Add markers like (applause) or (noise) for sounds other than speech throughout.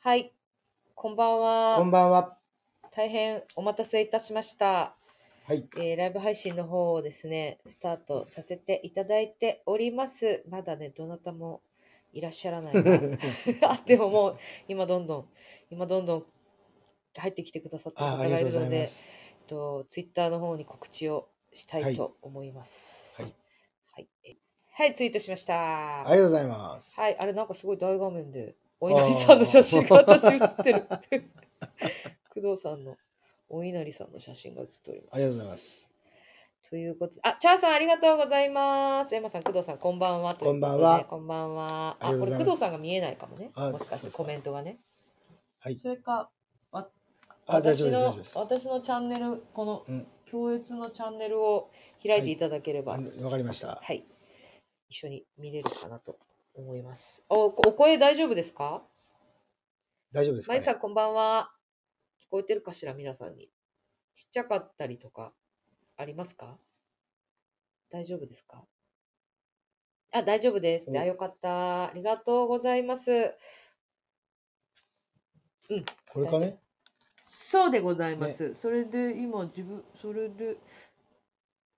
はい、こんばんこんは。ばんは。大変お待たせいたしました。はい。えーライブ配信の方をですね、スタートさせていただいております。まだね、どなたもいらっしゃらない (laughs) な。あでももう、今どんどん、今どんどん入ってきてくださってるあ、あ方りががいとうごるざのいでま、す。えっと、ツイッターの方に告知をしたはいいと思います。はい。はい、えはいツイートしました。はありがとうございます。はい、あれなんかすごい大画面で、お稲荷さんの写真が私映ってる。 (laughs) 工藤さんのお稲荷さんの写真が写っております。ありがとうございます。ということで、あ、チャーさんありがとうございます。エマさん、工藤さん、こんばんは。というとでこんばんはこんばんは。ああ、りこがとうれ工ございます藤さんが見えないかもね。あもしかしそうでてすかコメントがね。はいそれか、あ、大私丈夫です。大丈の夫です。私のチャンネル、このうん共越のチャンネルを開いていただければ、あわかりました。はい。一緒に見れるかなと思います。お、お声大丈夫ですか大丈夫ですか、まゆね。さん、こんばんは。聞こえてるかしら、皆さんに。ちっちゃかったりとか、ありますか大丈夫ですかあ、大丈夫です。おあ、よかった。ありがとうございます。これかね。そうでございます。それで、今、自分、それで、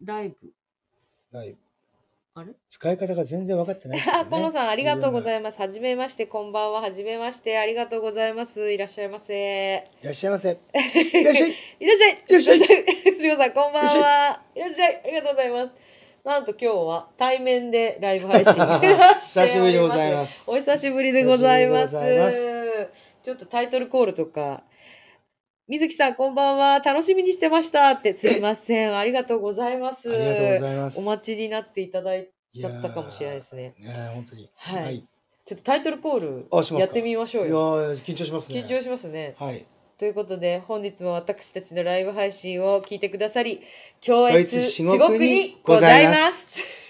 ライブ。はい。あれ使い方が全然分かってないです、ね。あ、ともさん、ありがとうございまいます。はじめまして、こんばんは。はじめまして、ありがとうございます。いらっしゃいませ。す。いらっしゃいませ。いらっしゃい。いらっしゃい。いらっしゃい藤子さん、こんばんは。いらっしゃい。ありがとうございます。なんと今日は対面でライブ (laughs) 配信久しぶりでございす。ます。お久しぶりでございます。久しぶりでございまちょっとタイトルコールとか。水木さん、こんばんは。楽しみにしてましたって。すいません。ありがとうございます。ありがとうございます。お待ちになっていただいいちやゃーったかもしれないですね。ねえ、本当に。はいい。いちょっとタイトルコーあしルまやすかってみましょやうよ。ー、緊張しますね。緊張しますね。はい。ということで本日も私たちのライブ配信を聞いてくださり共越共越至至極極ににごござざいいま。ます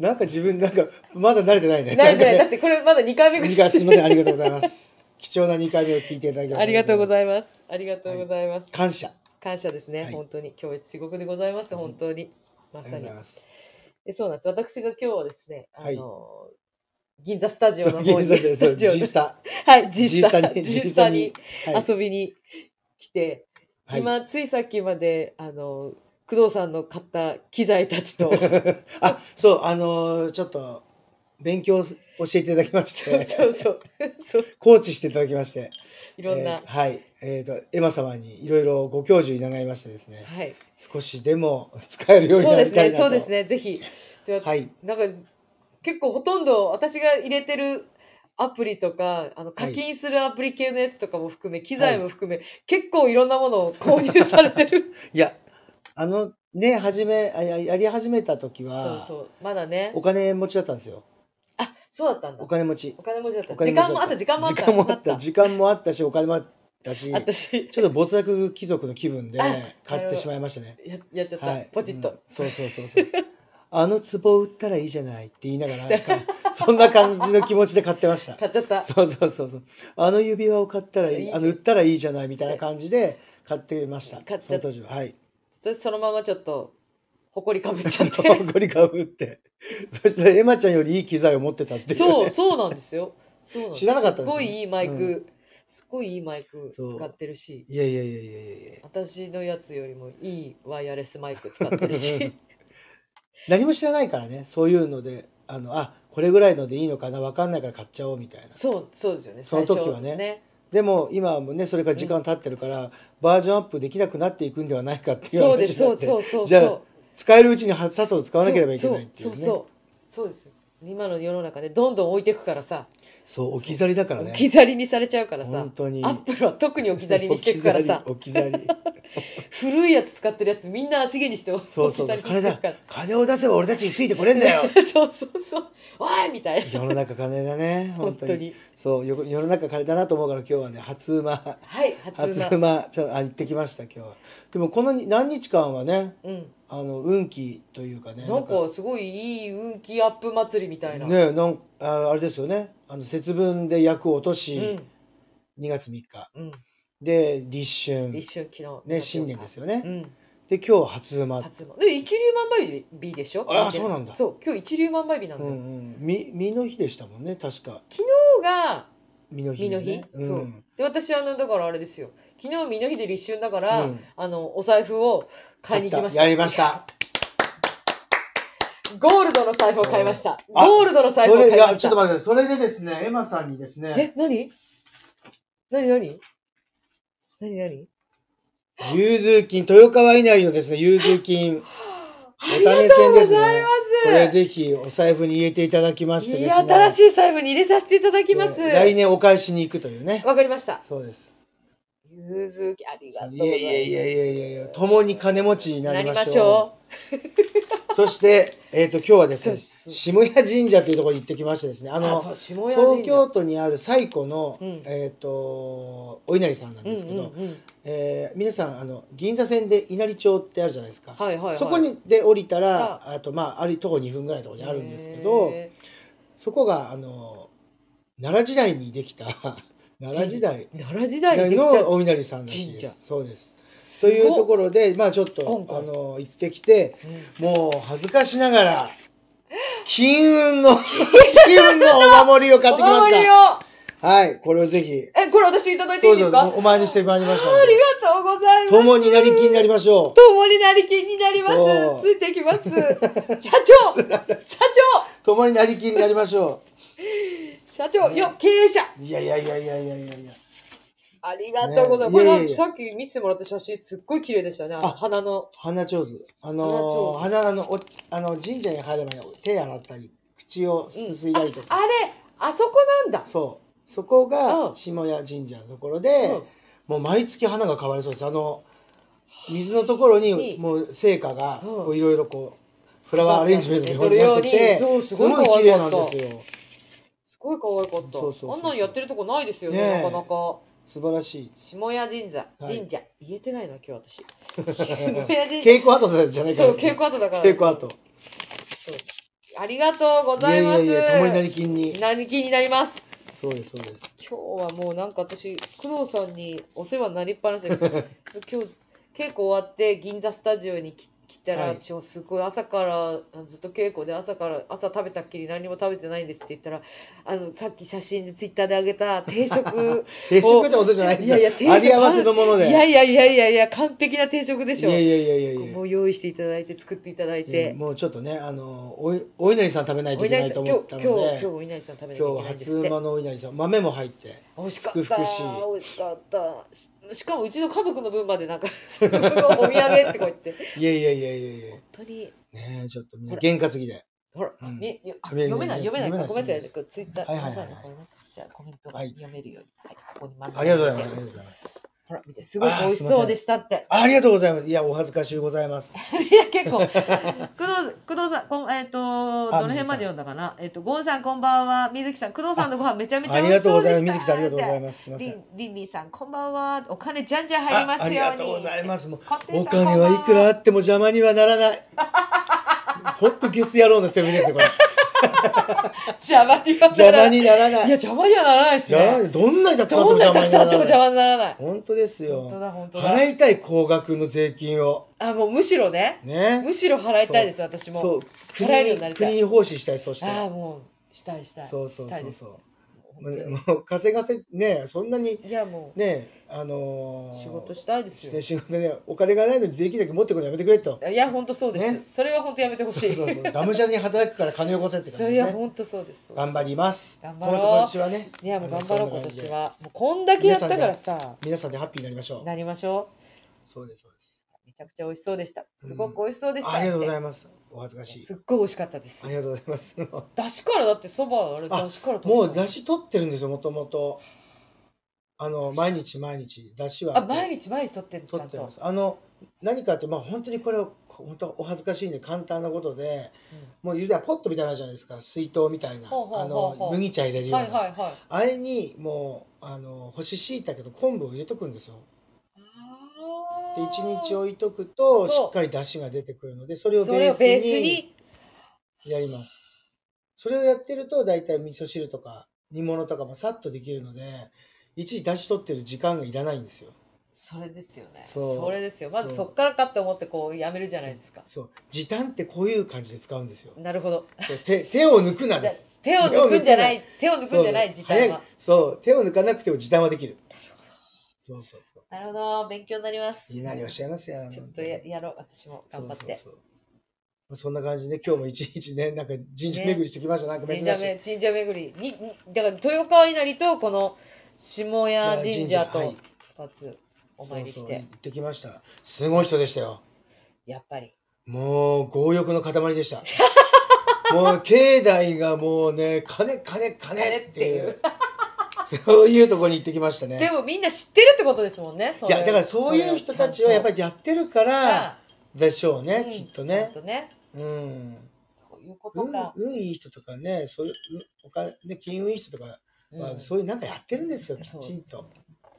なんか自分、なんか、まだ慣れてないね。なるぐらい (laughs) だなんっかてこれまだ2回目ね。ぐら二い回、すみません。ありがとう (laughs) ございます。貴重な二回目を聞いていただきましてありがとうございいます。ありがとうございます。感謝。感謝ですね、はい本当に共越至極でございますそう本当にまありさがとにうござい。ます。えそうなんです私が今日はですねあの、はい銀座スタジオの方にそう銀座そうスタジオ G スタ。はいジースタ G ジーススタタにに。はい遊びに来て。はい今ついさっきまであの工藤さんの買った機材たちとそうあ、そう、あのーちょっと、勉強す教えていただきま (laughs) して、そう (laughs) そうコーチしていただきまして、いろんな、えーはい、えっ、と、エマ様にいろいろご教授願いましてですね、はい少しでも使えるようにそうなでりすたいねなと。そうですねぜひじゃあはい、なんか結構ほとんど私が入れてるアプリとかあの課金するアプリ系のやつとかも含め、機材も含め結構いろんなものを (laughs) 購入されて (laughs) るいや、あの、ね、始め、あややり始めた時そうは、そうまだねお金持ちだったんですよ。あそうだったんだお金持ちお。金持ちだったお金時持ちだ間もあった時間もあった時間もああっ。ったた (laughs) 時間もあったし、お金もあったし、あったしちょっと没落貴族の気分であなるほど買ってしまいましたね。ややっちゃった、はい、ポチッうんと、そうそうそうそうあの壺売ったらいいじゃないって言いながらな (laughs) んかそんな感じの気持ちで買ってました買っちゃったそうそうそうそうあの指輪を買ったらいいいいあの売ったらいいじゃないみたいな感じで買ってました買っちゃその当時ははいそそのままちょっと、ほこりかぶっちゃっ (laughs) そうて。ゴリかぶって (laughs) そしたらエマちゃんよりいい機材を持ってたっていうそう、そうなんですよ。そうなんです知らなかったんですすよごねいいいマイク、うすごいいいマイクそう使ってるし、いやいやいやいやいやいや私のやつよりもいいワイヤレスマイク使ってるし、何も知らないからねそういうのであのあこれぐらいのでいいのかな分かんないから買っちゃおうみたいなそう、そうですよね。その時最初はねでも今はもうねそれから時間経ってるから、バージョンアップできなくなっていくんではないかっていうそうで話す、にそなっうてそうそう。じゃあそう使えるうちにはさっさと使わなければいけないっていうそねうそうそう。そうですよ。今の世の中ね、どんどん置いていくからさ、そう置き去りだから置ねき去りにされちゃうからさ本、当にアップルは特に置き去りにしていくからさ、 (laughs) 置き去り置き去り古いやつ使ってるやつみんな足毛にして置き去そりうにしてそいうく金だから。金を出せば俺たちについてこれんだよ (laughs) そうそうそう。おいみたいな。世の中金だね本本当当にに。そうよ世の中金だなと思うから今日はね初馬はい、初初馬。馬ちょっとあ行ってきました今日はでもこのに何日間はねうん。あの運気というかねなんかすごいいい運気アップ祭りみたいな。ねえなんああれですよねあの節分で役を落とうし、ん。 2月3日うん。で立春立春昨日。ね新年ですよね、うん。で今日は初馬、初馬。で、一粒万倍日でしょあそうなんだそう、今日一粒万倍日なんうだんよ。うん、み実の日でしたもんね確か今日が身の日だね、身の日そうんで私あのだからあれですよ昨日身の日で立春だから、うんあのお財布を買いに行きましたやりましたゴールドの財布を買いましたうあゴールドの財布そを買れいまがしちたょっと待ってそれでですねエマさんにですえね何何何何何融通金豊川稲荷のですね融通金 (laughs) ありがとうございまこれすぜひお財布に入れていただきましていですねや新しい財布に入れさせていただきますえー来年お返しに行くというねわかりましたそうです融通器ありがとういございやますいやいやいやいやいや共に金持ちにななりりまましょうしょそして、えっと今日はですねそうそう下谷神社というところに行ってきましてですねあうのあそう下谷神社東京都にある最古の、うんえっ、とお稲荷さんなんですけど、うんうんうんえー皆さんあの銀座線で稲荷町ってあるじゃないですか、はいはいはいそこにで降りたらあとまああるとこ2分ぐらいのところにあるんですけどへそこがあの奈良時代にできた (laughs) 奈良時代ー奈良時代にできのたお稲荷さんらしいで神社すそうですというところでまあちょっと今回あの行ってきてろ、うんもう恥ずかしな (laughs) がら金運の金運のお守りを買ってきまお守しりたをはいこれをぜひえ、これ私いただいていいですかそうそうお参りしてまいりましたのあでりがとうございます。共になりきになりましょう共になりきになりまそうす。ついていき (laughs) ます。社長社共になりきになりましょ長社長よ、経営者ういやいやいやいやいやいやいやありがとうございます。ねこいれやいなんやいやかさっき見せてもらった写真すっごい綺麗でしたね。あのあ花の。花上手あのー花あのおあの神社に入る前に手洗ったり口をすすいだりとか、あれ、あそこなんだ。そうそこうがん下谷神社のところで、うんもう毎月花が変わりそうですあの水のところにいいもう聖火がうんこういろいろこうフラワーアレンジメントそうになっててレトロ用にすそうごいすご綺い麗可な愛かんったですよすごい可愛かった。そうそうそうそうあんなんやってるとこないですよね、ねえなかなか。素晴らしい下谷神社、はい神社。言えてないな、今日 (laughs) 私。下谷神社。稽古後じゃないかそらう、稽古後だから。稽古後そうありがとうごいざいます。やいやいや共になりきんになりきになります。そうですそうです今日はもうなんか私工藤さんにお世話になりっぱなしで今日稽古終わって銀座スタジオに来来たら、はい私もすごい朝からあずっと稽古で朝から朝食べたっきり何も食べてないんですって言ったらあのさっき写真でツイッターであげた定食定食ってことじゃないですよいやいや定食あり合わせのものでいやいやいやいやいや完璧な定食でしょいやいやいやいやいやもう用意していただいて作っていただいえーてもうちょっとねあのおいお稲荷さん食べないといけないと今日思っ今た日の今で日今お稲荷さん食べな日きゃいはけないんで初すって馬のお稲荷さん豆も入って美味しかった福々しい美味しかったししかもうちの家族の分までなんか (laughs) お土産ってこう言って本いやいやいやいやいや当にねえちょっとみんほなら験担ぎでほら、うんみみあ読め読めない読読めめなないいごめんなさい読めないツイッターはいはいは皆さいんのこれねじゃあコメントがはい読めるように、はいここに真ん中ありがとうございにますありてがとうございますほら見てすごいあー美味しそうでしたってありがとうございますいやお恥ずかしゅうございます (laughs) いや結構工藤工藤さんこんえっ、とあどの辺まで読んだかなえっ、とゴンさんこんばんは水木さん工藤さんのご飯 (laughs) めちゃめちあゃ美味りがしとうそごうざいでますした水木さんありがとうございますすいませりんりんりんさんこんばんはお金じゃんじゃん入りまあすよあうにりがとうございますもう勝手におさこんば金んははいくらあっても邪魔にはならない (laughs) ほんとゲス野郎のセリフですよこれ邪魔にはな邪らな魔い。いにならないや、邪魔にはならないです邪魔ね。にどんなにたくさんあどってもんなにた邪く魔にさんなあってもらな邪い魔にならない。本当ですよ本当だ本当だ払いたい高額の税金をあ、もうむしろね。ねむしろ払いたいです、私も。そう国払えるようになにりたい国に奉仕したいそうしてああ、もう、したいしたい。そうそうしたいそうですそ本う当もうねにもう稼がせねそんなにいや、もねあのう、ー仕事したいでしすてよ。仕事ねお金がないのに税金だけ持ってくるのやめてくれといや、本当そうですね。それは本当やめてほしそうい。そうそそうがむしゃらに働くから金をこせって感ういじでや、すね本当そうです。頑張ります頑張ろうこの今年はねいや、もう頑張ろう、今年あのそんな感じでは。もうこんだけやったからさ、皆さんでハッピーになりましょうなりましょそうですそうですう。めちゃくちゃ美味しそうでした。すごく美味しそうでした。ありがとうござまいますお恥ずかしいすっごい美味しかったですあ。りがとうございます (laughs) 出汁からだってそばあれあ出汁から取もったう出汁取ってるんですよもともとあの毎日毎日出汁はあ毎日毎日取ってるち取ゃっんてまとすあの何かってまあ本当にこれを本当お恥ずかしいんで簡単なことで、もうゆではポットみたいなのあるじゃないですか水筒みたいなほうほうあほうほのう麦茶入れるようは、ないはいはいあれにもうあの干し椎茸と昆布を入れとくんですよで1日を置いとくとしそうっかり出汁が出てくるのでそれをそベれーをベーススににやりますそれをやってると大体味噌汁とか煮物とかもさっとできるので一時出汁取ってる時間がいらないんですよそれですよねそうそれですよまずそそうっからかって思ってこうやめるじゃないですかそう時短ってこういう感じで使うんですよなるほどそう手手を抜くなんじでゃあす手を抜くんじゃない手を抜くんじゃないそう時短は早いそう手を抜かなくても時短はできるなるほそうそうそうどなるほど勉強になりますいいなりおっしゃいますよちょっとややろう私も頑張ってそうそうそうまあそんな感じで今日も一日ねなんか神社巡りしてきました、なんか珍神しい社め神社巡りににだから豊川稲荷とこの下屋神社いやと神2つお参りしてそうそう行ってきましたすごい人でしたよやっぱりもう強欲の塊でした (laughs) もう境内がもうね金金金っていう金ってそういうとこに行ってきましたねでもみんな知ってるってことですもんねそいれやだからそういう人たちはやっぱりりやってるからでしょうね、きっとちゃんねとねうんそういうこ運とか、運いい人とかねそういううお金ね金運いい人とかうんまあ、そういうなんかやってるんですよ、きそうちんと。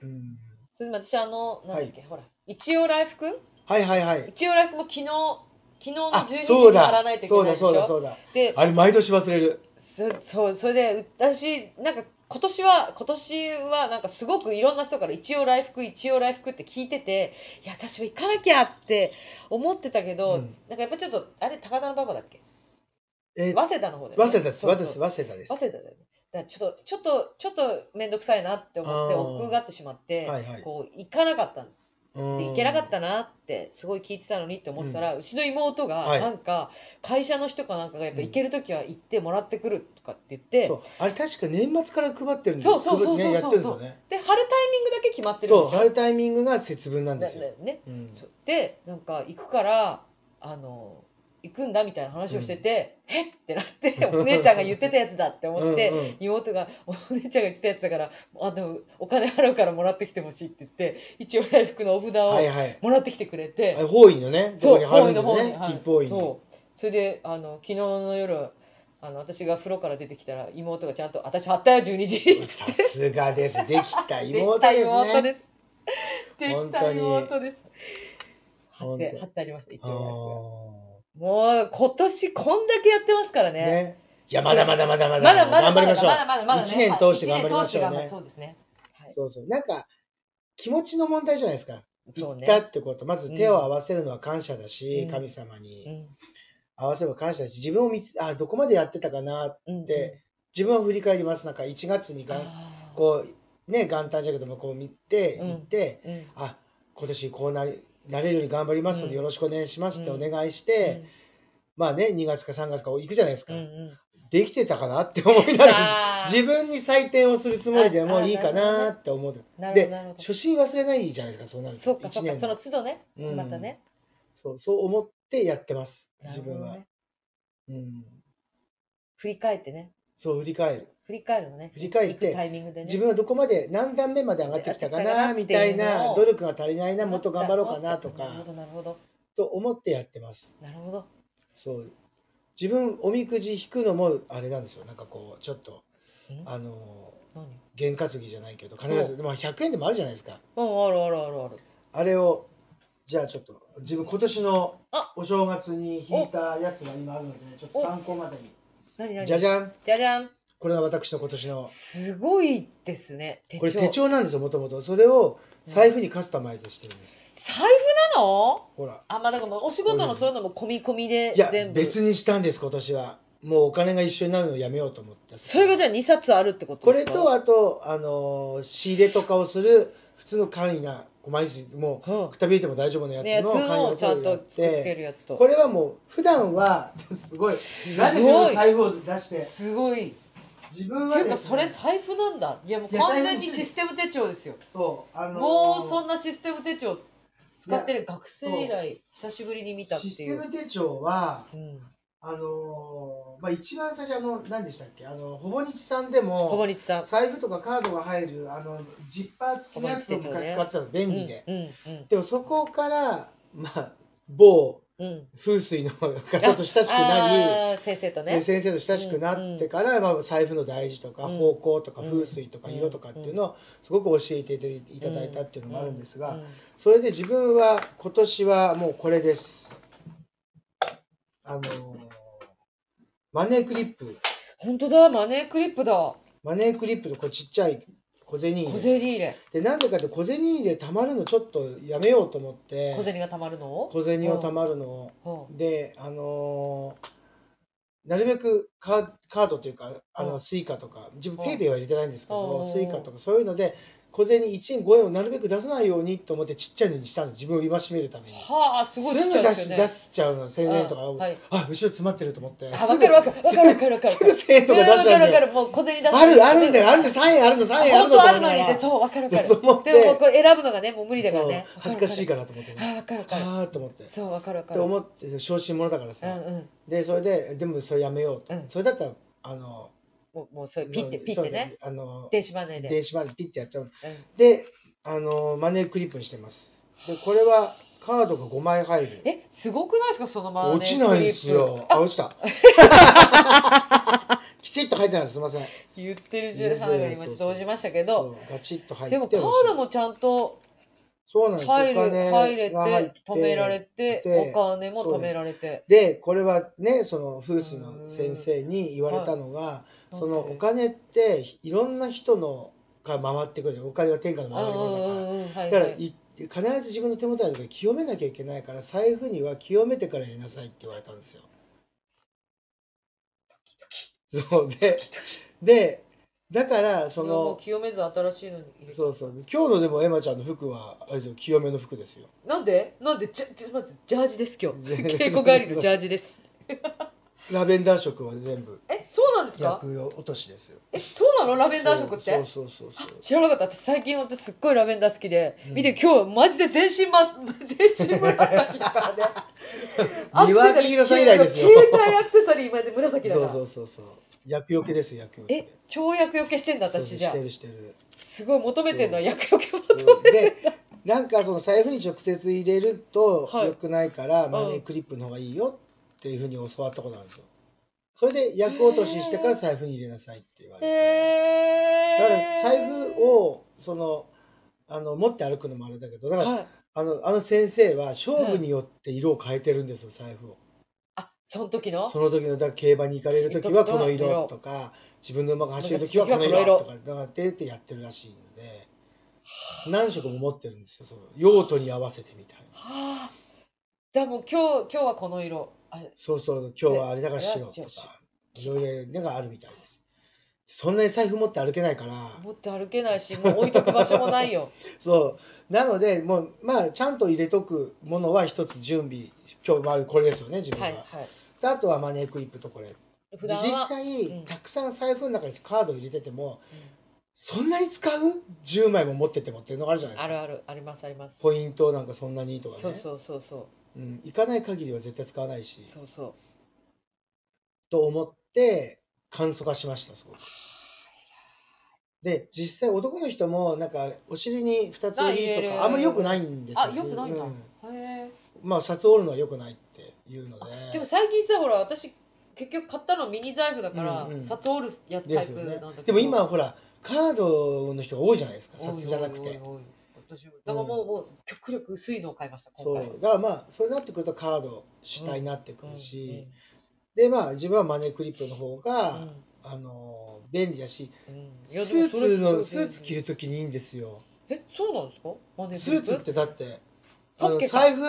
うん、それで私あのなんだっけ、ほら一応来福はいはいはい。一応来福も昨日昨日のあ12時にそう貼らだないといけそないでうだしそうだそょうだ。であれ毎年忘れる。そそうそれで私なんか今年は今年はなんかすごくいろんな人から一応来福一応来福って聞いてていや私は行かなきゃって思ってたけど、うんなんかやっぱちょっとあれ高田の馬場だっけえ早稲田の方だよね早稲田ですそう早そう稲田です早稲田です。早稲田だよねだからちょっとちょっとちょっと面倒くさいなって思ってあー億劫がってしまって、はいはいこう行かなかったんうんで行けなかったなってすごい聞いてたのにって思ってたら、うちの妹がはいなんか会社の人かなんかがやっぱ行ける時は行ってもらってくるとかって言って、そうあれ確か年末から配ってるんですそうそうそうそうねやってるんですよね。で貼るタイミングだけ決まってるんでしょそう貼るタイミングが節分なんですだよ。だねうんそうでなんか行くからあの行くんだみたいな話をしてて、えっってなってお姉ちゃんが言ってたやつだって思ってうんうん妹がお姉ちゃんが言ってたやつだからあのお金払うからもらってきてほしいって言って一応来福のお札はをいはい。もらってきてくれて、あれ方位のねどこそうに貼るんのです方に、ね。はい切符方位に。そうそれであの昨日の夜あの私が風呂から出てきたら妹がちゃんと「私貼ったよ12時」ってさすがです。でき (laughs) たで妹きたです妹ね。です。できた妹です。貼っ本当にて、貼ってありました、一あ応。ーもう、今年こんだけやってますからね。ね。いやまだまだまだままだだまだ頑張りましょうま。だまだまだまだね一年通してはい頑張りましょ一年通てうね頑張そうですね。はいそうそう。なんか、気持ちの問題じゃないですか。そ行うっねたってこと、まず手を合わせるのは感謝だうし、ん神様にう合わせるのは感謝だし、自分を見つ、あ、どこまでやってたかな、ん。で、自分を振り返ります。なんか1月にがん、あーこう、ね、元旦じゃけども、こう見て、行って、うん。あ、今年こうなり、なれるように頑張りますのうでんよろしくお願いしますってうおん願いして、まあね、2月か3月か行くじゃないですうか。んうん。 (laughs) できてたかなって思いながら、あー自分に採点をするつもりでもあいいかなって思う。なるほでど、なるほど。初心忘れないじゃないですか、そうなると。そうか、そう一か、年その都度ね。うんまたね。そう、そう思ってやってます。な自るほ分どは。ね。うん。振り返ってね。そう、振り返る。振り返るのね。振り返っ行てくタイミングでね。自分はどこまで、何段目まで上がってきたか上がな、ってみきたかなたっていいうのをな、努力が足りないな、もっと頑張ろうかもなっとかな、るほど、なるほど。と思ってやってます。なるほど。そう。自分、おみくじ引くのも、あれなんですよ。なんかこう、ちょっと、んあの何ー、験担ぎじゃないけど、必ず、でも100円でもあるじゃないですか。うん、あるあるあるある。あれを、じゃあちょっと、自分今年のあお正月に引いたやつが今あるので、ちょっと参考までに。何何じゃじゃんじゃじゃん。これが私の今年のすごいですね。手帳。これ手帳なんですよもともとそれを財布にカスタマイズしてるんです、財布なのほらあ、まあ、だからもうお仕事のそういうのも込み込みでいや全部。別にしたんです今年はもうお金が一緒になるのやめようと思ってそれがじゃゃあ2冊あるってことこでれすかとあと、あのー仕入れとかをする普通の簡易なこう毎日もうんうくたびれても大丈夫なやつね、やつの簡易ののをちゃんこれをとやっ作っててるやつ。ことれはもう普段は (laughs) すごいすごいなんで自分の財布を出してすごい。自分っはていうでか、すそねれ財布なんだ。いや、もう完全にシステム手帳ですよ。そうあのーもうそんなシステム手帳使ってる学生以来、久しぶりに見たってシスいテう。ム手帳はうん。あのーまあ、一番最初あの何でしたっけあのほぼ日さんで小も堀さん。財布とかカードが入るあのジッパー付きのやつをほぼ日手昔帳ね使ってたの便うん、う利んで、、うんでもそこから、まあ、某うん。風水の方と親しくなり、あー先生とね。先生と親しくなってから、まあ、財布の大事とかうん方向とかうん風水とか色とかっていうのをすごく教えていただいたっていうのもあるんですが、うんそれで自分は今年はもうこれです。あのーマネークリップ。本当だマネークリップだマネークリップのこうちっちゃい小銭入小れ銭入れでなんでかって小銭入れたまるのちょっとやめようと思って小銭がたまるのを小銭をたまるのをほであのーなるべくカーカードというかあうのんスイカとか自分うんペイペイは入れてないんですけうどんスイカとかそういうので小銭1円5円をなるべく出さないようにと思ってちっちゃいのにしたんです自分を戒めるたうめに。はあすごいちっちゃぐいで出すしよ出ねしちゃうの1000円とか、うんはいあ後ろ詰まってると思ってあすわぐかるわかるわかるわかるわかるすぐ1000円とか出しちゃわうんだかるよわかるもう小銭出すあるあるんだよあるんだよ3円あるの3円ある本のと当思あいるなのがにらってそうわかるわかるそう思ってでもこう選ぶのがねもう無理だからねそう恥ずかしいかからと思ってねあわかるわかるああと思ってっそうわかるわかてるうん思って小心者だからうさ、んでそれででもそれやめようと、うんそれだったらあのもうもうそうピッてそうピッてねそうあの電子マネーで電子マネーピッてやっちゃううんであのマネークリップにしてますでこれはカードが5枚入るえすごくないですかそのまま落ちないんですよあ落 (laughs) ちたきちっと入ってないすいません言ってる順番が今ちょっと応じましたけどそうガチッと入ってでもカードもちゃんとそうなんです入るお金入れが入って止められてでお金も止められてでこれはねその風水の先生に言われたのがそのお金っていろんな人のが回ってくるじゃんお金は天下のう回り物だんからうんうんはいだはからいい必ず自分の手元にある時は清めなきゃいけないから財布には清めてから入れなさいって言われたんですよ。そうででだからそもうの清めず新しいのに入れそうそう今日のでもエマちゃんの服はあれですよ清めの服ですよ。なんでなんでちょちょ待ってジャージです今 (laughs) 日ジャー (laughs) ジ稽古帰りのジャージですラベンダー色は全部えそうなんですか薬用落としですよ。えそうなのラベンダー色ってそうそうそうそう知らなかった私最近ほんとすっごいラベンダー好きで、うん見て今日マジで全身,、ま、 (laughs) 全身紫だからねアクセサリー (laughs) 庭木宏さん以来ですよ携帯アクセサリーまで紫だかそらうそうそうそう薬用系ですよ薬用え系。超薬よけしてんだそう私そうじゃあしてるしてる。すごい求めてるのは薬よけもそうで (laughs) なんかその財布に直接入れるとはい良くないから、んマネークリップの方がいいよっていうふうに教わったことあるんですよそれで役落とししてから財布に入れなさいって言われて、へーだから財布をそのあの持って歩くのもあれだけどだから、はいあのあの先生は勝負によって色を変えてるんですよ財布をあその時のその時のだから競馬に行かれる時はこの色とか自分の馬が走る時はこの色とかだからってってやってるらしいので何色も持ってるんですよその用途に合わせてみたいな。はあだからもう今日今日はこの色あそうそう、今日はあれだから白でとかいや、いろいろなんかあるみたいです。そんなに財布持って歩けないから、持って歩けないしもう置いとく場所もないよ (laughs) そう、なので、もう、まあ、ちゃんと入れとくものは一つ準備、今日はこれですよね、自分は。はいはいであとはマネークリップとこれ。普で段は実際、うんたくさん財布の中にカードを入れてても、うんそんなに使う ?10 枚も持っててもっていうのがあるじゃないですあか。るあるありますありますポイントなんかそんなにとかね。そうそうそうそうん。行かない限りは絶対使わないしう、そうそうと思って簡素化しましたすごく。で実際男の人もなんかお尻に2つあ折入れりるとかあんまり良くないんですよあよくないんだ、うへえまあシャツ折るのは良くないっていうのででも最近さほら私結局買ったのミニ財布だから、うんうん札折るやつでタイすプよなんだねけど、でも今ほらカードの人が多いじゃないですか札じゃなくおいおいておいおい私もだからもう,、もう極力薄いのを買いましたそ今回うだからまあそれになってくるとカード主体になってくるうんし、でまあ自分はマネークリップの方が、あの便利だしうんうんいスやでもそれーツすごのいスーツ着る時にいいんですよえそうなんですかマネスクリーップツってだってポあッのケか財布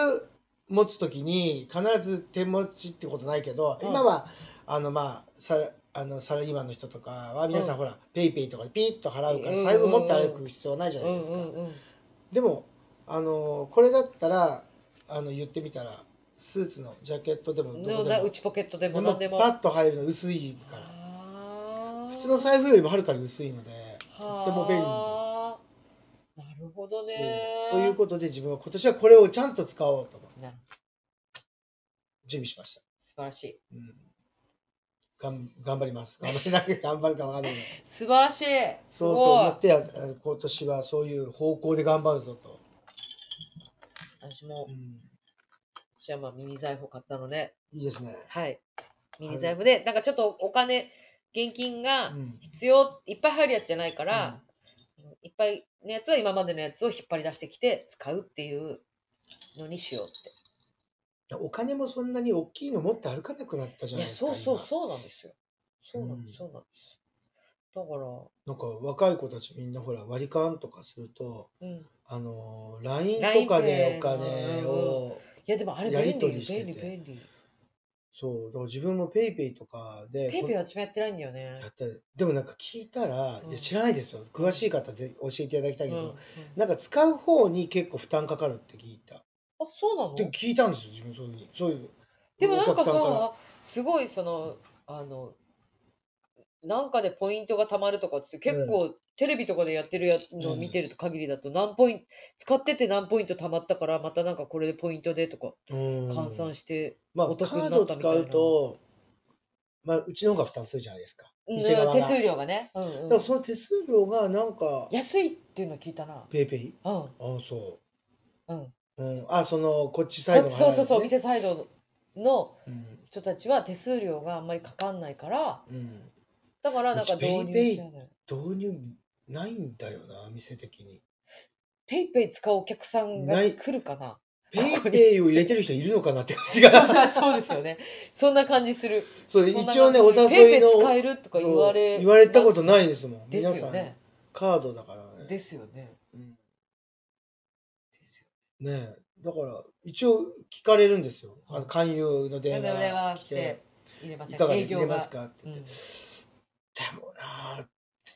持つ時に必ず手持ちってことないけど、うん今はあのまあサラあのサラリーマンの人とかは皆さんうほら、ペイペイとかでピーッと払うからうん財布持って歩く必要はないじゃうないんですか、うんうんでもあのこれだったらあの言ってみたらスーツのジャケットでもどこのでなも内ポケットででもも何パでもッと入るの薄いからあー普通の財布よりもはるかに薄いのでとっても便利はーなるほどそうねということで自分は今年はこれをちゃんと使おうと思ってなる準備しました。素晴らしいうんがん頑張 (laughs) ります。頑張りなきゃ頑張るか分かんないけど。素晴らしいすそうと思ごいってや今年はそういう方向で頑張るぞと。私もうん私はまあミニ財布を買ったのでいいですね。はいミニ財布でなんかちょっとお金現金うがん。必要いっぱい入るやつじゃないから、いっぱいのやつは今までのやつを引っ張り出してきて使うっていうのにしようってお金もそんなに大きいの持って歩かなくなったじゃいやないですか。そうそう今そうなんですよそうなんです、うそうなんですだから、なんか若い子たちみんなほら割り勘とかするとうん。いあの LINE とかでお LINE 金をや、でもあれや便り利取よ、りして便利、て便利。そうだから自分もペイペイとかでペイペイは私もやってないんだよねや。ったでもなんか聞いたら、うんいや知らないですよ詳しい方ぜ教えていただきたいけど、うんうんなんか使う方に結構負担かかるって聞いたあ、そうなので聞いたんですよ自分そういうふうにそういうでもなんかお客んさ、すごいその、あの、なんかでポイントがたまるとかっつって、結構テレビとかでやってるやのを見てる限りだと、何ポイント、使ってて何ポイントたまったから、またなんかこれでポイントでとからうん換算して、まあお得カにーなドったみた使いなうとまあうちの方が負担するじゃないですかうん店側が手数料がね、うんうんだからその手数料がなんか安いっていうの聞いたな。ペイペイうん、うん。ああそこう、うん、あそのこっちサイドっがちそ払うそうそう、おうのね店サイドのうん人たちは手数料があんまりかかんないから、うんだからなんかうちペイ導ペ入イしないのよ。導入ないんだよな店的 (laughs) にペイペイ使うお客さんがない来るかな。ペイこにペイを入れてる人いるのかなって感じ (laughs) がそうですよね。そんな感じする。そうそんな一応ねお感じ誘いのペイペイ使えるとか言わそれう言われたことないですもんです皆よさんね。カードだからねですよね。うんですねえだから一応聞かれるんですよあはのい勧誘のよ。電なんでも話電が話来来てて入れま「いせかん。が営で入業れまがす。か?」ってう言ってん「でもなあ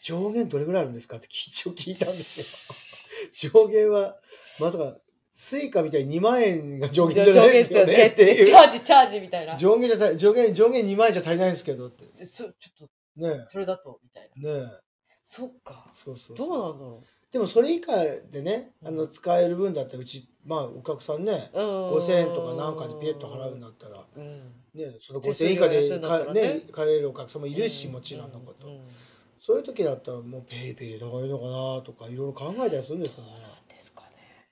上限どれぐらいあるんですか?」って一応聞いたんですよ (laughs) 上限はまさかスイカみたいに2万円が上限じゃないですよねってチいャうージチャージみたいな。そ上限じゃた上限上限2万円じゃ足りないんですけどってちょっとねえそれだとみたいな。ねえそっか。そうそうどそううなんだろでもそれ以下でねあうのん使える分だったらうちまあお客さんねう。うん。 5,000円とかなんかでピエッと払うんだ。ったらうん。ねその手数5,000料円以下安いでんだったらかねね借りれるお客様いるしうもちろんのこと、うんうんそういう時だったらもうペイペイでどういうのかなとかいろいろ考えたりするんですかねですかね。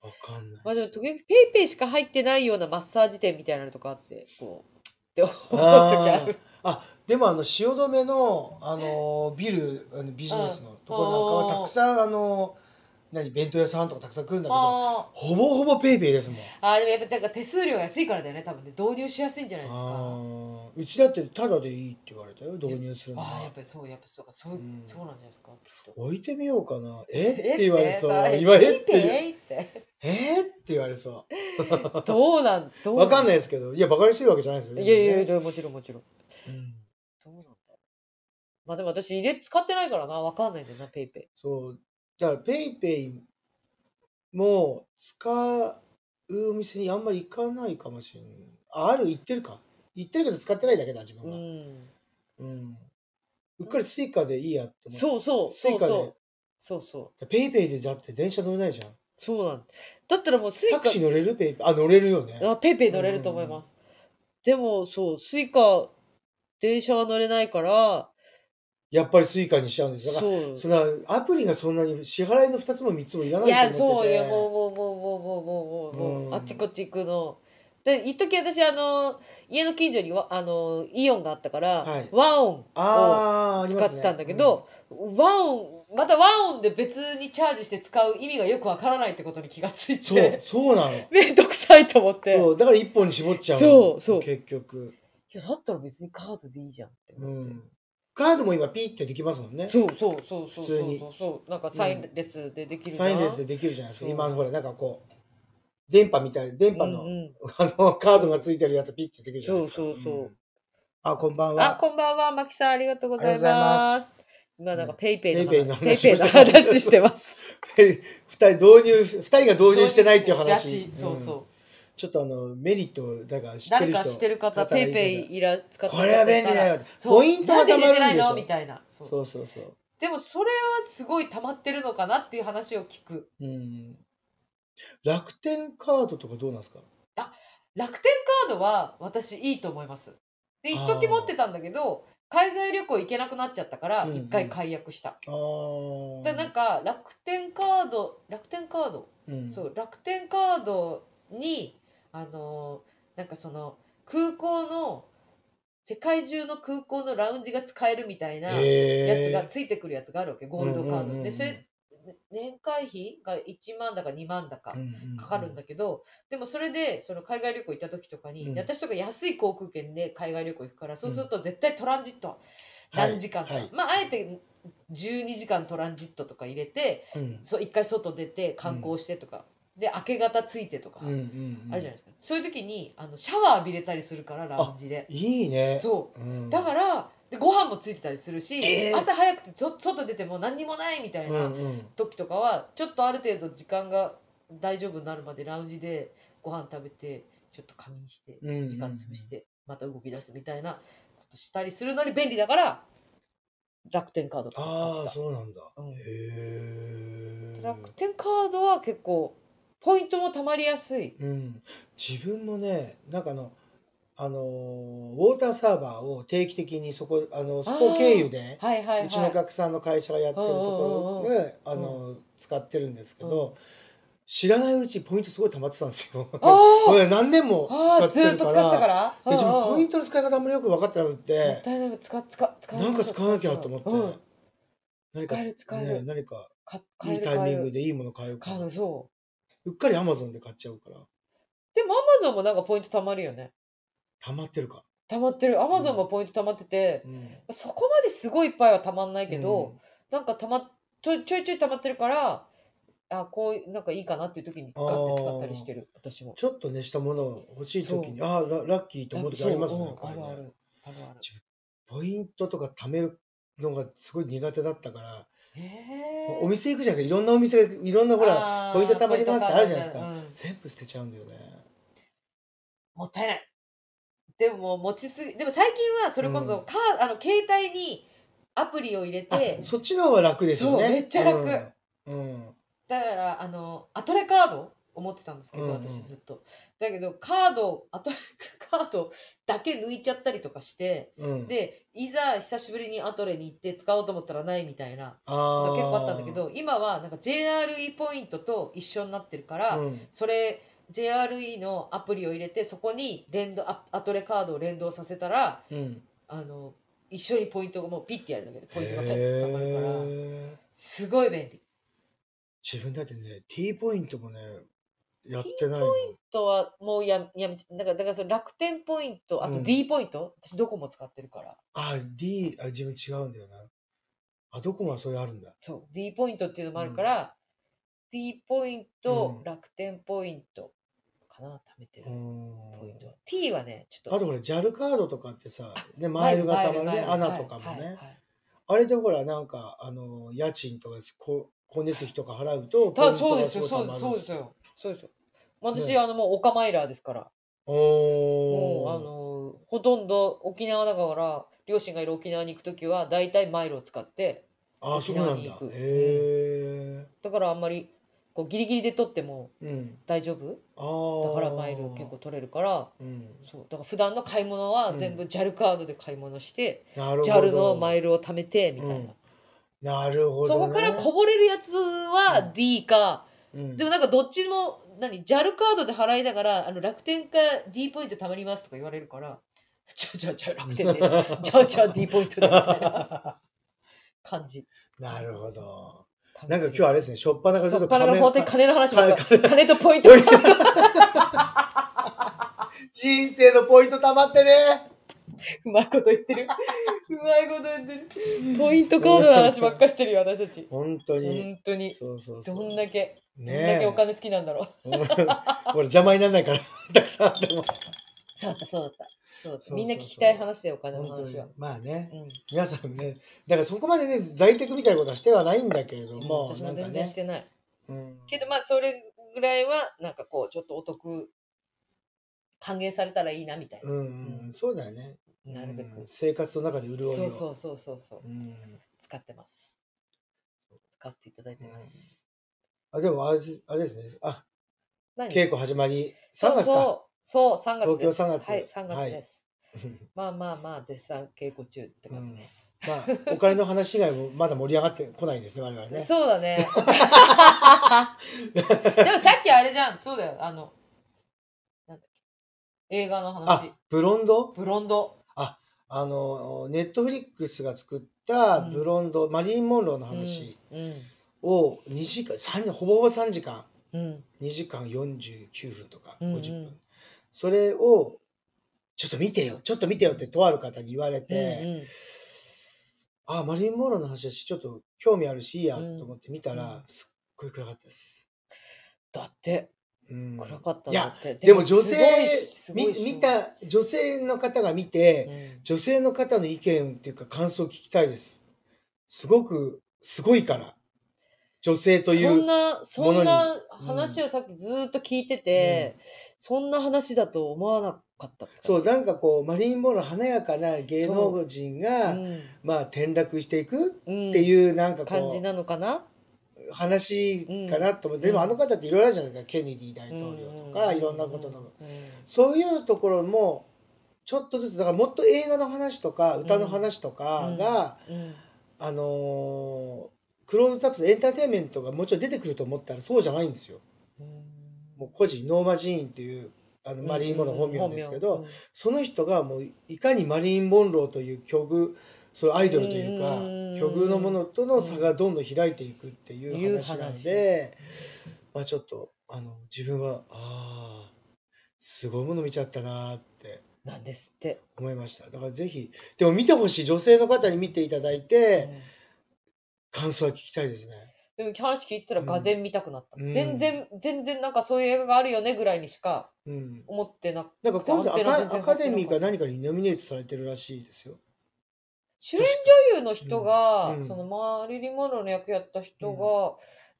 わかんないまあでもです時々ペイペイしか入ってないようなマッサージ店みたいなのとかあってこうって思う時あ (laughs) あるーあでもあの汐留のあのビルあのビジネスのところなんかはたくさんあの何弁当屋さんとかたくさん来るんだけどあほぼほぼペイペイですもんーあーでもやっぱなんか手数料が安いからだよね多分ね導入しやすいんじゃないですかああーうちだってタダでいいって言われたよ導入するのあーやはっぱりそうやっぱそうかそう,、うんそうなんじゃないですかきっと置いてみようかなえって言われそうえ言われってペイ言うペイってえって言われそどうなんどううわかんないいですけどいやバカにしてるわけじゃないですよねいやいやいやもちろんもちろんうんどうなんだろうまあでも私入れ使ってないからなわかんないんだよなペイペそうだからペイペイも使うお店にあんまり行かないかもしれないあある行ってるか行ってるけど使ってないだけだ自イう分が、んうんうっかりスイカでいいやって思そうそうスそイうカそでうそうそうペイペイでだって電車乗れないじゃんそうなんだったらもうスイタカクシー乗れるペイペイあ乗れるよねあペイペイ乗れると思います。でもそう、スイカ、電車は乗れないから、やっぱりスイカにしちゃうんですだからそう。そんなアプリがそんなに支払いの2つも3つもいらないいと思ってや、てそうよ、もう、もう、もう、もう、もう、もう、もう、うんあっちこっち行くの。で、一時私、あの、家の近所にわ、あの、イオンがあったから、はいワオンをあーありま使っすねてたんだけど、ワオン、またワオンで別にチャージして使う意味がよくわからないってことに気がついうんそうて、そうなの (laughs) めんどくさいと思って。そうだから1本に絞っちゃうのそうそう結局、いや、だったら別にカードでいいじゃんってう思って。ん、カードも今ピッてできますもんねそうそうそうそう普通そうにそうそうなんかサインレスでできるじゃん、サインレスでできるじゃないですかそう今ほらなんかこう電波みたいな電波の,、うんうんあのカードがついてるやつピッてできるじゃないですかそうそうそうんあこんばんあはこんばんはマキさんありがとうございますありが今なんかペイペイペイペイのペイ話ペイをのしてます話してます (laughs) 2人導入 (laughs) 二人が導入してないっていう話そうそう、んちょっとあのメリットをだから知って誰る人か知ってる方がペいイたらペイいら使ってる方これは便利だよそうポイントがな貯まるんんで入れてでないしのょみたいなそうそうそうそうでもそれはすごい溜まってるのかなっていう話を聞くうん楽天カードとかどうなんですか楽天カードは私いいと思いますで一時あー持ってたんだけど海外旅行行けなくなっちゃったからうんうん一回解約した、ああでなんか楽天カード楽天カード、うん、そう楽天カードにあのーなんかその空港の世界中の空港のラウンジが使えるみたいなややつがついてくるやつがあるわけゴールドカード、でそれ年会費が1万だか2万だかかかるんだけけど、でもそれでその海外旅行行った時とかに、うん私とか安い航空券で海外旅行行くからそうすると絶対トランジットはい何時間か、はいまああえて12時間トランジットとか入れてうんそう一回外出て観光してとか、で明け方ついてとか、うんうんうんあるじゃないですかそういう時にあのシャワー浴びれたりするからラウンジでいいねそううんだからでご飯もついてたりするし、えー朝早くてそ外出ても何にもないみたいな、うんうん時とかはちょっとある程度時間が大丈夫になるまでラウンジでご飯食べてちょっと仮眠してうんうんうん時間潰してまた動き出すみたいなことしたりするのに便利だから楽天カードとかああ使ってそうなんだうんへえた楽天カードは結構ポイントもたまりやすいうん、自分もねなんかあのあのーウォーターサーバーを定期的にそこあのそこ経由ではいはいはいうちのお客さんの会社がやってるところうんであのー使ってるんですけど、知らないうちにポイントすごい溜まってたんですよ。あー (laughs) これ何年もあ使ーっずてーっるとか使ってたかららで自分ポイントトの使い方あんまりよく分かってなくもてったいない使使使いましょなうんか使わなきゃと思って、うん何か使える使えるね何かか買いえいるタイ買ミえングるでいいもの買えるか買らうそううっかりアマゾンで買っちゃうからでもアマゾンもなんかポイントたまるよね溜まってるか。溜まってるアマゾンもポイント溜まってて、うんそこまですごいいっぱいは溜まんないけど、、なんか溜まちょいちょいちょい溜まってるからあこういうなんかいいかなっていう時にガッて使ったりしてる私もちょっとねしたものを欲しい時にああララッキーと思う時ありますねやっぱりそううんあるあねるあるあるポイントとか貯めるのがすごい苦手だったから、へお店行くじゃなくていろんなお店がいろんなほららポイント貯まりますってあるじゃないですかうん全部捨てちゃうんだよねもったいないでも持ちすぎでも最近はそれこそ、うんカーあの携帯にアプリを入れあてそっちの方が楽ですよねそうめっちゃ楽うん、うんだからあのアトレカードを持ってたんですけど、うんうん私ずっとだけどカードアトレ (laughs) カードだけ抜いちゃったりとかしてうん、でいざ久しぶりにアトレに行って使おうと思ったらないみたいなあことがー結構あったんだけ、ど今はなんか JRE ポイントと一緒になってるから、うんそれ JRE のアプリを入れてそこに連動アアトレカードを連動させたらうん、あの一緒にポイントがもうピッてやるだけでポイントがへペッてたまるからーすごい便利。自分だってね T ポイントもねやってないのポイントはもうややめちだからだからその楽天ポイントあうとん D ポイント、私どこも使ってるからあ D あ自分違うんだよなあどこもそれあるんだそう D ポイントっていうのもあるから、D ポイント、うん楽天ポイントかな貯めてるうポんイントは、T はねちょっとあとほら JAL カードとかってさ、ね、マイルがたまるねアナとかもね、あれでほらなんかあの家賃とかこ光熱費とか払うとただポイントそうがですよそうですごそうですよそうい溜まるですよ私、ねあのもうオカマイラーですからもおうあーのほとんど沖縄だから両親がいる沖縄に行く時は大体マイルを使ってあそうなん沖だ縄に行くへだからあんまりこうギリギリで取ってもえ、うん、大丈夫あーだからマイル結構、取れるからうん、そうだから普段の買い物は全部 JAL カードで買い物して、なるほど JAL のマイルを貯めてみたいな、うんなるほそど、ね、こからこぼれるやつは D か、うん、でもなんかどっちも何 JAL カードで払いながらあの楽天か D ポイント貯まりますとか言われるから (laughs) じゃあじゃあじゃあ楽 (laughs) 天でじゃあじゃあ D ポイントでみたいな感じなるほどなんか今日あれですねしょっぱなからちょっそとっからの法廷仮金面の話も金金とポイント (laughs) が人生のポイントたまってねうまいこと言ってる。うまいこと言ってる。ポイントカードの話ばっかしてるよ、私たち。本当に、本当に。そうそうそうどんだけ、どんだねけえお金好きなんだろう。うん (laughs) 俺邪魔にならないから (laughs) たくさんあってもそうだった、そうだった。そうだったそうそうそうみんな聞きたい話だよ、お金の本当に話は。まあねうん。皆さんねだからそこまでね在宅みたいなことはしてはないんだけれども、私なもんか全然しね、てない。うん、けど、まあ、それぐらいは、なんかこう、ちょっとお得、還元されたらいいな、みたいな。うん、うん、そうだよねなるべうんく。生活の中で潤いをそうそうそうそうそう。うん、使ってます。使わせていただいてます。あでもあれですあれですねあ何稽古始まり3月そかうそう、そう、3月です。東京3月はい、3はい月です。まあまあまあ絶賛稽古中って感じです。 (laughs) まあお金の話以外もまだ盛り上がってこないですね我々ねそうだ (laughs) ね。でもさっきあれじゃん。そうだよ。あの、なんだっけ。映画のあ話。ブロンドブロンド。あのネットフリックスが作ったブロンド、マリリン・モンローの話うん。を2時間三ほぼほぼ3時間うん。 2時間49分とかうんうん50分、それをちょっと見てよちょっと見てよってとある方に言われうん。て、あ、マリン・モローの話だし、ちょっと興味あるし、いいやとうん思って見たら、うんすっごい暗かったです。だってうん、暗かったんいやだってでも女す性ごいしすごみいし見た女性の方が見て、うん女性の方の意見っていうか感想を聞きたいです。すごくすごいから女性といそんうなそものにんな話をさっきずーっと聞いてて、そんな話だと思わなかったってそう感なんかこうマリン・モロー華やかな芸能人が、じまあ転落していくうんってうんいうなんか感こじなのかなう話かなと思って、うんでもあの方っていろいろあるじゃないですかケネディ大統領とか、うんいろんなことの、うんそういうところもちょっとずつだからもっと映画の話とか歌の話とかが、うんあのークローズアップエンターテインメントがもちろん出てくると思ったらそうじゃないんですよ。もう個人ノーマジーンっていうあのマリーン・モロー本名ですけど、、その人がもういかにマリーン・モンローという境遇そのアイドルというかうんうんうん境遇のものとの差がどんどん開いていくっていう話なので、まあ、ちょっとあの自分はああすごいもの見ちゃったなーってうんなんですって、思いましただからぜひでも見てほしい女性の方に見ていただいて感想は聞きたいですね。うんでも話聞いてたらがぜ見たくなった、うん全然全然なんかそういう映画があるよねぐらいにしかうん思ってななんか今度アアンテナ全カ然アカデミーか何かにノミネートされてるらしいですよ。主演女優の人が、うんうんそのマリリン・モンローの役やった人が、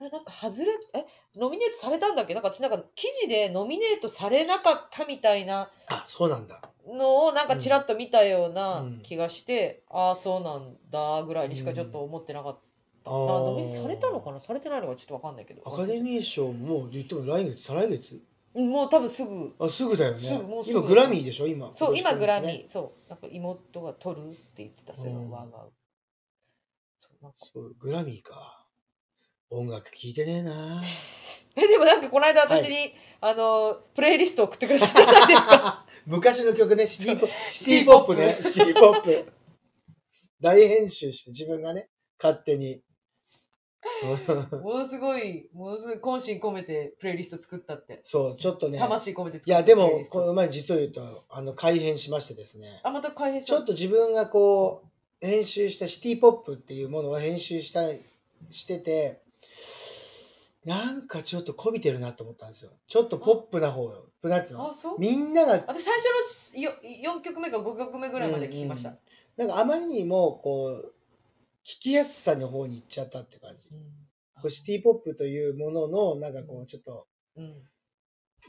えなんか外れえノミネートされたんだっけなんか私なんか記事でノミネートされなかったみたいなあそうなんだ。のをなんかちらっと見たようなうん気がして、ああそうなんだぐらいにしかちょっと思ってなかった、ああーノミネートされたのかなされてないのかちょっとわかんないけどアカデミー賞も言っても来月再来月うんもう多分すぐあすぐだよねすぐもうすぐ今グラミーでしょ今そう今グラミー、ーそうなんか妹が取るって言ってたそれはわが、そうなんかそうグラミーか音楽聴いてねえな (laughs) えでもなんかこの間私に、あのプレイリスト送ってくれたじゃないですか (laughs) 昔の曲ねシティポシテティィポポッッププねシティポップ大編集して自分がね勝手に (laughs) ものすごいものすごい懇心込めてプレイリスト作ったってそうちょっとねい魂込めて作ったやでプレイもリストこの前実を言うとあの改編しましてですねあまた改変しちょっと自分がこう編集したシティ・ポップっていうものを編集したしててなんかちょっとこびてるなと思ったんですよちょっとポップな方よプナッツのあそうみんなが私最初のよ4曲目か5曲目ぐらいまで聞きました、うんなんかあまりにもこう聞きやすさの方に行っちゃったって感じこうシティ・ポップというもののなんかこうちょっとうん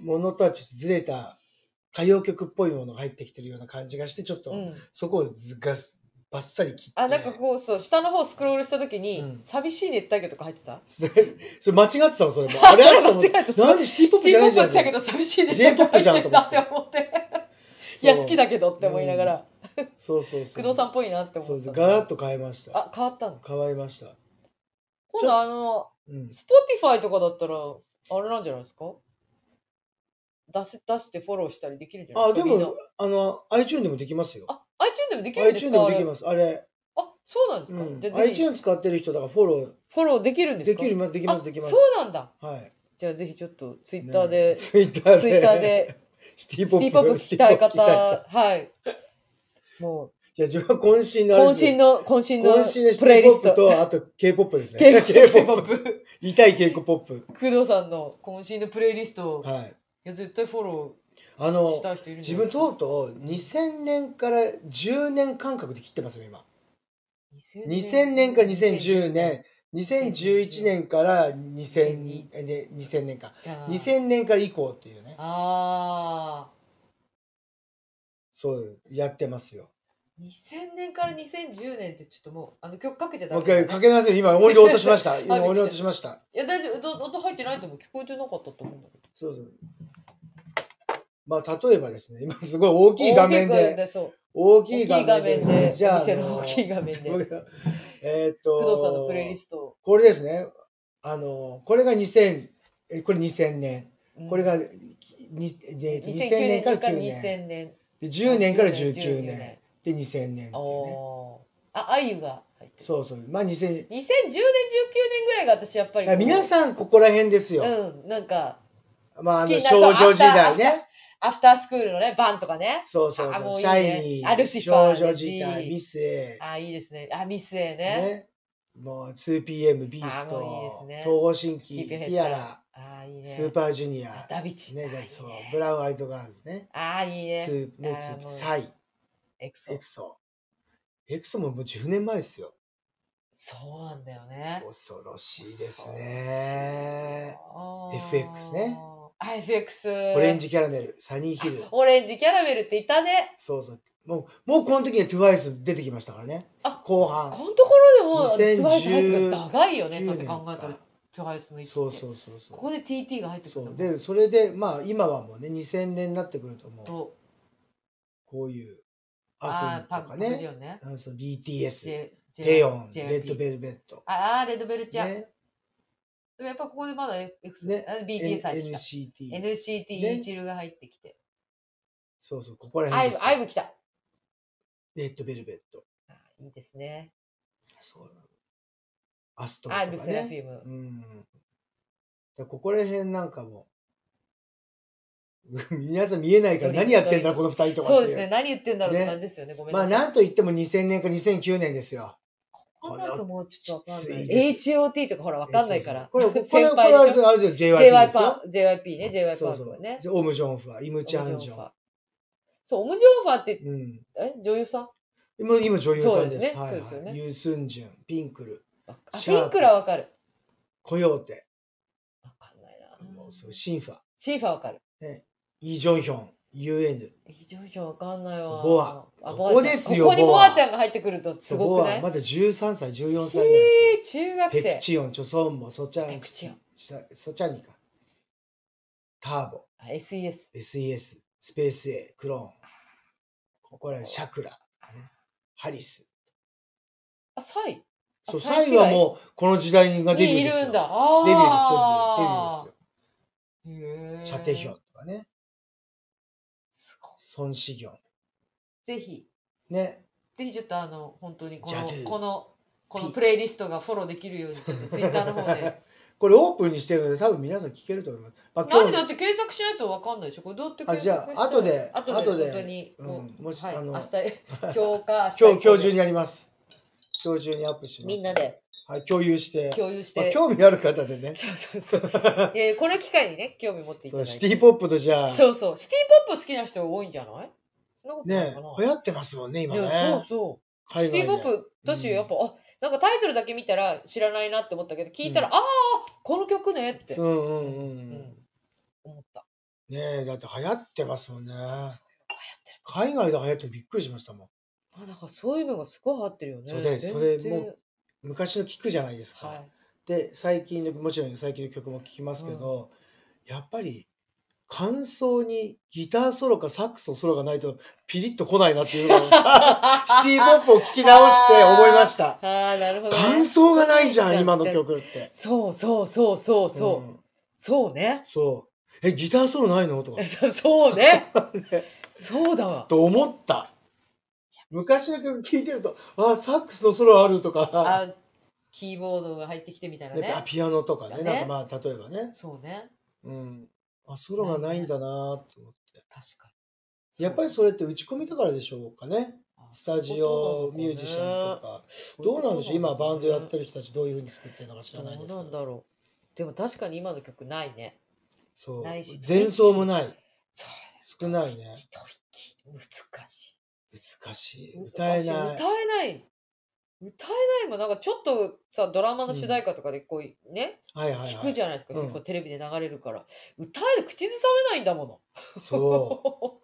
ものとはちょっとずれた歌謡曲っぽいものが入ってきてるような感じがしてちょっとうんそこをずがすバッサリ切ってあなんかこうそう下の方スクロールした時に「うん寂しい熱帯魚」とか入ってた (laughs) それそれ間違ってたのそれも。(laughs) あれあれと思って間違えたなんでシティポップステじィゃなーブ・いじポッゃん。プだけど寂しい熱 J-POP じゃんと思って入ってんだって思っていや好きだけどって思いながら、そうそうそう。工藤さんっぽいなって思そうってたガラッと変えました。あ変わったの変わりました。今度あのうん。スポティファイとかだったら、あれなんじゃないですか出せ、出してフォローしたりできるんじゃないあですでかみんなもあの iTune でもできますよ。あ、iTune でもできるんです iTune でかもできます。あれ、あれあ、そうなんですうか、ん、じゃあぜひ iTune 使ってる人だからフォロフォローできるんーですでかきるまできますあできますそ。うなんだ。はい。じゃあぜひちょっとツイッターで、ツイッターでツイッターで (laughs) シティスポテップィーポップ聞きたい方、いはい。もや自分は渾う、身のあれです渾身の、渾身の渾身のシプレテイィリポッスプト。とあと (laughs) K-POP です K- ね。K-POP。 K-POP。痛い K-POP。工藤さんの渾身のプレイリストを、いはい。や、絶対フォロあーのした人いるんじ自ゃない分ですかとうとう2000年から10年間隔で切ってますよ今2000年から2010年2011年から2000えね2000年かあー2000年から以降っていうねあそうやってますよー2000年から2010年ってちょっともうあの曲かけちゃダもうメだね一回かけ直せ今音量落とし (laughs) ました今あびっくりした音量落としましたいや大丈夫ど音入ってないと思う聞こえてなかったと思うんだけどそうそうまあ例えばですね今すごい大きい画面大きいでそう大き大きいい画画面面ででじゃおあ店の大きいあ画面で工の藤僕がえーっとさんのプレイリストをこれですね。あの、これが2000、えこれ2000年。うんこれが、にで2009 2000年から9年。 2000年で10年から19 19年。で、2000年っていうね。おーああゆが入ってるそうそう。まあ2000、 2010年19年ぐらいが私やっぱりあ皆さんここら辺ですよ。うんなんかまあ、あの、好きな少女時代そうね。アフタースクールのね、バンとかね。そうそうあもいいそうう。シねャイニあルー、シファー少女時代、ジーミスエ、あ、いいですね。あ、ミスエね。ね。もう 2PM、ビースあもういいですト、ね東方神キープ起、ヘッティアラ、あ、いいね。スーパージュニア、ダビチ。ね、あいいでそう、ブラウンアイドガールズね。あ、いいツね。ーねあーツーもうサイ、エクソエ。クソ。エクソももう10年前ですよ。そうなんだよね。恐ろしいですね。あー FX ね。あ、FX。オレンジキャラメル、サニーヒル。オレンジキャラメルっていたね。そうそう。もう、もうこの時には TWICE 出てきましたからねあ。後半。このところでも、 2010 TWICE 入ってたら長いよね、そうやって考えたらか。 TWICE の一期そうって。そうそうそう。ここで TT が入ってくるそんうだもんでそれでまあ今はもうね2000年になってくるともうと、こういうあー、アパプンンとパンかクジねオンね。うんそう BTS J- テヨン JYP レッドベルベットああー、レッドベルちゃん。ねでもやっぱここでまだ X、ねあ BTS 入ってきた。 NCT NCT、ねイチルが入ってきて。そうそうここらア辺イでブ、すよアイブ来た。レッドベルベットあいいですね。そうアストロアイとブ、かセラフねィムう。んでここら辺なんかも (laughs) 皆さん見えないから何やってんだろうこの二人とかっそていうですね。何言ってんだろうってね感じですよね。ごめんまなあさい。なんといっても2000年か2009年ですよこの後もうちょっとわかんなきい。ついで HOT とかほらわかんないから。そうそうこれ、これ、先これ輩でしょは、あれですよ、JYP ですよ。 JYP ね、JYP そうパそーうクね。。オムジョンファ、イムチャンジョン。そう、オムジョンファーって、うん。え、女優さん今、今女優さんそうで。ですすねはいそうですよはねい。ユースンジュン、ピンクル、あ、あシピャープンクラわかる。コヨーテ、わかんないもなう。そうシンファ、シーファーわかる。イ・ジョンヒョン、UN。非常にわかんないわ。ボアあここボアちゃんですよここにボボアアちゃんが入ってくるとすごくそこなはいまだ13歳、14歳ぐらいえでー中学すよ。ペク生。チヨン、チョソンモ、ソチャン、ペクチヨンシャソチャニか。ターボ、あ SES。 SES、スペース A、クローン。ここら、シャクラ、ねハリス。あ、サイそう、あササイイはもう、この時代がデビュにーいですよ。るんだ。デビューです、デビューです。デビデビューですよ。ューシャテヒョンとかね、すごい。ソンシギョン、ぜひ、ね、ぜひちょっとあの、本当にこジャドゥの、この、このピプレイリストがフォローできるように、ちょっとツイッターの方 (laughs) で。これオープンにしてるので多分皆さん聞けると思います。まあ、何だ日って検索しないとわかんないでしょこれどうやってあ検じゃ索したあら後で後で、後で本当に、うんもうもしはい、あの明日、 (laughs) 今日か、今日今日中に、にやります。今日中にアップします。みんなではい共有して、共有しまあて、興味ある方 (laughs) でね、そうそうそう。いやいやこれ機会にね、興味持っていたそだういて。シティポップとじゃあそうそう。シティポップ好きな人多いんじゃないそんなことないねかな。流行ってますもんね今いね。やそうそう。海シティ・ポッ外で。プだし、うんやっぱ、あなんかタイトルだけ見たら知らないなって思ったけど聞いたら、うああこの曲ねってう、んうんうんううんん。思ったねえだって流行ってますもんね。海外で流行ってびっくりしましたもん。あだからそういうのがすごい合ってるよねそうで全それ然もう昔の聞くじゃないですか。はいで最近のもちろん最近の曲も聴きますけど、やっぱり感想にギターソロかサックスのソロがないとピリッと来ないなっていうのをシ (laughs) ティ・ポップを聴き直して思いましたああなるほど、ね感、想がないじゃん今の曲ってそうそうそうそうそう、んそうねそうえギターソロないのとかそう (laughs) そう (laughs) ねねそうだわと思った昔の曲聴いてるとあサックスのソロあるとか、あキーボードが入ってきてみたいなねねあピアノとかねだねなんかまあ例えばね、そうねうん、あソロがないんだなーって思って。確かにやっぱりそれって打ち込みだからでしょうかね。あスタジオミュージシャンとか。どうなんでしょう今バンドやってる人たちどういうふうに作ってるのか知らないですけどうど。なんだろうでも確かに今の曲ないねそうないし。前奏もない。そう少ないね。一息難し難しい。い歌えない。歌えない歌えないもんなんかちょっとさドラマの主題歌とかでこうね、はいはい聞はくい。じゃないですか、うん結構テレビで流れるから歌えで口ずさめないんだもそう。の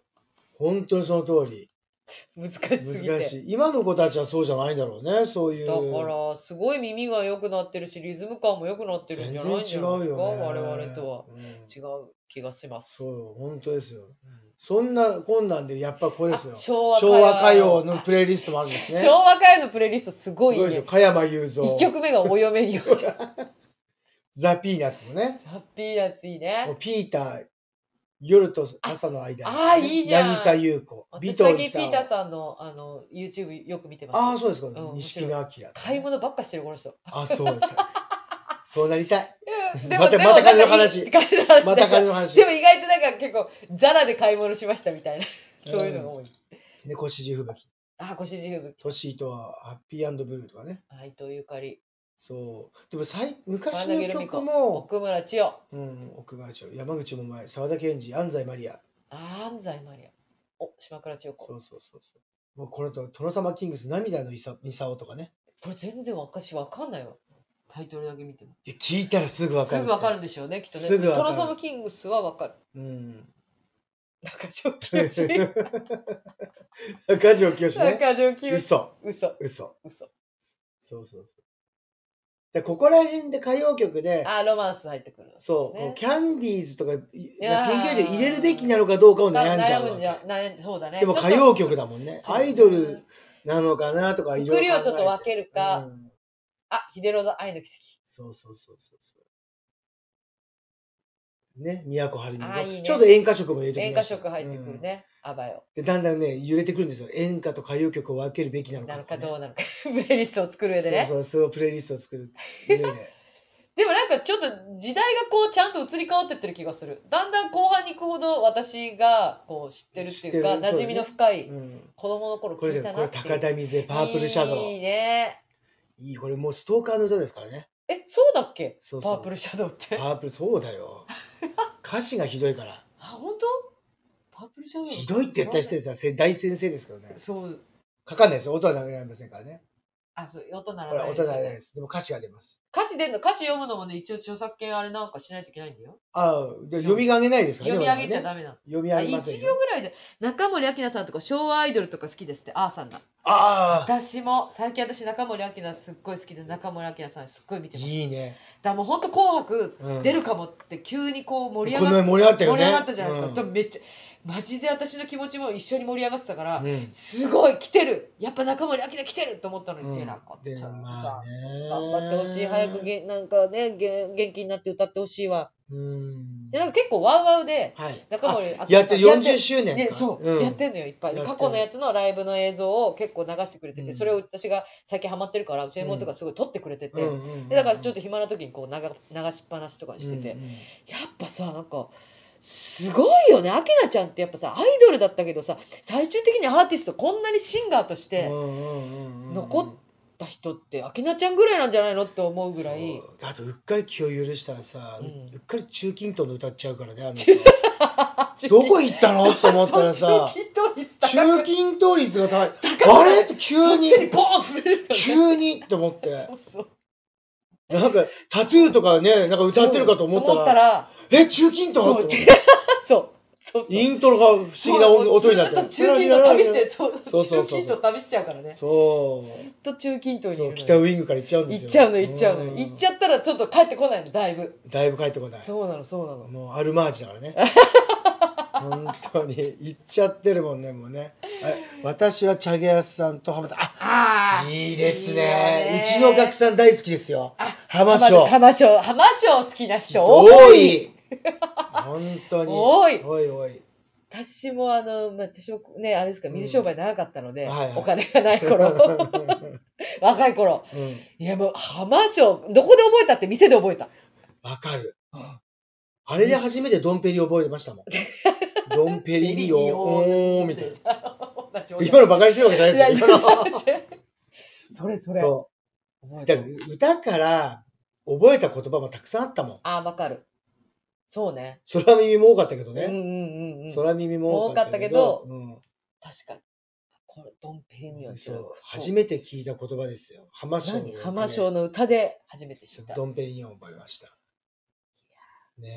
本当にその通り。難しすぎて難しい。今の子たちはそうじゃないんだろうね。そういう。だからすごい耳が良くなってるしリズム感も良くなってるん全じゃ然ないん違じうゃないですかよね。我々とはうん。違う気がしますそう、本当ですよ。そんな困難でやっぱここですよあ。昭和歌昭謡和歌謡のプレイリストもあるんですね。昭和歌謡のプレイリストすごいすごいでしねょ加山雄三一曲目がお嫁にハザ・ピーナッツもねッピーやついいね (laughs) もうピーター夜と朝の間、ああいいじゃん渚優子ビ私ト最ル近ピさんーターさんのあの YouTube よく見てますああそうですかん錦野明 (laughs) (laughs) 買い物ばっかしてるこの人あそうですそうなりたいでもまでたもまた金なんのか (laughs) 話いい金の話また金の話でも意外となんか結構ザラで買い物しましたみたいなそういうのが多い、猫指示吹雪あご主人夫トシーとハッピーブルーとかね伊藤ゆかりそうでも最川昔柳ルのミ曲子も奥村千代うん、奥原町山口百恵沢田研二安西マリアあ安西マリアお島倉千代子そうそうそうそうもうこのと殿様キングス涙のいさみさおとかねこれ全然私わかんないわタイトルだけ見てもいや聞いたらすぐわかするぐわかるんでしょうねきっとねすぐわかるトロサムキングスはわかるうん (laughs) 中条きよし中条きよしね中条きよし嘘嘘嘘嘘そうそうそうでここら辺で歌謡曲であロマンス入ってくるわけですねそう、もうキャンディーズとかいピンキやーーで入れるべきなのかどうかを悩んじゃう悩むんじわゃ悩んじゃそうだねけでもちょっと歌謡曲だもんねそうアイドルなのかなとかいくろいりろをちょっと分けるか、うんあヒデロの愛の奇そうそうそうそうそう。ね、都はるみあいいねね。ちょうど演歌色も入れ跡て演きま歌した色入ってくる。ね、あばようんでだんだんね、揺れてくるんですよ。演歌と歌謡曲を分けるべきなのなかのとかか、ね。どうなのか (laughs) プレイリストを作る上でねそうそうそう、プレイリストを作る上で。 (laughs) でもなんかちょっと時代がこうちゃんと移り変わってってる気がするだんだん後半に行くほど私がこう知ってるっていう知かってるそう馴ね染みの深いうん、子供の頃こ聞れいでたもなっこれていう高田水江パープルシャドウ。いいいねいこれもうストーカーの歌ですからね。えそうだっけそうそうパープルシャドウ (laughs) ってあパープルそうだよ。歌詞がひどいから。本当パープルシャドウひどいって言ったりしてるやつは大先生ですけどね。そう書かないですよ。音はなくなりませんからね。あそう音ならこれないはです音よねはならないです。でも歌詞が出ます。歌詞出んの歌詞読むのもね一応著作権あれなんかしないといけないんだよああ、で読み上げないですから読み上げちゃね。ダメなの読みあ上げませ1ん行よ。ぐらいで中森明菜さんとか昭和アイドルとか好きですってあーさんがああ、私も最近私中森明菜すっごい好きで中森明菜さんすっごい見てますだかいいね。らもうほんと「紅白うん」出るかもって急にこうこ盛り上がのっ前盛り上がったよ盛りね。上がったじゃないですか、でうんもめっちゃマジで私の気持ちも一緒に盛り上がってたから、うんすごい来てるやっぱ中森明菜来てると思ったのに出なかった、でじゃあまあね頑張ってほしい早くげなんかねげ元気になって歌ってほしいわうんでなんか結構ワウワウではい。中森明菜さあんやって40周年ねか。そう、んやってんのよいっぱいでやって過る去のやつのライブの映像を結構流してくれてて、うんそれを私が最近ハマってるからうちの妹がすごい撮ってくれてて、うんうんうんでだからちょっと暇な時にこう流流しっぱなしとかにしてて、うんうんやっぱさなんかすごいよね明菜ちゃんってやっぱさアイドルだったけどさ最終的にアーティストこんなにシンガーとしてう行っんうんうんうん残た人って明菜ちゃんぐらいなんじゃないのって思うぐらいそうあとうっかり気を許したらさ、ううんっかり中近東の歌っちゃうからねあの (laughs) 人どこ行ったのって思ったら (laughs) さ中近東中近東率が高いあれって急にそっちにボーン触れるからね急にって思ってそうそうなんかタトゥーとかねなんか歌ってるかと思ったららえ中 (laughs) 近東どうと思ってそうそうそうイントロが不思議な音音になってずっと中近東旅してそうそうそうそう中近東旅しちゃうからねそうずっと中近東にそいうる北のよウイングから行っちゃうんで行すっよちゃうのよ行っちゃうのよん行っちゃったらちょっと帰ってこないのだいぶだいぶ帰ってこないそうなのそうなのもうアルマージだか (laughs) らね本当に行っちゃってるもんねもうねはい私はチャゲアスさんと浜田ああいいですねうちのお客さん大好きですよ浜浜翔松浜松浜松好きな人多多いい本当に多いおいおい私もあの、まあ、私もねあれですか水商売長かったので、うんはいはいお金がない (laughs) 頃若い頃うんいやもう浜松どこで覚えたって店で覚えたわかる。あれで初めてドンペリ覚えて (laughs) ましたもん。ドンペリビオ、おーみたいな。な今のバカにしてるわけじゃないいやでいすやよ。いやそのそれそれ。そ覚う。えだてるから歌から覚えた言葉もたくさんあったもん。あ、わかる。そうね。空耳も多かったけどうんうね。んうんうん。確空耳も多かったけ多ど。かに。これ、ドンペリニうオンんってそう。初初めめて聞いた言葉ですよ。浜松の何歌で浜松の歌で初めて知った。ドンペリを覚えました。ね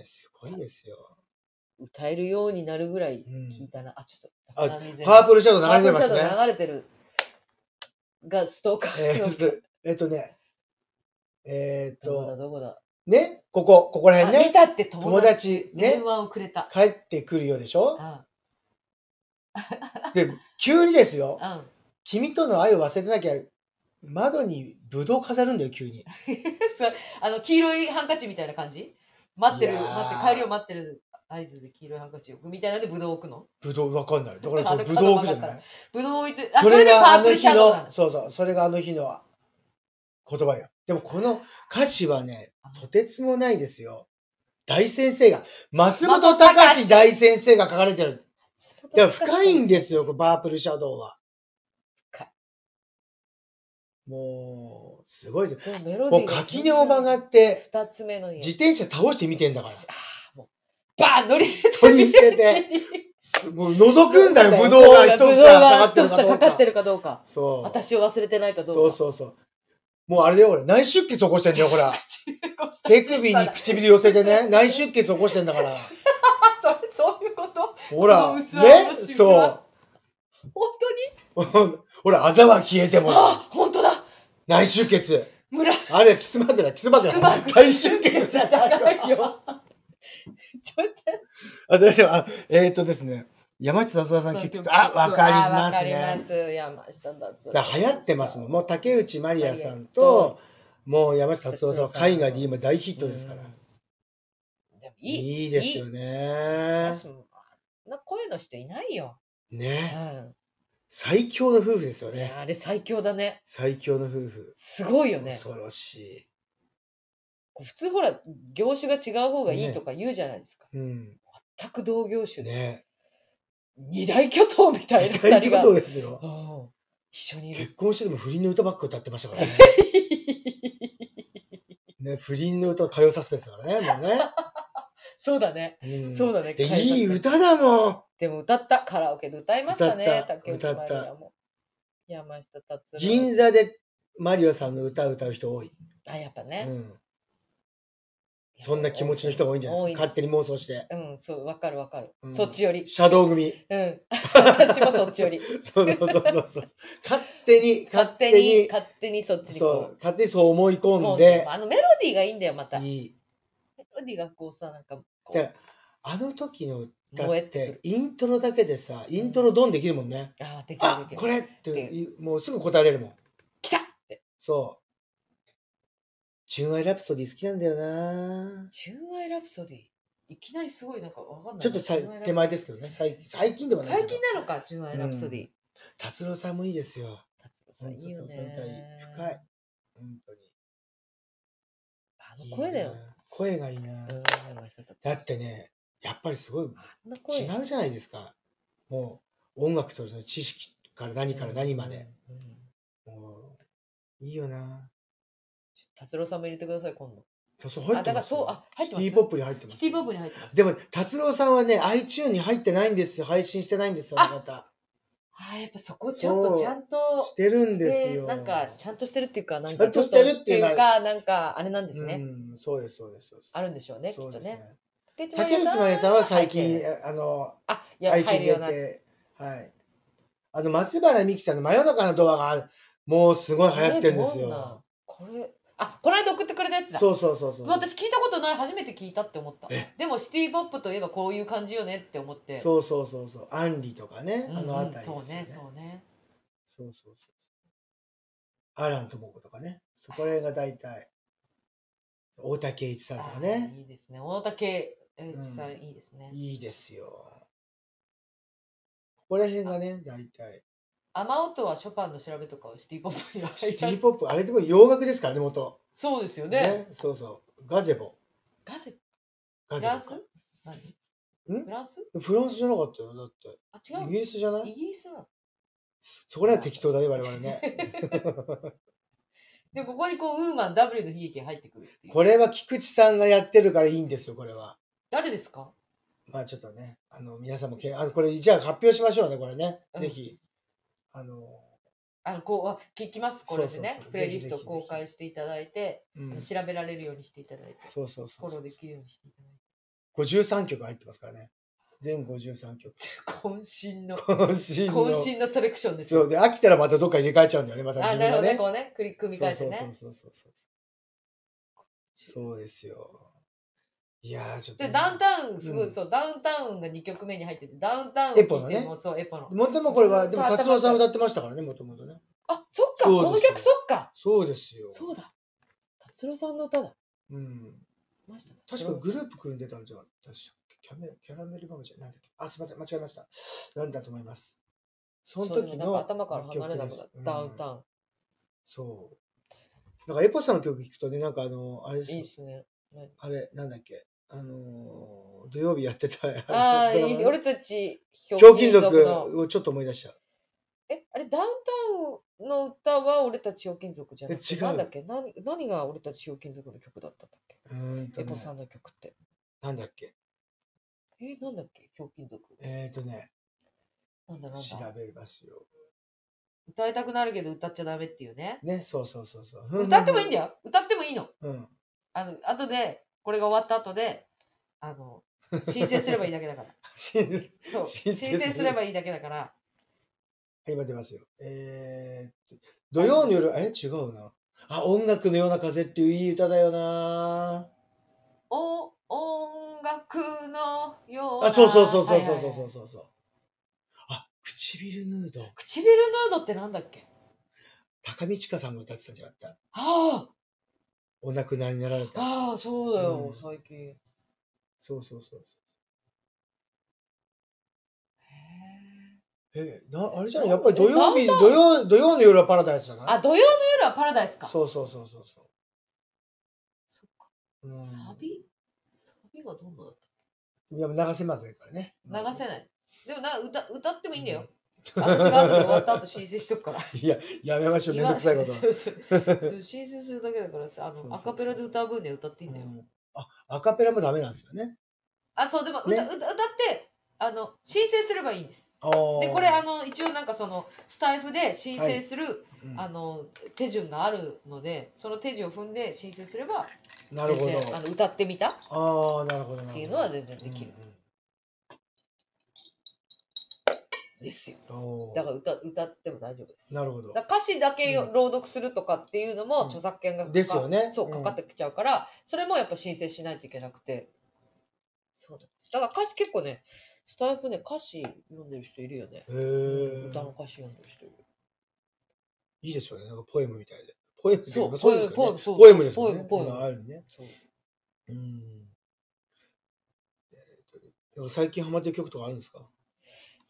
え、すごいですよ。歌えるようになるぐらいうん聞いたな。あ、ちょっと。あ中上善パープルシャドウパー流プルれてまシしャドウたね。流れてる。が、ストーカえーーの。ちょっとえっとね、えーっどこだ、と、どこだ。ね、ここ、ここらあ辺見ね、たって友友達。達ね電、話をくれた。帰ってくるよでしょうん。うん。で、急にですよ、あ君との愛を忘れてなきゃ、窓にぶどう飾るんだよ、急 (laughs) に。の、黄色いハンカチみたいな感じ待ってる、いや待ーって、帰りを待ってる合図で黄色いハンカチを置くみたいなので、ぶどう置くのぶどうわかんない。だからあそれれぶどう置くじゃないぶどう置いて、あ、そそれれでパがあープのル日シャドウなのの、そうそう、それがあの日の言葉よ。でもこの歌詞はね、とてつもないですよ。大先生が、松本隆大先生が書かれてる。だから深いんですよ、このパープルシャドウは。深いもう、すごいです。でもメロデもィうーが垣根を曲がって、二つ目の家。自転車倒して見てんだから。あーもうバーン乗り捨てて取り捨て (laughs) て。もう覗くんだよ、ぶどうが一ぶどう房が一下房がかってるかどうか。かってるかどうか。そう。私を忘れてないかどうか。そうそうそう。もうあれだよ、俺、内出血起こしてんだよ、ほら。手首に唇寄せてね、内出血起こしてんだ (laughs) から。 (laughs) あそれそういうことほら、このね薄泡の、シワそ本当にう。 (laughs) ほら、あざは消えても、あ本当だ内出血。村あれ、キスマークだ、キスマークだ。キスマーク内出 (laughs) 血じだ。ゃないよ。ちょっとあ、大丈夫。あ、えーっとですね。山下達郎さん聞くと、あ、わかりますあわかりねま。す。山下達郎だから流行ってますもん。もう竹内まりやさんと、もう山下達郎さんは海外で今大ヒットですから。うんでもいい。いいですよね。私もあんな声の人いないよ。うね。ん最強の夫婦ですよいね。やあれ最強だね。最強の夫婦。すごいよね。恐ろし普通ほら業種が違う方がいいとか言うじゃないですか。い。うん。全く同業種で、 (laughs) ね。二大巨頭みたいな大二人がことですよ。うん一緒にいる。結婚してでも不倫の歌ばっか歌ってました (laughs) からね。ね、不倫の歌、歌謡サスペンスだからね、もそうだね。うね。(laughs) んそうだねで、歌謡サスペンスいい歌だもん。でも歌ったカラオケで歌いました歌っね。た竹内まり歌やっも。山下達郎。銀座でマリオさんの歌を歌う人多い。あやっぱうね。ん。そんな気持ちの人が多いんじゃないですか。多い勝手に妄想して。うん、そう、わかるわかる。うんそっちより。シャドウ組。 (laughs) うん。私もそっちより。そうそうそうそ (laughs) うそう。 (laughs) 勝手に、勝手に、勝手にそっちにそこ。う、勝手にそう思いう込もんうで、あのメロディーがいいんだよ、また。メいい。ロディーがこうさ、なんかこだう。あの時の歌燃えってくてる、イントロだけでさ、イントロドンできるもんね。あー、できるあできる。これっていう、もうすぐ答えれるもん。来たって。そう。純愛ラプソディ好きなんだよな純愛ラプソディ。いきなりすごい、なんかわかんない。ちょっとさ純愛ラプ手前ですけどね。最近最近ではないけ最ど近。なのか、純愛ラプソディ。達郎さんもいいですよ。達郎さん、いいよね達郎さんの歌いい。深い。。本当に。あの声だよいい。な。声がいいな。うん山下達郎さんだってね、やっぱりすごいあんな声違うじゃないですか。もう音楽とその知識から何から何まで。。うんうんもういいよな。達郎さんも入れてください、今度。とそう入あだかってらますよそうあ入ってますシティポップに入ってます。シティボブに入ってます。でも、達郎さんはね、iTune に入ってないんですよ。配信してないんですよ、あの方。あーやっぱそこちょっとちゃんとしてるんですよ。なんかちゃんとしてるっていうかなんちゃかんとしてるっていうのはちょとかなんかあれなんですね、うん、そうです、そうです。そうですあるんでしょうねきっそうとですねね。竹竹内まりやさんは最近入って、あの、あいや iTune 入るによう入れなて、はい。あの、松原美樹さんの真夜中のドアが、もうすごい流行ってるんですえどなよ。これあこの間送ってくれたやつだそうそうそうそう。私聞いたことない初めて聞いたって思ったえでもシティ・ポップといえばこういう感じよねって思ってう、そうそうそうそう、アンリとかね、んうんあのあたりですよそうねね。そうねそうそうそう。アランともことかね、そこら辺が大体。大竹栄一さんとかあね、いいですね大竹栄一さん、ういいですねいいですよ。ここら辺がね、大体。雨音はショパンの調べとかをシティ・ポップに入シれテたィポップ、あれでも洋楽ですからね、元。そうですよねね、そうそう。ガゼボ。ガゼガフゼボランかス何んフランスフランスじゃなかったよ、だって。あ、違イう。ギリスじゃなイいギリスなの。そこら辺は適当だね、我々ね。で、ここにこう、ウーマン W の悲劇が入ってくるっていうこれは菊池さんがやってるからいいんですよ、これは。誰ですかまあちょっとね、あの、皆さんもけ、あの、これ、じゃあ発表しましょうね、これね。うんぜひ。あの、あの、こう、聞きます、これでそうそうねそう。プレイリストをぜひぜひ公ぜひ開していただいて、うん。調べられるようにしていただいて、そうそうフそォロうそーうで。きるようにしていただいて。 53曲入ってますからね。全53曲。 (laughs) 渾身の、渾身の。渾身のセレクションですそよ。うで、飽きたらまたどっか入れ替えちゃうんだよね、またあ、自な分るほがどね。こうね。ね、クリック組み替えてそうね。そうそうそうそう。そうですよ。いやー、ちょっと、で、ダウンタウン、すごうい、んそう、ダウンタウンが2曲目に入ってて、ダウンタウンエポのね聞いてもそう、エポの。もともこれは、でも、ずっと達郎さん歌ってましたからね、もともとね。あ、そっか、そうですこの曲そっか。そうですよ。そうだ。達郎さんの歌だ。うん。マジだ確かグループ組んでたんじゃなかったっけキャメキャラメルマムじゃなんだっけあ、すいません、間違えました。なんだと思います。その時そうでもなんのか頭から離れなくなっ曲ですたダウンタウン。そう。なんかエポさんの曲聴くとね、なんかあの、あれですいいよっすね。あれ、なんだっけ、あのー、土曜日やってた。ああ、ドラマいい俺たち、ひひょうきんの族をちょっと思い出した。え、あれ、ダウンタウンの歌は俺たちひょうきん族じゃなくて、え違うなんだっけ何何が俺たちひょうきん族の曲だったんだっけ、うーんとエポね、さんの曲って。なんだっけ。え、なんだっけひょうきん族。えっ、ー、とね、なんだなん調だべますよ。歌いたくなるけど歌っちゃダメっていうね。ね、そうそうそうそう。 (laughs) 歌ってもいいんだよ。よ。歌ってもいいの。うん。あの、後で、これが終わった後で、あの、申請すればいいだけ (laughs) だから。そう。申申請する請すればいいだけだから。今出ますよ。えーっと、土曜の夜、え、違うな。あ、音楽のような風っていういい歌だよな。お、音楽のような。あ、そうそうそうそはういそはういはいそうそうそうそう。あ、唇ヌード。唇ヌードってなんだっけ高見知佳さんが歌ってたんじゃなかった。あお亡くなりになられあ、た。ああ、そうだよ、うん最近。へそうそうそうそえう。え、な、あれじゃないやっぱりえ土曜日、ダウンタウン土曜、土曜の夜はパラダイスじゃないあ、土曜の夜はパラダイスか。そうそうそうそうそそっかう。うん。サビサビがどんなだっいや流せませんからね。た流せない。でもな歌、歌ってもいいんだよ。ん私が後で終わった後申請しとくから。いや、やめましょう。めんどくさいこと (laughs) は。そうそう (laughs) そう申請するだけだからさ、あそうそうの、そアうカペラで歌う分には歌っていいんだよ。うんあ、アカペラもダメなんですよね。あ、そう、でも歌,、ね歌歌って、あの、申請すればいいんです。あーで、これ、あの、一応なんかその、スタイフで申は請いする、うんあの手順があるのでその手順を踏んで申請すればなるほど全。然あの歌ってみたっああ、なるほど。なるほどていうのは全然できるうんうんですよおーだから歌歌っても大丈夫ですなるほど。だから歌詞だけうん朗読するとかっていうのもうん著作権がかかですよねそううんかかってきちゃうから、それもやっぱ申請しないといけなくてそうなんですだから歌詞結構ねスタイフね歌詞読んでる人いるよね、へうんえ歌。の歌詞読んでる人いるいいですよね。なんかポエムみたいで。ポエムっていそうかそうですポエよムね。そうポエムですもんね。ポエムポエム今あるね。そううん。えーと最近ハマってる曲とかあるんですか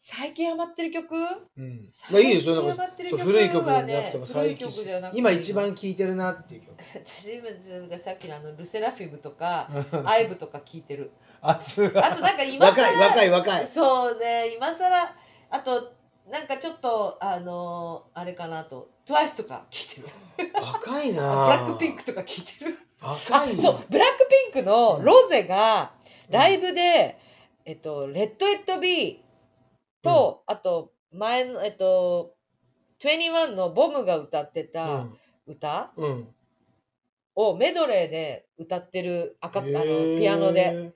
最近ハマってる曲うん。まあ最い近いですよ。なんハかマってるそう曲は古い曲じゃなくてもね最近古い曲じゃなくても今一番聴いてるなっていう曲。私今さっきのあのルセラフィムとか (laughs) アイブとか聞いてるあ、すごい。あとなんか今更若い若い若い。そうね今更あとなんかちょっとあのーあれかなと TWICE とか聞いてる若いブな。ラックピンク。とか聞いてるあ若いな。そうブラックピンクのロゼがライブで、えっとレッド・エッド・ビーと、あと前のえっと21のボムが歌ってた歌、うん。うん。をメドレーで歌ってる赤あのピアノでへ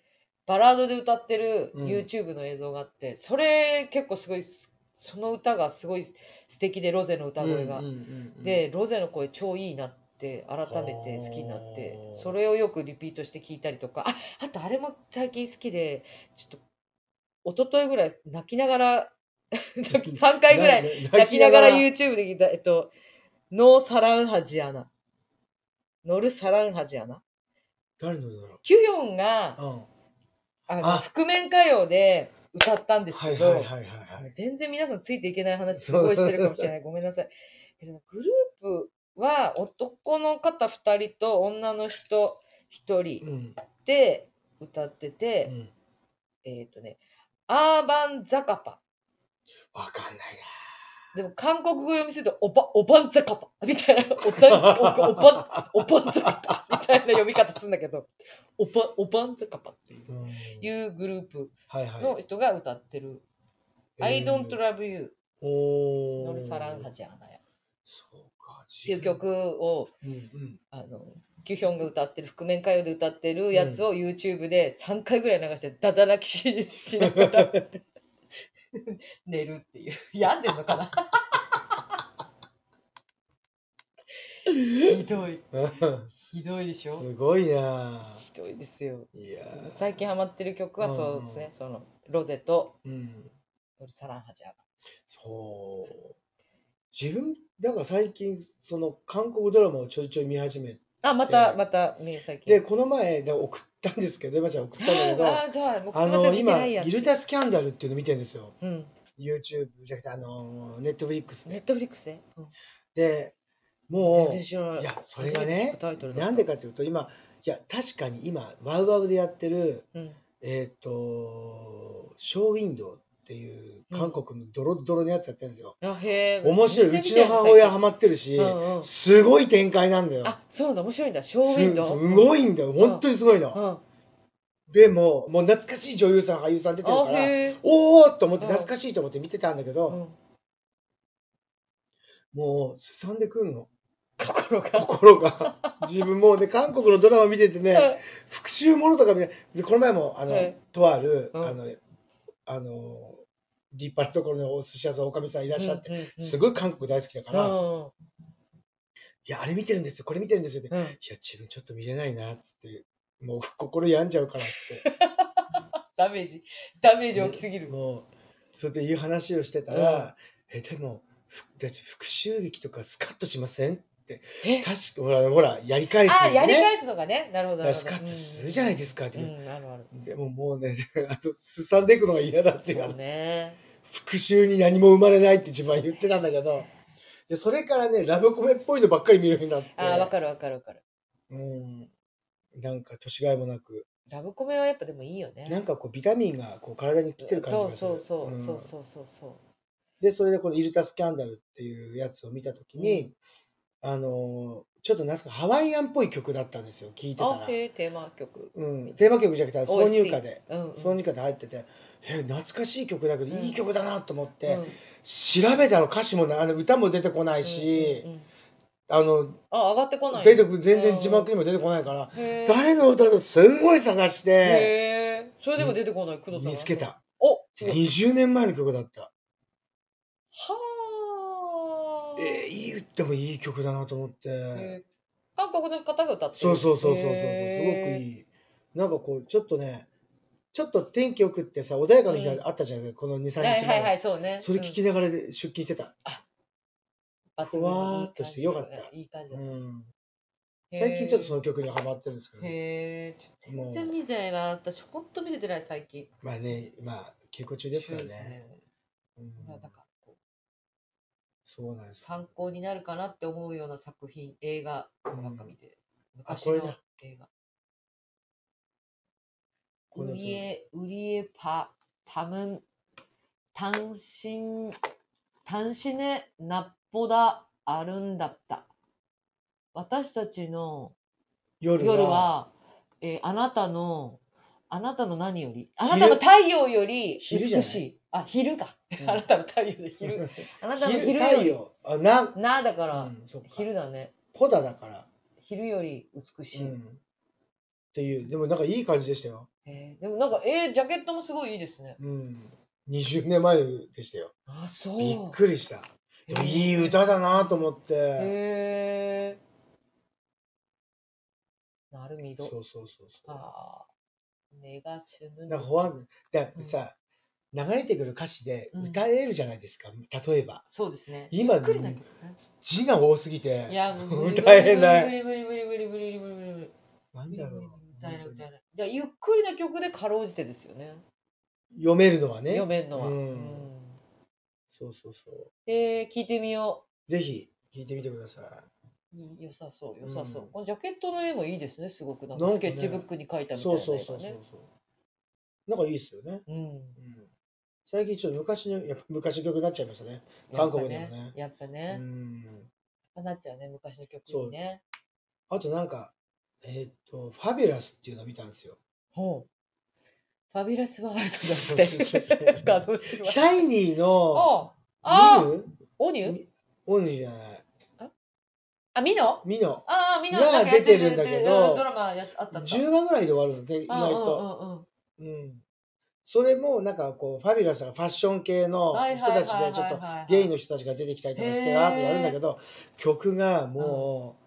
バラードで歌ってるうん YouTube の映像があって、それ結構すごいすその歌がすごい素敵でロゼの歌ー。声が、うんうんうんうん、でロゼの声超いいなって改めて好きになってはあそれをよくリピートして聞いたりとかああとあれも最近好きでちょっと一昨日ぐらい泣きながら泣き3回ぐらいい泣きながら YouTube で聞いたえっとノーサランハジアナノルサランハジアナ誰のだろキュヨンがう。うん。あのあ覆面歌謡で歌ったんですはけいど、はいはいはいはい。全然皆さんついていけない話すごいしてるかもし (laughs) れないごめんなさいえでもグループは男の方2人と女の人1人うん。で歌ってうて、ん。えっ、とねアーバンザカパわかんないでも韓国語読みするとおばおばんザカパみたいなおたお (laughs) ばおばんザカパみたいな読み方するんだけどおばおばんザカパっていうな。うん。いうグループはいはい。の人が歌ってる「I Don't Love You お」ノルサランハジ。ジアナヤ」っそうか。っていう。曲をうんうん。あのキュヒョンが歌ってる覆面歌謡で歌ってるやつを YouTube で3回ぐらい流してダダ泣きししなが (laughs) ら寝るっていう病んでんのか (laughs) なひどいひどいでしょすごいな。ひどいですよいやー。最近ハマってる曲はそうですね、そのロゼとうん。ノルサランハジアナそう。自分、だから最近、その韓国ドラマをちょいちょい見始めて。あまたまたね最近で、この前、で送ったんですけど、エマちゃん送ったんだけど、あーそう僕あまだの、見て今、ないやつイルタスキャンダルっていうの見てるんですよ。うん、 YouTube じゃなくて、あの、ネットフリックスネでッ。トフリックスで、うんで、も全然う知らないいやそれがね初めて聞くタイトルだったなんでかというと今いや確かに今ワウワウでやってるうんえっ、とショーウィンドウっていう韓国のドロッドロのやつやってるんですよ、あへえ面白いうちの母親ハマってるし、うんうんすごい展開なんだよあそうだ面白いんだショーウすィンドウすごいんだよ本当にすごいの、うんでももう懐かしい女優さん俳優さん出てるかあらへえおおと思ってうん懐かしいと思って見てたんだけど、うんもうすさんでくんの心が心が (laughs) 自分もうね韓国のドラマ見ててね、はい復讐ものとか見てでこの前もあの、はいとある、うんあのあの立派なところのお寿司屋さんおかみさんいらっしゃって、うんうんうんすごい韓国大好きだから、いうんやあれ見てるんですよこれ見てるんですよって、いうんや自分ちょっと見れないなっつってもう心病んじゃうからっ (laughs) つってダメージダメージ大きすぎるもうそれでいう話をしてたら「えでもふだって復讐劇とかスカッとしません?」ってえ確かほらほらやり返すあよやりね返すのがねなるほどだなかるほどらスカッとするじゃないですかって、うんうんあるあるでももうね (laughs) あとすさんでいくのが嫌だって言そわれうてね復讐に何も生まれないって自分は言ってたんだけどでそれからねラブコメっぽいのばっかり見るようになってあーわかるわかるわかるうん、なんか年がいもなくラブコメはやっぱでもいいよねなんかこうビタミンがこう体に来てる感じがするそうそうそううんそうそうそうそでそれでこの「イルタスキャンダル」っていうやつを見た時に、うあのーちょっとなんすかハワイアンっぽい曲だったんですよ聴いてうたらあ、へえテーマ曲うん、テーマ曲じゃなくて挿入歌でうんうん挿入歌で入っててえ懐かしい曲だけどうんいい曲だなと思って、うん調べたの歌詞もなあの歌も出てこないし、うんうんうんあのあ上がってこない出てく全然字幕にも出てこないから、へー誰の歌だとすんごい探してへえそれでも出てこない工藤さん見つけたおすごい20年前の曲だったはあえー、いいでもいい曲だなと思って、へー韓国の方が歌ってるそうそうそうそうそうそうすごくへーいいなんかこうちょっとねちょっと天気よくってさ穏やかな日うんがあったじゃない、この23日は前、いはいはいそうねそれ聞きながらで出勤してた、抜群ふわーっとしてよかったいい感じだうん、へー最近ちょっとその曲にハマってるんですけどね、へえも全う然見てないな私ほんと見れてない最近まあねまあ稽古中ですからねそううんなんかこうそうなんです参考になるかなって思うような作品映画ばっか見てる、あ昔これのだ映画これウだリエウリエパパムン単身単身ねナッポダあるんだった私たちの夜は夜は、えーあなたの、あなたの何より、あなたの太陽より昼じゃ美ないしい。あ、昼だ。うんあなたの太陽 (laughs) で昼。あなたの昼昼太よ陽あな、り。なあ、だから、うん、そっか昼だね。ポダだから、昼より美しうい。ん、っていうでもなんかいい感じでしたよ、えーでもなんか、えージャケットもすごいいいですね。うん、20年前でしたよあ、そう。びっくりしたでもえーいい歌だなと思って、へえー。なるみそうど。そうそうそあー。ネガチュムうニなんかほわんでさ、流れてくる歌詞でうん歌えるじゃないですか、例えばそうですね。今ゆっくりな曲ね字が多すぎていや、もう無理歌えない無理無理無理無理無理無理無理無理無理。なんだろう歌えない本当歌にえない。じゃゆっくりな曲でかろうじてですよね。読めるのはね読めんのは。ううんんそうそうそうえー、聞いてみよぜひ聴いてみてください。う。いい良さそう、良さそう。うんこのジャケットの絵もいいですね、すごく。なんなかんスかねケッチブックに描いたみたいそうな絵がそうね。そうそうそう。なんかいいですよね。うん。うん、最近ちょっと昔のやっぱ昔の曲になっちゃいましたね。韓国でもねやっぱうね。ん。やっぱなっちゃうね、昔の曲にね。あとなんかえーっとファビュラスっていうのを見たんで (laughs) すよ。ほう。ファビュラスワールドじゃそうなそくうてそう、ガドシシャイニーのああーミヌオニュオヌじゃないあ、ミノミノああ、みんながなんかやって出てるんだけどうんドラマやあったんだ。 10話ぐらいで終わるのね意ああ外と。うんうんうんうん。それもなんかこうファビュラスがファッション系のはい人はいはいはいはいたちでちょっとゲイの人たちが出てきたりとかしてへーあーってやるんだけど曲がも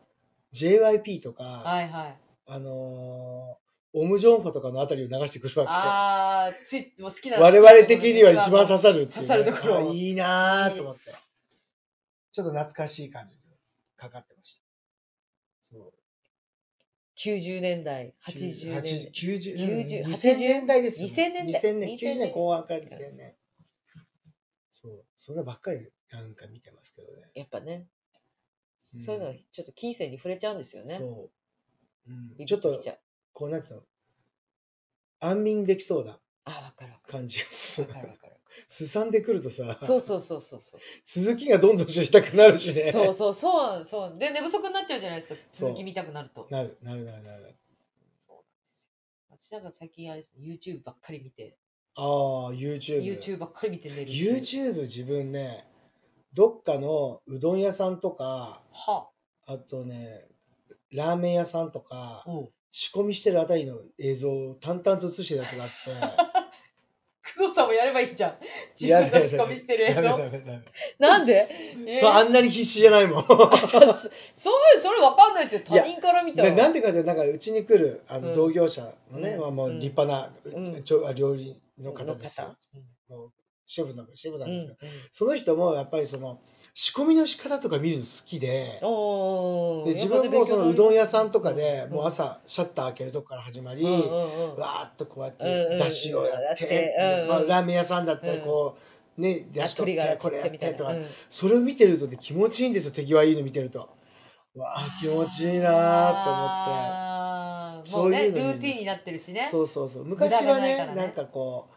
う JYP とか。はいはい。あのーオム・ジョンファとかのあたりを流してくるわああ、ついもう好きけ。な。我々的には一番刺さるっていう刺ね、さるところあいいなぁと思って。ちょっと懐かしい感じがかかってました。そう。 90年代、80年代。 90、90 90 2000年代ですよ。 2000年代2000年、90 2000年後半から2000年。そう。そればっかりなんか見てますけどね。やっぱね。そういうのがちょっと金銭に触れちゃうんですよね。そう、うん、ビビちょっときゃうこうなんていうの安眠できそうなあ、わかるわか感じがする。るわかるわかる。 (laughs) すさんでくると (laughs) さそうそうそうそうそう。続きがどんどん知りたくなるしねそうそうそうそう。で寝不足になっちゃうじゃないですか。そう続き見たくなると。なるなるなるなるそうなんですよ。私なんか最近あれですね、YouTube ばっかり見て、ああ YouTube YouTube ばっかり見て寝る。 YouTube 自分ねどっかのうどん屋さんとかはあとねラーメン屋さんとかあ。おう。仕込みしてるあたりの映像を淡々と映してるやつがあっ工藤さんもやればいいじゃん。自やる分が仕込みしてる (laughs) て映ダメダ像。メダメなんでえー (laughs) そう (laughs) あんなに必死じゃないもんあそうそうそういうそれわかんないですよ。いや他人から見たでら。なんでかってなんかうちに来るあうのん同業者のね、うんまあ、もう立派な、うんちょあ料理の方です方よ。もうシェフのシェフなうんんうですけど、んその人もやっぱりその仕込みの仕方とか見るの好きでおーで自分もそのうどん屋さんとかでうんもう朝シャッター開けるとこから始まり、うんうんうんわーっとこうやっうんうてんだしをやって,やっで、てうんうんまあ、ラーメン屋さんだったらこう、ねだあしとって鳥がこれやっみたていとなか、うんそれを見てるとね気持ちいいんですよ手際いいの見てると。わあ気持ちいいなーあーと思って。そもうういねうのルーにティンになってるしねそうそうそう昔は無駄がなねいかならねんかこう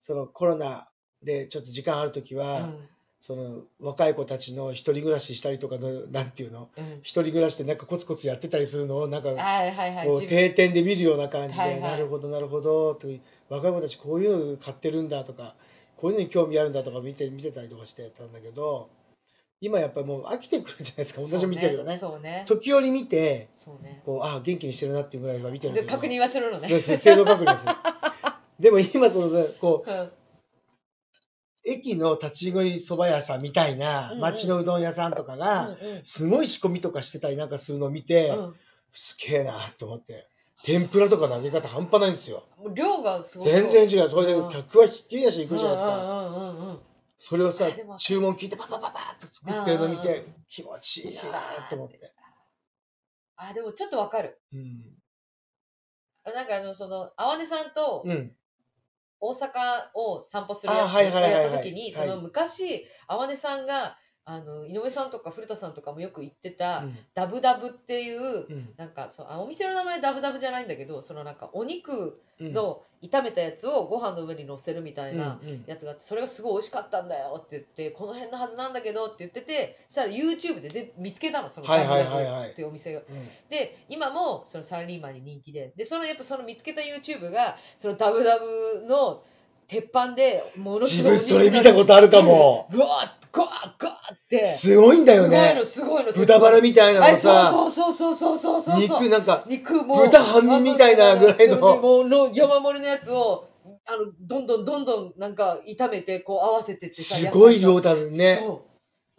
そのコロナでちょっと時間ある時は、うんその若い子たちの一人暮らししたりとかのなんていうのうん一人暮らしでなんかコツコツやってたりするのをなんかはいはいはいこう自分定点で見るような感じで、はいはいなるほどなるほどという若い子たちこういうの買ってるんだとかこういうのに興味あるんだとか見て見てたりとかしてたんだけど今やっぱりもう飽きてくるじゃないですか同じ見てるよねそうね時折見てそうねこうあ元気にしてるなっていうぐらいは見てそうねるけでど確認はするのそうねそう制度確認する (laughs) でも今そのさこううん駅の立ち食いそば屋さんみたいなうんうん町のうどん屋さんとかがうすごい仕込みとかしてたりなんかするのを見てんうんうんすげえなと思って天ぷらとかの揚げ方半端ないんですよもう量がすごい全然違うそれでうん客はひっきりなしに行くじゃないですかうんうんうんうんそれをさあでも注文聞いてパパパパッと作ってるの見うんうんうて気持ちいいなと思ってあでもちょっとわかるうんなんかあのその淡音さんとうん大阪を散歩するあやつをはいはいはいはいやった時に、はいその昔、天音さんが、あの、井上さんとか古田さんとかもよく行ってた、ダブダブっていう、うんなんかそうあ、お店の名前ダブダブじゃないんだけど、そのなんかお肉うんの炒めたやつをご飯の上に乗せるみたいなうんうんやつがあって、それがすごい美味しかったんだよって言って、この辺のはずなんだけどって言ってて、そしたら YouTube でで見つけたの、そのはダいブはいダはいはいブっていうお店が。うんで今もそのサラリーマンに人気ででそのやっぱその見つけた YouTube がそのダブダブの鉄板でものす自ごい分それ見たことあるかもうわーゴワーゴワーってすすごいんだよごいのねすごいの豚バラみたいなのささそうそうそうそうそうそうそう肉なんか肉も豚半身みたいなぐらいのもうの山盛りのやつをあのどんどんどんどんなんか炒めてこう合わせてってさすごい野量菜とだねそう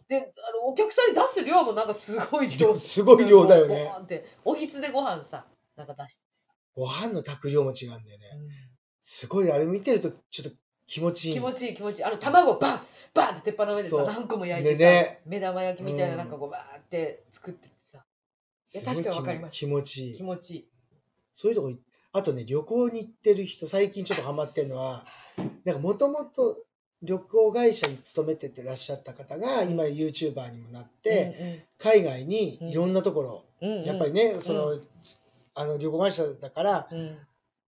であのお客さんに出す量もなんかすごい量すごい量だよごね飯っておひつでご飯さ、なんか出してさ。ご飯の炊く量も違うんだよねすごいあれ見てるとちょっと気持ちいい気持ちいい気持ちいい。あの卵バンバンって鉄板の上でそさ、う何個も焼いてさ、でね目玉焼きみたいなうんなんかこうバーって作っててさ、すいや確かにわかります気持ちい気い持ちいい。そういうとこ行あとね旅行に行ってる人最近ちょっとハマってるのはなんかもともと旅行会社に勤めててらっしゃった方が今 YouTuber にもなって、海外にいろんなところ、うんうん、うんうんやっぱり、ね、その、あの旅行会社だからうん、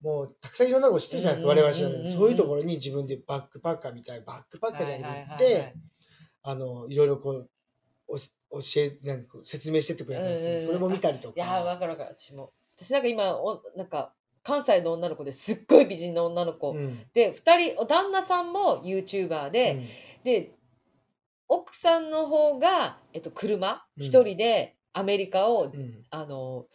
もうたくさんいろんなとこ知ってるじゃないですか、うんうん我々知らない、うんうんうんそういうところに自分でバックパッカーみたいなバックパッカーじゃなくて、あのいろいろこうおし教えなんかこう説明してってくれたんですよ、うんうんそれも見たりとかいやーわかるわかる私も私なんか今おなんか関西の女の子ですっごい美人の女の子、うんで二人お旦那さんも YouTuber で、うんで奥さんの方が、えっと、車うん一人でアメリカを、うんあの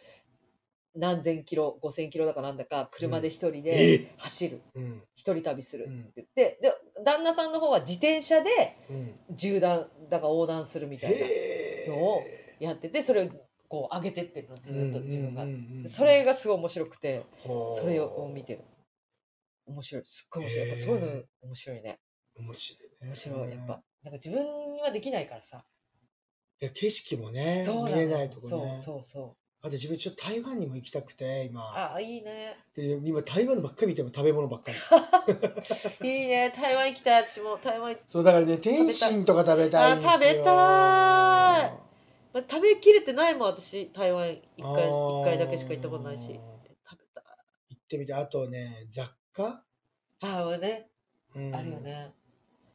何千キロ5千キロだかなんだか車で一人えでえ走る、うん一人旅するうってん言ってで旦那さんの方は自転車でうん縦断だか横断するみたいなへのをやっててそれをこう上げてってるのずっと自分が、うんうんうんうんそれがすごい面白くてほうそれを見てる面白いすっごい面白いやっぱそういうの面白いね面白い、ね、面白いやっぱなんか自分にはできないからさいや景色もねそう見なのれよないとこそうねそうそうあと自分ちょっと台湾にも行きたくて今あいいねで今台湾のばっかり見ても食べ物ばっか (laughs) りいいね台湾行きたい私も台湾行きそうだからね天津とか食べたいんですよあ食べたいまあ、食べきれてないもん私台湾1回あー一回だけしか行ったことないし食べた行ってみてあとね雑貨、ああね、うんあるよね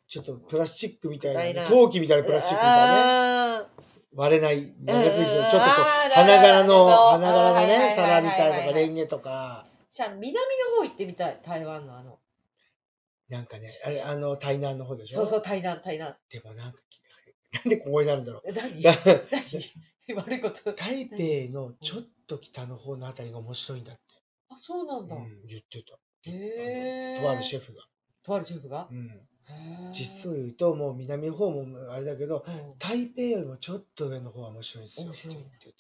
ちょっとプラスチックみたいなね、硬いな陶器みたいなプラスチックみたいなねあー割れない長すぎてちょっうとこうんあー花柄のあー花柄のはいはいはいはいね皿みたいはいなはといかレンゲとかじゃあ南の方行ってみたい台湾のあのなんかねあれあの台南の方でしょそうそう台南台南でもなんかなんでここになるんだろうえ (laughs) 何な何悪いこと台北のちょっと北の方のあたりが面白いんだって、あそうなんだ、うん、言ってた、へーあのとあるシェフが、とあるシェフがうん、へー実を言うともう南の方もあれだけどうん台北よりもちょっと上の方が面白いんですよ面って白い言っねてた、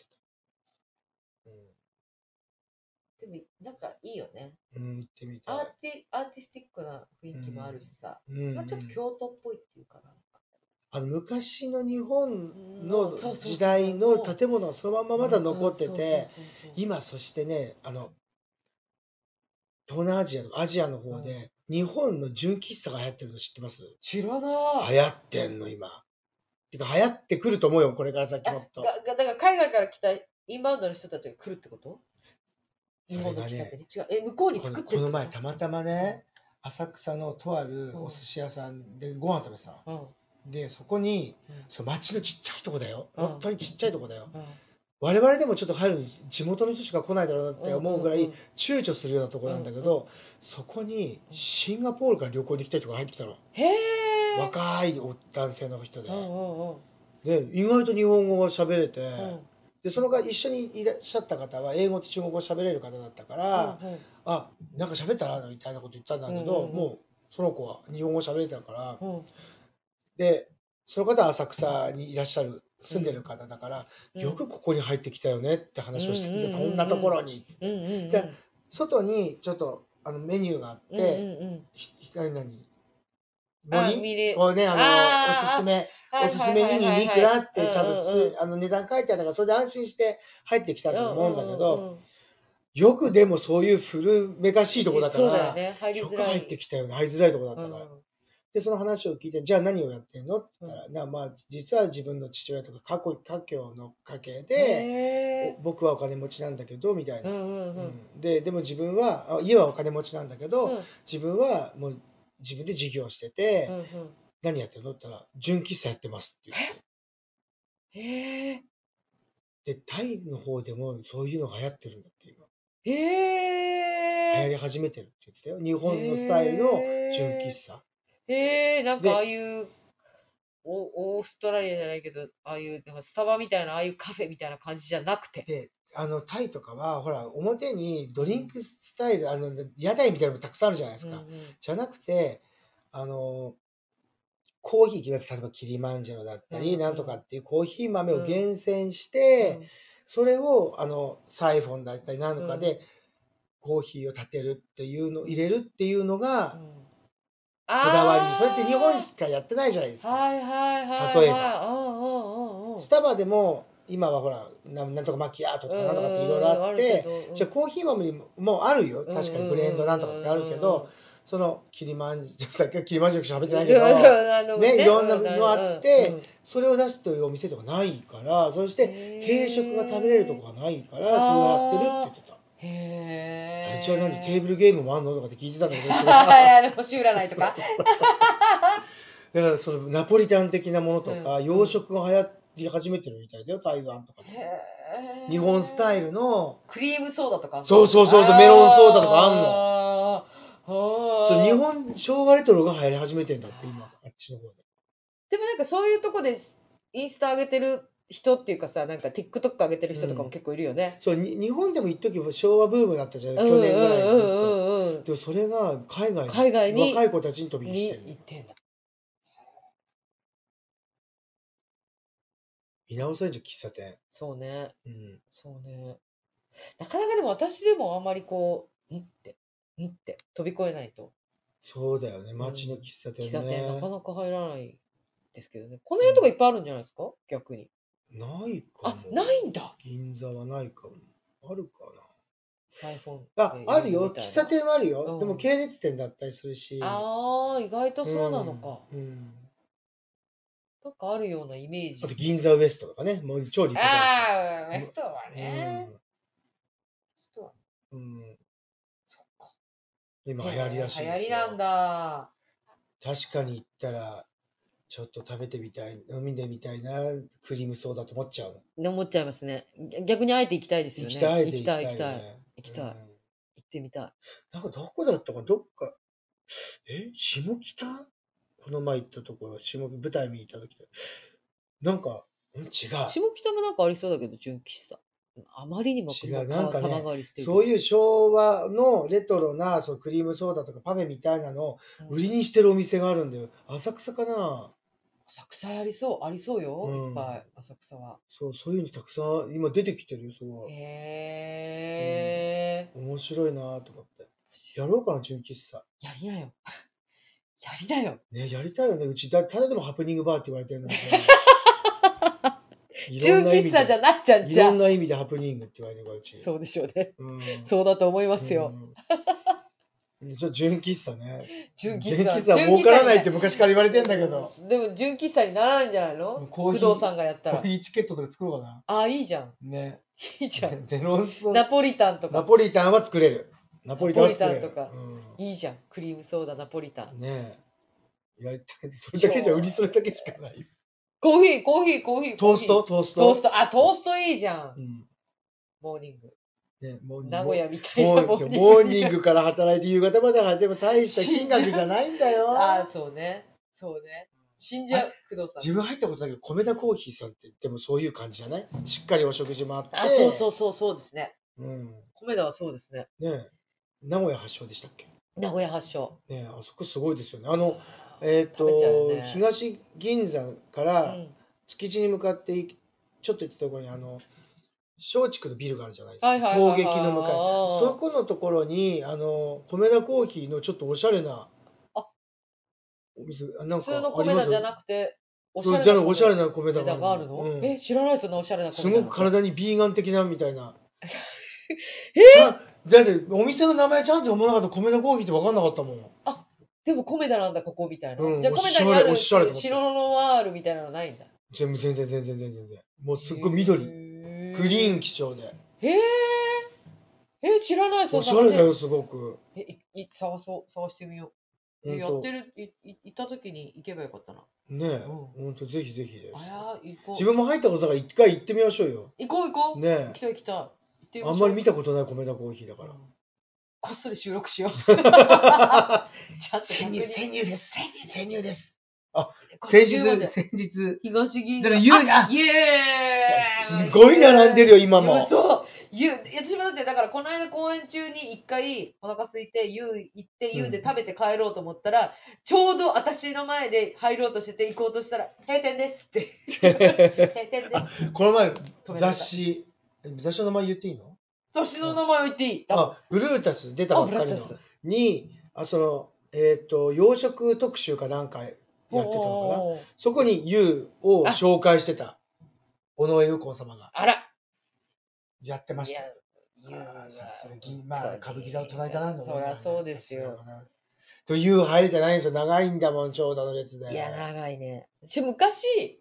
でもなんかいいよねうん、うん行ってみたアいーティアーティスティックな雰囲気もあるしさ、うんまあ、ちょっと京都っぽいっていうかなあの昔の日本うのんそうそうそう時代の建物がそのまままだ残ってうんうんそてうそうそう今そしてねあの東南アジアのアジアの方で日本の純喫茶が流行ってるの知ってます知らない流行ってんの今てか流行ってくると思うよこれから先あもっとががだから海外から来たインバウンドの人たちが来るってこと日それ本のが喫茶ね店に違うえ向こうにこ作ってのるこの前たまたまね浅草のとあるうんお寿司屋さんでご飯食べてたのま、うんでそこにうんその町のちっちゃいとこだようん本当にちっちゃいとこだようん我々でもちょっと入るのに地元の人しか来ないだろうなって思うぐらんいんん躊躇するようなとこなんだけどそこにシンガポールから旅行に来た人が入ってきたのへえ若いお男性の人でうんうんうんで意外と日本語が喋れてうんでそのが一緒にいらっしゃった方は英語と中国語喋れる方だったからうんうん「あなんか喋ったら?」みたいなこと言ったんだけどうんうんうんもうその子は日本語喋れたからうんでその方は浅草にいらっしゃる住んでる方だからうんよくここに入ってきたよねって話をしてうんうんでうんうんこんなところにっつってうんうんうんで外にちょっとあのメニューがあっうんうんてうんひ光何あ森見れこうねああーのおすすめはいおすすめはいにはいはいにいくらってちゃんとうんうんうんすあの値段書いてあるからそれで安心して入ってきたと思うんだけううどんうんよくでもそういう古めかしいとこだかそうだよらね入りよづくらい入ってきたよね入りづらいとこだったからうんでその話を聞いてじゃあ何をやってんのって言ったらなまあ実は自分の父親とか過去家境の家系でへお僕はお金持ちなんだけどみたいーうな。んうんうんうんででも自分はあ家はお金持ちなんだけど、うん自分はもう自分で事業してて、うんうん何やってるのって言ったら純喫茶やってますって言っへえてでタイの方でもそういうのが流行ってるんだって今流行へえり始めてるって言ってたよ日本のスタイルの純喫茶へえなんでかああいうおオーストラリアじゃないけどああいうなんかスタバみたいなああいうカフェみたいな感じじゃなくてであのタイとかはほら表にドリンクスタイルあの屋台みたいなのもたくさんあるじゃないですか、うんうんじゃなくてあのコーヒー決めて例えばキリマンジャロだったうんうりんなんとかっていうコーヒー豆うをん厳選して、それをあのサイフォンだったり何とかうでコーヒーを立てるっていうの入れるっていうのがうんうんこだわりそれって日本しかやってないじゃないですあーかはいはいはいはい例えばうんうんうんうんスタバでも今はほらななんとかマキアートとかなんとかっていろいろあってじゃあコーヒー豆にももうあるよ確かにブレンドなんとかってあるけどそのキリマンジ (laughs) ャロさっきはキリマンジャロしか喋ってない (laughs) けどどねいろんなのあってそれを出すというお店とかないからそして軽食が食べれるとこがないからそれをやってるって言ってた。へあえじゃあ何テーブルゲームもあんのとかって聞いてたんだけ (laughs) ど一応だはい (laughs) あの星占いとかからそのナポリタン的なものとかうん洋食が流行り始めてるみたいだよ台湾とかでへー日本スタイルのクリームソーダとかそうそうそうそうメロンソーダとかあんののそう日本昭和レトロが流行り始めてんだって今あっちの方ででもなんかそういうとこでインスタ上げてる人っていうかさなんか TikTok 上げてる人とかも結構いるよね、そうに日本でも一時昭和ブームだったじゃうんん、去年ぐらいずっとうんうんうんでもそれが海外海外に若い子たちに飛び火にしてる行ってんだ見直されちゃう喫茶店そうねうんそうねなかなかでも私でもあんまりこうんってんって飛び越えないとそうだよね街の喫茶喫店茶店なかねなか入らないですけどねこの辺とかいっぱいあるんじゃないですか逆にないかあもないんだ銀座はないかもあるかなサイフォンあ、あるよ。みたいな喫茶店はあるよ。うんでも系列店だったりするし。あー意外とそうなのか、うん。うん。なんかあるようなイメージあと。銀座ウエストとかね、もう超立派じゃああ、ウないエですストはないね。ウでエストは、すか。うん。うんそっか。今流行りらしい流で行すりよ。なんだ。確かに行ったら、ちょっと食べてみたい、飲んでみたいな、クリームソーダと思っちゃう。思っちゃいますね。ぎ逆にあえて行きたいですよ行ね。きたいで行きたい、行きたい。ね行きたいうん行ってみたい。なんかどこだったか、どっか、え下北この前行ったところ、下北、舞台見に行った時だなんか、うん、違う。下北もなんかありそうだけど、純喫茶。あまりにも違うなんかね様変わりしてそういいう昭和のレトロな、そのクリームソーダとかパフェみたいなのを売りにしてるお店があるんだよ。浅草かな浅草ありそう、ありそうよ。うんいっぱい、浅草は。そう、そういうのたくさん今出てきてるよ、そこは。へえ、面白いなと思って。やろうかな、純喫茶。やりなよ。 (laughs) やりなよ。ね、やりたいよね。うちだ、ただでもハプニングバーって言われてるのにさ。い (laughs) ろ純んな意味喫茶じゃで、なっちゃんいじゃろんん。な意味でハプニングって言われてるから、うち。そうでしょうね。うん。そうだと思いますよ。うん。ちょ純喫茶ね。純純喫茶。喫茶儲からな純喫いっ茶にて昔から言われてんだけど。でも純喫茶にならないんじゃないのコ工ーヒー藤さんがやったコらー。ヒーチケットとか作ろうかな。あ、いいじゃん。ね。いいじゃん。メロンソーナダ。ポリタンとナか。ポリタンは作れる。ナポリタンは作れる。ナポリタンとかうんいいじゃん。クリームソーダ、ナポリタン。ねえ。やりたい。それだけじゃ売りそれだけしか (laughs) ない。コーヒー、コーヒー、コーヒー。トーストコトースヒートトースト。あ、トーストいいじゃんう。ん。モーニング。ね、もう名古屋みたいもなうモーニング。グから働いて夕方まで働いても大した金額じゃないんだよ。 (laughs) (laughs) あ、そうね。そうね。死んじゃう、工藤さ自ん。分入ったことだけど、米田コーヒーさんって、でもそういう感じじゃないしっかりお食事もあって。あ、そうそうそう、そうですね。う。うん。米田はそうですね。ねえ名古屋発祥でしたっけ名古屋発祥。ねえあそこすごいですよね。あの、えっ、食べちゃうと、ね東銀座かうらん築地に向かっていちょっと行ったところに、あの、松竹のビルがあるじゃないですか。はいはいはいはい陶劇の向かい。そこのところに、あの、米田コーヒーのちょっとおしゃれな、あお店、あなん普か通の米田じゃなくて、おそうじゃなくおしゃれなな米田米田ががああるるの、うんえ、知らないそんなおしゃれな米田すのごく体にビーガン的なみた (laughs) いな。えちゃんだってお店の名前ちゃんと読まなかったら米田コーヒーって分かんなかったもん。でも米田なんだ、ここみたいな。うんじゃあお米し田ゃれにあるおしゃれと思って白のワールみたいなのないんだ。全部全然全然全然全然。もうすっごい緑。ググリーンン。基調で。へえ。え、知らないそんおなし店ゃれだよ、すごく。えいい探そう、探してみよう。ほえんやっとて。る、いい行った時に行けばよかったな。ねえ、うほんとぜひぜひです。あや、行こう。自分も入ったことだから一回行ってみましょうよ。行こう行こう。ね行きたい行きたい。行ってえ。みあましょうんまり見たことない米田コーヒーだから。こっそり収録しよう。ちゃんと確 (laughs) 認入です。潜入です。先先日日、先日。東銀座だから言うあイエすーイごい並んでるよ、今も。そうゆ私もだってだからこの間公演中に一回お腹空いてゆう行ってゆうで食べて帰ろうと思ったら、ちょうど私の前で入ろうとしてて行こうとしたら「閉店です」って (laughs) 閉店ですこの前ごめんなさい雑誌雑誌の名前言っていいの年の名前を言っていいああブルータス出たばっブかラりタのスにあそのえっ、と洋食特集かなんかやってたのかなおーそこに YOU を紹介してた尾上右近様があらやってまいしたやよゆうあはーさすがにまあ歌舞伎座の隣だなと思いなそがりらゃそうですよさすがだなでも YOU 入れてないんですよ長いんだもんちょうどの列でいや、長いね。私昔、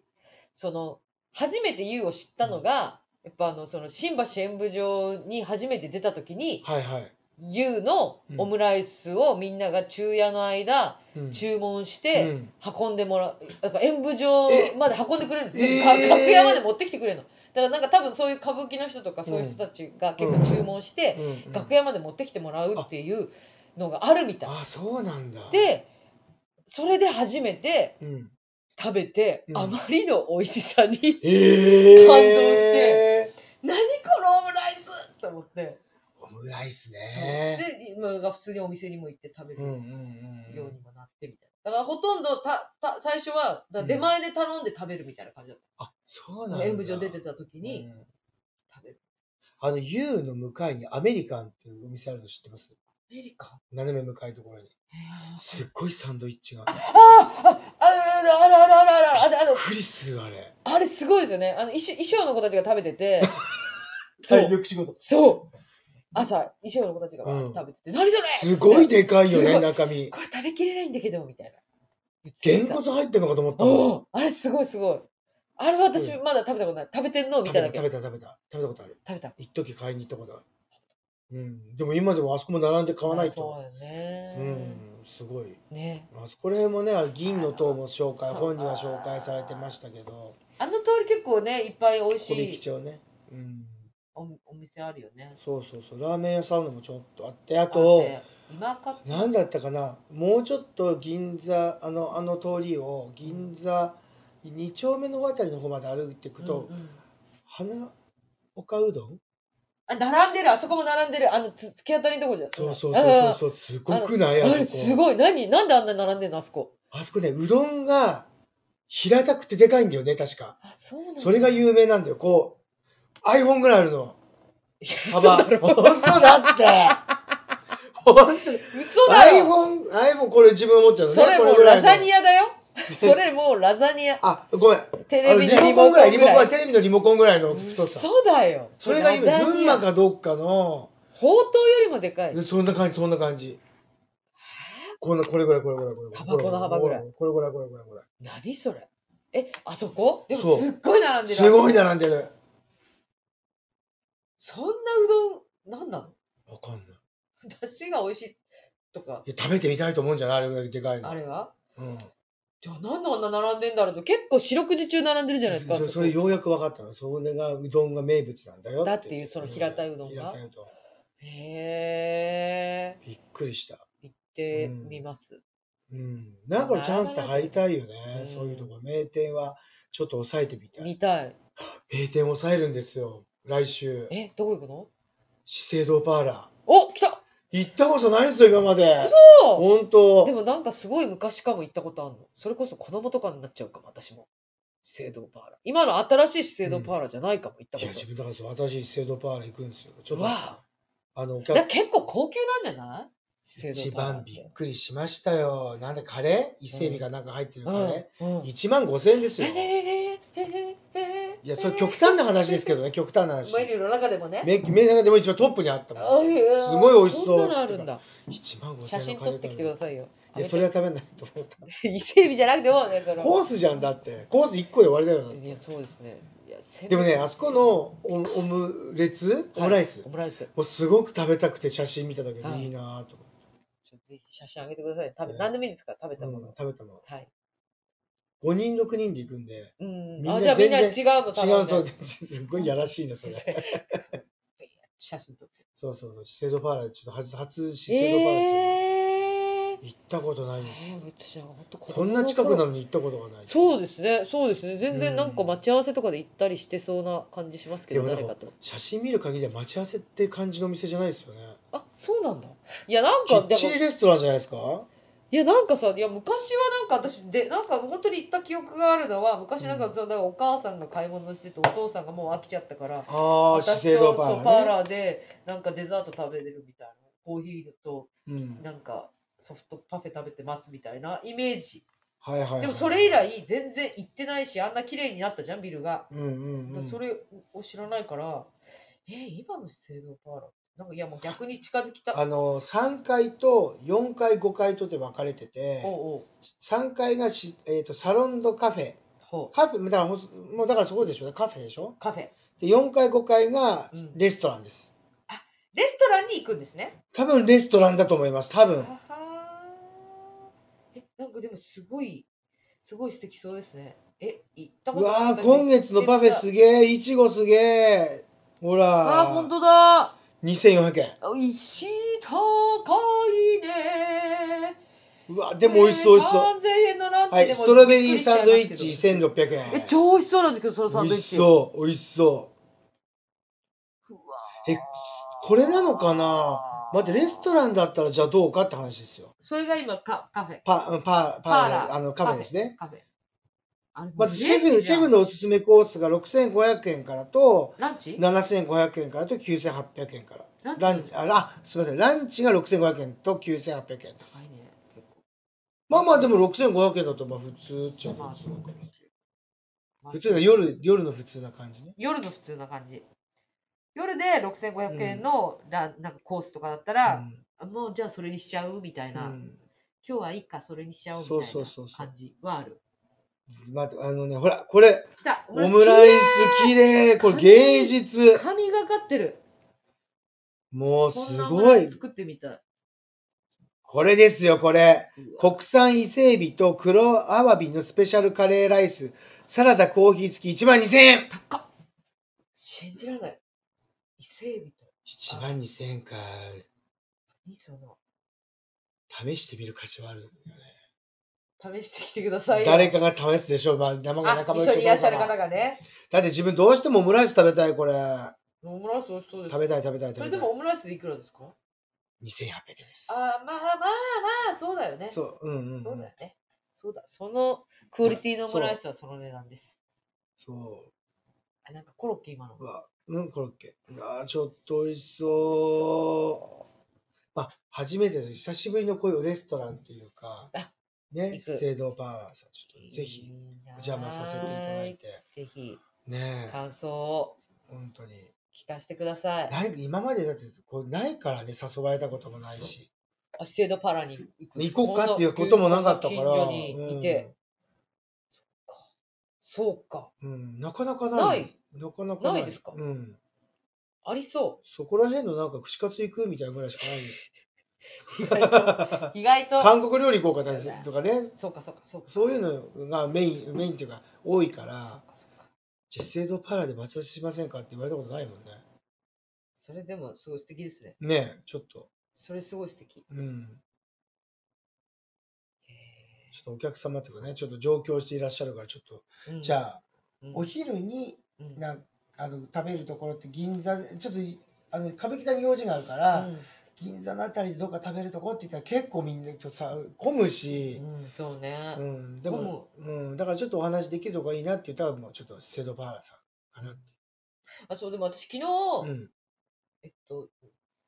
その、初めて YOU を知ったのが、やっぱあの、その、新橋演舞場に初めて出た時に、はいはい YOU のうんオムライスをみんなが昼夜の間、うん注文しうて、ん運んでもらう。だから演舞場まで運んでくれるんですよ。ええーか楽屋まで持ってきてくれるの。だからなんか多分そういう歌舞伎の人とかそういう人たちが結構注文して、うんうん楽屋まで持ってきてもらうっていうのがあるみたい。あそうなんだ、で、それで初めて、うん、食べて、うん、あまりの美味しさにええ感動して何このオムライスと思って、オムライスねで、今が普通にお店にも行って食べるうんようんううんうにんもなってみたいな。だからほとんどた、た、最初は、だから出前で頼んで食べるみたいな感じだっあそうた。なんだ演舞場出てた時にうん食べる。あの U の向かいにアメリカンっていうお店あるの知ってますアメリカ斜め向かいところにすっごいサンドイッチがびっああああるあるあるあるあるあるあるくりするあれあれすごいですよね。あの、衣装衣装の子たちが食べて (laughs) て、そう。仕事そう。朝、衣装の子たちがわーって食べてて、何それすごいねでかいよすごねい中身これ食べきれないんだけど、みたいな。げんこつ入ってんのかと思ったもんおーあれすごいすごい。あれは私すまだ食べたことない。食べてんのみ食たいべなだたけ。食食べた食べた食べたことあべるた。一時買いに行ったことあるうんでも今でもあそこも並んで買わないそうとだよね。うんすごいね。あそこら辺もねあれ銀の塔も紹介そう本には紹介されてましたけどあの通り結構ね、いっぱい美味し小引い町ねうんおお店あるよね。そうそうそうラーメン屋さんのもちょっとあってああとね今かつ。何だったかなもうちょっと銀座あのあの通りを銀座2丁目の方あたりの方まで歩いていくと、うんうん花岡うどんあ並んでる、あそこも並んでる。あの、つ突き当たりのとこじゃん。そうそうそうそうそうすごくないうん。ああれそすこごい。何なんであんなに並んでんのあそこ。あそこねうどんが平たくてでかいんだよね確かあ、そうなんだそれが有名なんだよこう iPhone ぐらいある (laughs) のいや嘘幅だ本当だって (laughs) 本当に嘘だよ iPhone, iPhone これ自分持ってるのねそれこもうぐらラいのザニアだよ。それもうラザニア。 (laughs) あごめんテレあのビリのモリコモコンンぐらい、リぐモコンら。はいテレビのリモコンぐらいの太さ。そうだよ。それがラザ今、ニア群馬かどっかの、ほうとうよりもでかい。そんな感じ、そんな感じ。こんな、これぐらい、これぐらい、これぐらタい。バコの幅ぐらいこれぐらい、これぐらい、これぐらい。何それ。え、あそこでもそうすっごい並んでる。すごい。並んでる。そんなうどん、なんなの (laughs) わかんない。出汁が美味しいとか、いや食べてみたいと思うんじゃないあれぐらいでかいの。あれはうん。じゃあなんであんな並んでんだろうと。結構四六時中並んでるじゃないですか。あそそれこそれようやく分かったの。それがうどんが名物なんだよだっていうその平たいうどんが平たいうどんへえ。びっくりした。行ってみます。うん。なんかこれチャンスで入りたいよねう。んそういうとこ。名店はちょっと抑えてみたい。見たい。名店を抑えるんですよ来週え、どこ行くの資生堂パーラーお、来た行ったことないですよ今までお本で当もなんかすごい昔かも行ったことあるの。それこそ子供とかになっちゃうかも、私も。資生堂パーラー。今の新しい資生堂パーラーじゃないかも、行ったいこやと。自分だからそう私資生堂パーラー行くんですよちょっうとわあのあおだから客結構高級なんじゃない資一生堂パーラー番って。びっくりしましたよなんでカレー伊勢エビがなんか入ってるカレー、うんうん1万5000円ですえよええええいやそれ極端な (laughs) 話ですけどね極端な話メニューの中でもね。メメ中でも一番トップにあったもんすすごい美味しそうんなのあるんだ。 1万5000円のカレー写真撮ってきてくだいさいよ。いやそれは食べないと思った (laughs) 伊勢海老じゃなくてもね、それはコースじゃんだってコース1個で終わりだよだっていや、そうですね。いやせんべでいもね、あそこのオムオムレツ、オムライス、はいオムライス。もうすごく食べたくて写真見ただけではいいいなぁと、ちょっとぜひ写真あげてください。食べ、ね何でもいいですから、食べたうんもの。食べたの。はい。 5人、6人で行くんで、うん。みんなあ、じゃあみんな違う全の違頼うんでと、すごいやらしいな、それ。 (laughs) 写真撮って。そうそうそう、資生堂パーラー、ちょっと初、初資生堂パーラーでええ。すよ。行ったことないです。ええ私は本当子こ供んのな頃近くなのに行ったことがない。そうですね、そうですね。全う然んなんか待ち合わせとかで行ったりしてそうな感じしますけど、でもなん誰かかと。写真見る限りは待ち合わせって感じのお店じゃないですよね。あ、そうなんだ。いや、なんきか、っでちもりレストランじゃないですかいやなんかさいや昔はなんか私でなんか本当に行った記憶があるのは昔なんうかんそうだからお母さんが買い物しててお父さんがもう飽きちゃったからああ、資私生と堂パパー,、ーパーラーね。ラーでなんかデザート食べれるみたいなコーヒーとうん。なんかソフトパフェ食べて待つみたいなイメージはいはいはい。でもそれ以来全然行ってないしあんな綺麗になったじゃんビルが、うんうんうだからん。それを知らないからえ今の資生堂パーラーなんかいやもう逆に近づきたあの3階と4階5階とで分かれてておうおう3階がし、えー、とサロンドカフェほうカフェだからほんもうだからそこでしょねカフェでしょカフェで4階5階がうんレストランです、レストランに行くんですね多分レストランだと思います多分ははーえなんかでもすごいすごい素敵そうですねえ行ったこうとないわー今月のパフェすげえいちごすげえほあら本当だ2400円おいしい高いねうわでも美味しそう美味しそう3000円のランチではもいストロベリーサンドイッチびっくりしちゃい1600円ますけどえ超美味しそうなんですけどそのサン美ドイッチ味しそう美味しそううわえこれなのかな待ってレストンランだったらじゃあどうかって話ですよそれが今カカフェパパパパーーララーーあのカフェですねカフェあれまずシェ全部フじシゃェんフのおすすめコースが6500円からとランチ7500円からと9800円からランチランチあらすみませんランチが6500円と9800円で高いすね結構まあまあでも6500円だとまあ普通っちゃまあ普通かなまあ普通が夜夜の普通な感じね夜の普通な感じ夜で6500円のラン、なんかコースとかだったら、うもうじゃあそれにしちゃうみたいんうなん今日はいいか、それにしちゃおうみたそいうなそうそうそう感じはある。まあ、あのね、ほら、これ、きたオムライス綺麗これ芸術神がかってる。もうこんすなオムごライいス作ってみたい。これですよ、これ。うわ国産伊勢海老と黒アワビのスペシャルカレーライス、サラダコーヒー付き1万2000円高っ信じられない。伊勢海老と、 !1 万2000円か。いいその、試してみる価値はあるよね。試してきてくださいよ。誰かが試すでしょう、まあ、生があ仲間一緒にいらっしゃるだ方がね。って自分どうしてもオムライス食べたい、これ。オムライス美味しそうです。食べたい、食べたい、それ食でべたもい。オムライスいくらですか2800円です。あーまあまあまあ、そうだよね。そうそう、うんうん、うだよ。んね。そうだ。そのクオリティのオムライスはその値段です。そあなんかコロッケ今のう。う。わ、うん、コロッケ。あちょっと美味しそう。まあ、初めてです。久しぶりのこういうレストランというかあ、ね、行く資生堂パーラーさん、ちょっとぜひいいなお邪魔させていただい。て。ぜひ、ねえ、感想を本当に。聞かせてください。ない今までだってこうないからね、誘われたこともないし。アシエドパラに行く行こうかっていうこともなかったから。こんな近所にいて、そうか。うん、うんなかなかなない。いなかなかなない。いですかうん。ありそそこら辺のなんか串カツ行くみたいなぐらいしかないよ。う。意外と。意外と (laughs) 韓国料理行こうかとかねそうかそうかそうか。そういうのがメインメインっていうか多いかそうらかそうか。 「ジェセドパラで待ち合わせしませんか?」って言われたことないもんねそれでもすごい素敵ですね。ねえちょっとそれすごい素敵。うんちょっとお客様というかねちょっと上京していらっしゃるからちょっと、うんじゃ、あうんお昼にうんなあの食べるところって銀座でちょっといあの歌舞伎座に用事があるから、うん銀座のあたりでどっか食べるとこって言ったら結構みんなちょっとさ混むし、うん、そうね。うん、でも、うん、だからちょっとお話できるとこがいいなって言ったらもうちょっとセドパーラさんかなあ、そう、でも私昨日、うんえっと、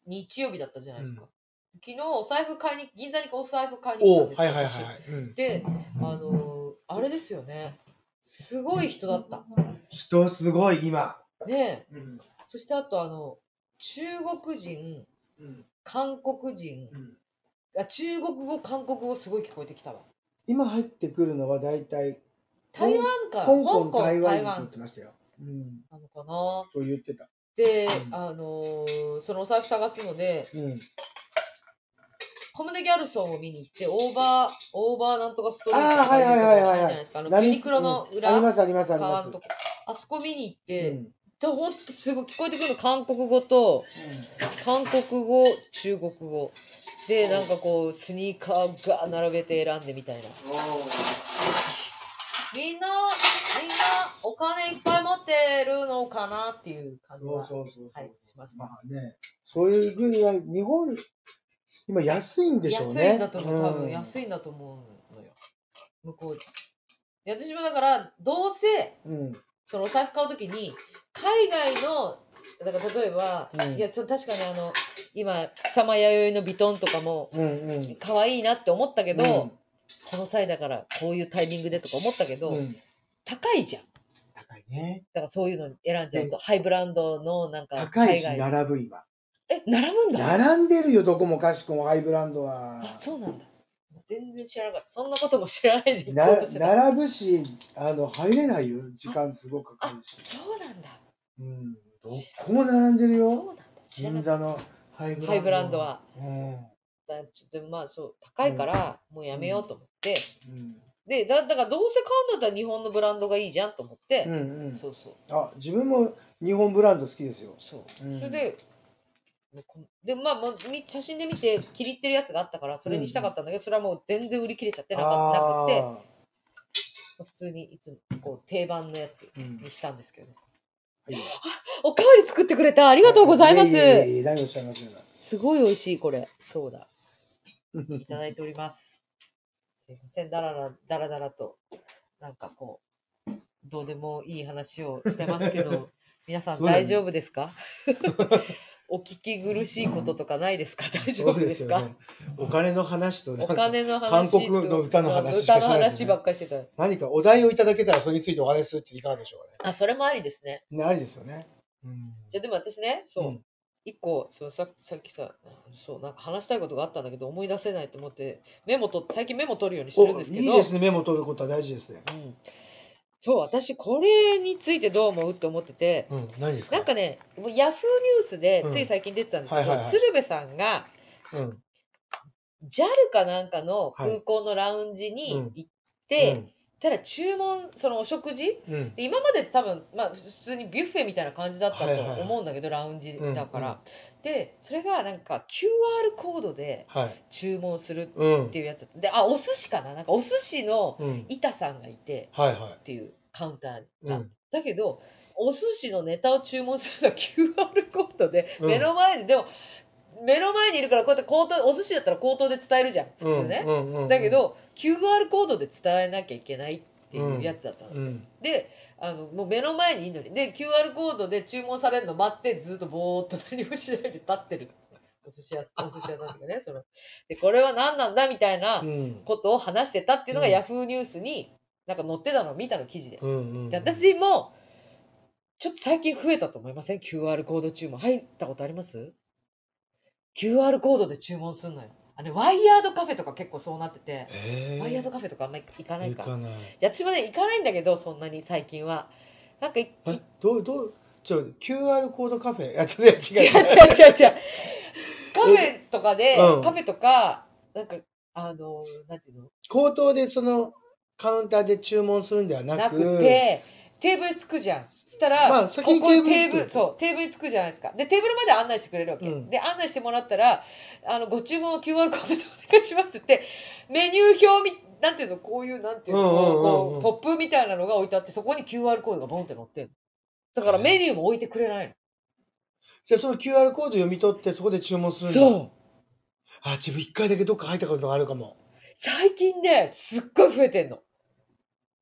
日曜日だったじゃないですか。う昨日、お財布買いに、銀座にお財布買いにお行ったんですおはいよはいはいはい、うん私、で、あのーあれですよね。すごい人だった。人すごい今、ねうんえ。そしてあと、あの、中国人、うん韓国人、うんあ中国語、韓国語すごい聞こえてきたわ。今入ってくるのは大体台湾か、香香港港、台台湾っ湾て言ってましたよ、うん、なのかな。そう言ってた、でう、んあのーそのお財布探すので、うん、コムデギャルソンを見に行って、オーバー、オーバーなんとかストリートあーはいはいはいはあるじゃないいですか。あの、ユニクロの裏、うんあり側ますありますありますのとこ。あそこ見に行っうて、んで、ほんとすごい聞こえてくるの、韓国語と、韓国語、中国語。で、なんかこう、スニーカーが並べて選んでみたいな。みんな、みんな、お金いっぱい持ってるのかなっていう感じそうが、そうそうそう、はい、しました。まあねそういうぐらい日本今安いんでしょうね安いんだと思う、多分うん安いんだと思うのよ。向こうで。で私もだから、どうせ、うんそのお財布買うときに、海外の、だから例えば、うんいや、その確かにあの、今、草間弥生のビトンとかも、うんうん可愛いなって思ったけど、うんこの際だから、こういうタイミングでとか思ったけど、うん高いじゃん。高いねだからそういうの選んじゃうと、ねハイブランドのなんか、高いし海外並ぶ今え、並ぶんだ並んでるよどこもかしこもハイブランドはあ、 (laughs) そうなんだ。全然知らなかった。そんなことも知らないで行なこうとしてた。並ぶしあの入れないよ時間すごくかかある、しそうなんだ。うんどこも並んでるそうよなんだ。知ら銀なかっ座のハイブランドハイブランドはうん、た。ちょっとまあそう、高いから、もうやめようと思って、うんでだだからどうせ買うんだったら日本のブランドがいいじゃんと思って、うんうん、そうそうあ自分も日本ブランド好きですよ、そう、うんそれででまあもうみ写真で見て気に入ってるやつがあったからそれにしたかったんだけど、それはもう全然売り切れちゃってなかなくあてー普通にいつもこう定番のやつうんにしたんですけど、はいおかわり作ってくれたありがとうございます、ええええええ何をおっしゃいますよすごい美味しいこれそうだうないただいておりますすいませんだらだらだらだらとなんかこうどうでもいい話をしてますけ (laughs) ど皆さんそうだね大丈夫ですか (laughs) お聞き苦しいこととかないですか大丈そう夫でですすかよねお金の話となんおか金の話と韓国の歌の話し歌かのしないです話ねばっかりしてた何かお題をいただけたらそれについてお話しするっていかがでしょうかあそれもありですねねねありですよね、うん、じゃあでも私ねそう、うん一個そうささっきさそうなんか話したいことがあったんだけど思い出せないと思ってメモと最近メモ取るようにしてるんおでいすけどいですねメモ取ることは大事ですね。うん、そう私これについてどう思うって思っててうん何ですか。なんかねもうヤフーニュースでうんつい最近出てたんですけど、はいはいはい鶴瓶さんがうん JAL かなんかのはい空港のラウンジにうん行って、ただ注文そのお食事うんうんで今まで多分、まあ、普通にビュッフェみたいな感じだったはいはいはいと思うんだけど、ラウンジだから、うんうんでそれがなんか QR コードではい注文するうんっていうやつであお寿司かななんかお寿司のうん板さんがいてはいはっていうカウンタいーが、うんだけどお寿司のネタを注文す (laughs) るのは QR コードで、うん目の前にでも目の前にいるからこうやって口頭お寿司だったら口頭で伝えるじゃん普通ね、うんうんうんだけど QR コードで伝えなきゃいけないっていうやつだったの、うんであのもう目の前にいるのにで QR コードで注文されるの待ってずっとぼーっと何もしないで立ってる (laughs) お寿司屋お寿司屋さんとかねそのでこれは何なんだみたいなうんことを話してたっていうのがうんヤフーニュースになんか載ってたのを見たの記事でうんうんで私もちょっと最近増えたと思いません QR コード注文入ったことあります ?QR コードで注文すんのよあれワイヤードカフェとか結構そうなっててえーワイヤードカフェとかあんま行かない行かかないいや私もね行かないんだけどそんなに最近はなんかい違うえどうどうちょ QR コードカフェあちょっと違違う違う違うう違うカフェとかで、うんカフェとかなんかあのなんていうの口頭でそのカウンターで注文するんではななくくてテーブルつくじゃんそしたら、まあ先にここにテテーーブブルつくルそうテーブルにつくじゃないですかでテーブルまで案内してくれるわけ、うんで案内してもらったらあのご注文は QR コードでお願いしますって (laughs) メニュー表みなんていうのこういうなんていうの、うんうんうんうこんうポップみたいなのが置いてあってそこに QR コードがボンって載ってるだからメニューも置いてくれないのじゃあその QR コード読み取ってそこで注文するんだそうあ自分一回だけどっか入ったことがあるかも最近ねすっごい増えてんの。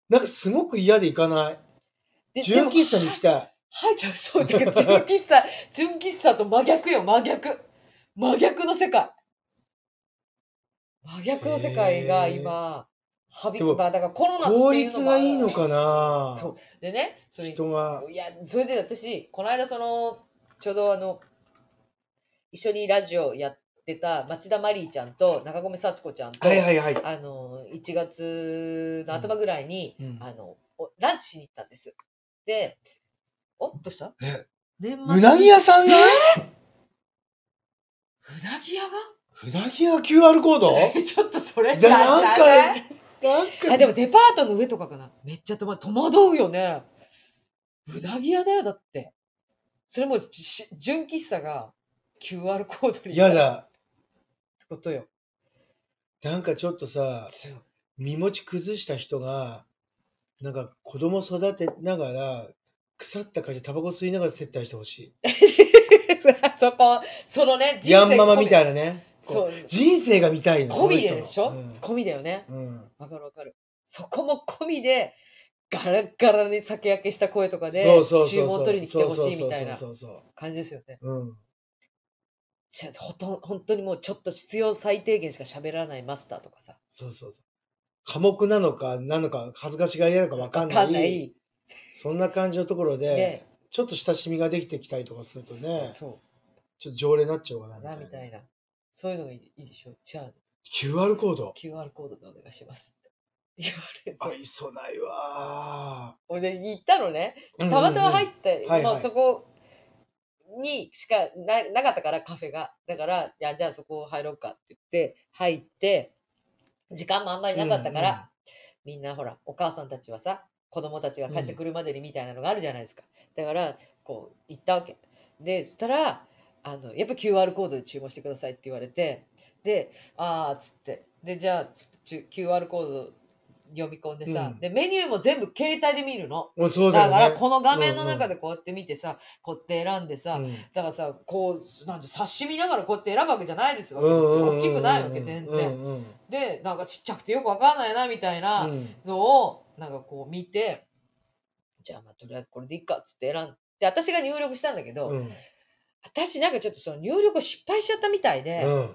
なんかすごく嫌で行かないで純喫茶にで行もきたい入ってそうだけど純喫 (laughs) 茶純喫茶と真逆よ真逆真逆の世界真逆の世界が今はびでもまあだからコロナっていうのも効率がいいのかそうなでねそれい人がやそれで私この間そのちょうどあの一緒にラジオやってた町田マリーちゃんと中込幸子ちゃんと、はいはいはいあの1月の頭ぐらいに、うんあのおランチしに行ったんです。で、おどうしたえ年末うなぎ屋さんがうなぎ屋が (laughs) (laughs) うなぎ屋 QR コードちょっとそれじゃあなんじかゃないなんかあでもデパートの上とかかなめっちゃ戸惑戸惑うよねうなぎ屋だよだってそれもじし純喫茶が QR コードに嫌っだてことよなんかちょっとさそう (laughs) 身持ち崩した人がなんか子供育てながら腐った会社タバコ吸いながら接待してほしそこそのねいヤンママみたいいなねこうそう人生が見たいの込みででしょ、その人の込みだよねうんうんわかるわかる。そこも込みで、ガラッガラに酒焼けした声とかでそうそうそう、そう注文取りに来てほしいみたいなそうそうそう感じですよね。そううんしゃほとん本当にもうちょっと必要最低限しか喋らないマスターとかさ。そうそうそう寡黙なのかなのか恥ずかしがり屋なのかわかんないそんな感じのところで、ねちょっと親しみができてきたりとかするとねそちょっと常例になっちゃうかなうみたないなみたいな。そういうのがいいいいでしょ。じゃあ QR コード QR コードでお願いしますって言われて。愛想ないわ俺行ったのね。たたまたま入って、はいはいもうそこにしかななかったからカフェがだからいやじゃあそこ入ろうかって言って入って時間もあんまりなかったから、うんうんみんなほらお母さんたちはさ子供たちが帰ってくるまでにみたいなのがあるじゃないですか、だからこう行ったわけでそしたらあのやっぱ QR コードで注文してくださいって言われてでああっつってでじゃあつってちゅ QR コード読み込んでさ、うんでメニューも全部携帯で見るの。もうそうだよだね。からこの画面の中でこうやって見てさ、こうやって選んでさ、うんだからさこうなんて刺身ながらこうやって選ぶわけじゃないですよ、うん大きくないわけ全然、うんうんでなんかちっちゃくてよくわかんないなみたいなうんのをなんかこう見てじゃあまあとりあえずこれでいいかっつって選んで私が入力したんだけど、うん私なんかちょっとその入力を失敗しちゃったみたいで、うん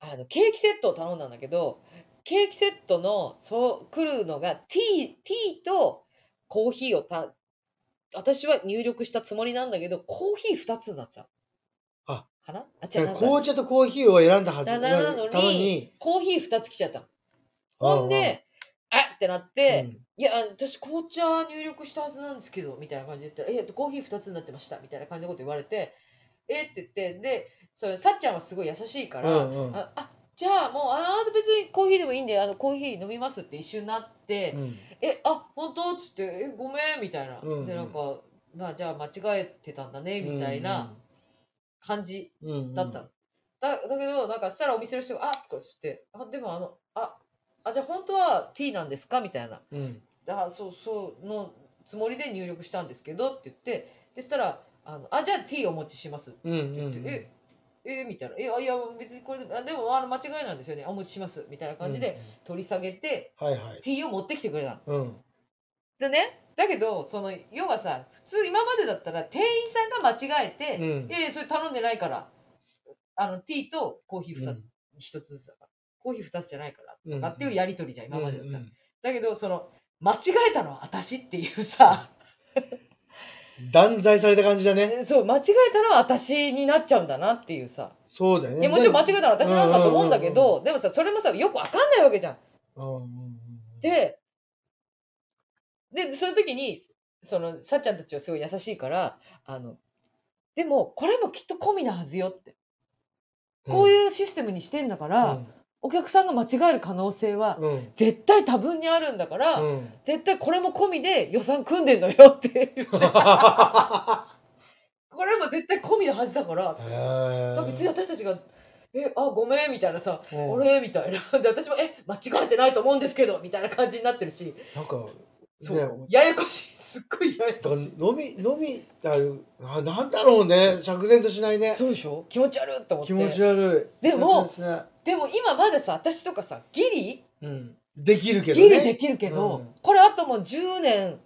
あのケーキセットを頼んだんだけどケーキセットのそう来るのがティーティーとコーヒーをた私は入力したつもりなんだけどコーヒー2つになってたのあかなあ、違う、なんか紅茶とコーヒーを選んだはずなななのにたのに。コーヒー2つ来ちゃったの。ほんで、あってなって、うんいや、あ私、紅茶入力したはずなんですけど、みたいな感じで言ったら、え、コーヒー2つになってました、みたいな感じのこと言われて、えって言って、で、それさっちゃんはすごい優しいから、うんうんああじゃあもう、ああ別にコーヒーでもいいんで、あのコーヒー飲みますって一瞬なって、うんえ、あ本当っつって、え、ごめん、みたいな。うんうんで、なんか、まあ、じゃあ間違えてたんだね、みたいな感じうんうんだったの。だだけど、なんかしたらお店の人が、あとかして、あ、でもあの、あ、あ、じゃあ本当は T なんですかみたいな。うんあ、そうそう、のつもりで入力したんですけどって言って、でしたら、あの、あ、じゃあ T お持ちしますってうんう言って、んえ、え、みたいな。え、あいや、別にこれで、あでもあの間違いなんですよね。お持ちします。みたいな感じで取り下げて、うんはいはい T を持ってきてくれたの。うんでね、だけど、その、要はさ、普通今までだったら店員さんが間違えて、うんええそれ頼んでないから。あの、ティーとコーヒー二つ、一つずつだから。コーヒー二つじゃないから。うんとかっていうやりとりじゃん、今までだっうたんうら。んだけど、その、間違えたのは私っていうさ、断罪された感じだねそう、間違えたのは私になっちゃうんだなっていうさ。そうだよいねや、もちろん間違えたのは私なんだと思うんだけうんうんうど、んでもさ、それもさ、よくわかんないわけじゃん。うんうんうんで、で、その時に、その、さっちゃんたちはすごい優しいから、あの、でも、これもきっと込みなはずよって。こういうシステムにしてんだから、お客さんが間違える可能性はうんうん絶対多分にあるんだから、うん絶対これも込みで予算組んでんのよって (laughs) これも絶対込みのはずだからへだーから別に私たちが「えあごめん」みたいなさ「うん俺」みたいな (laughs) で私も「え間違えてないと思うんですけど」みたいな感じになってるしなんかそねうややこしいすっごいややこだから飲み飲みだあなんだろうね釈然としないしねいそうでしょ気持ち悪いと思って気持ち悪いでも釈然としなでも今まださ私とかさギリいうんできるけどギねリできるけど、うんこれあともう10年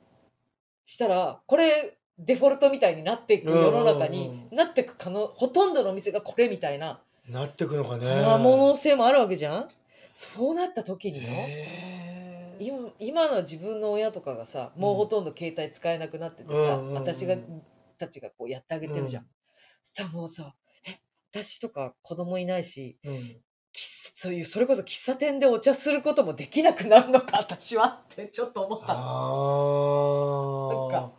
したらこれデフォルトみたいになっていく世の中うんうんになっていく可能ほとんどのお店がこれみたいななってくのかね可能性もあるわけじゃんそうなった時によへー今今の自分の親とかがさもうほとんど携帯使えなくなっててさ、うんうんうん私がたちがこうやってあげてるじゃん、うそしたらもうさえ私とか子供いないしうん喫そういうそれこそ喫茶店でお茶することもできなくなるの (laughs) か私はってちょっと思ったのあなんあ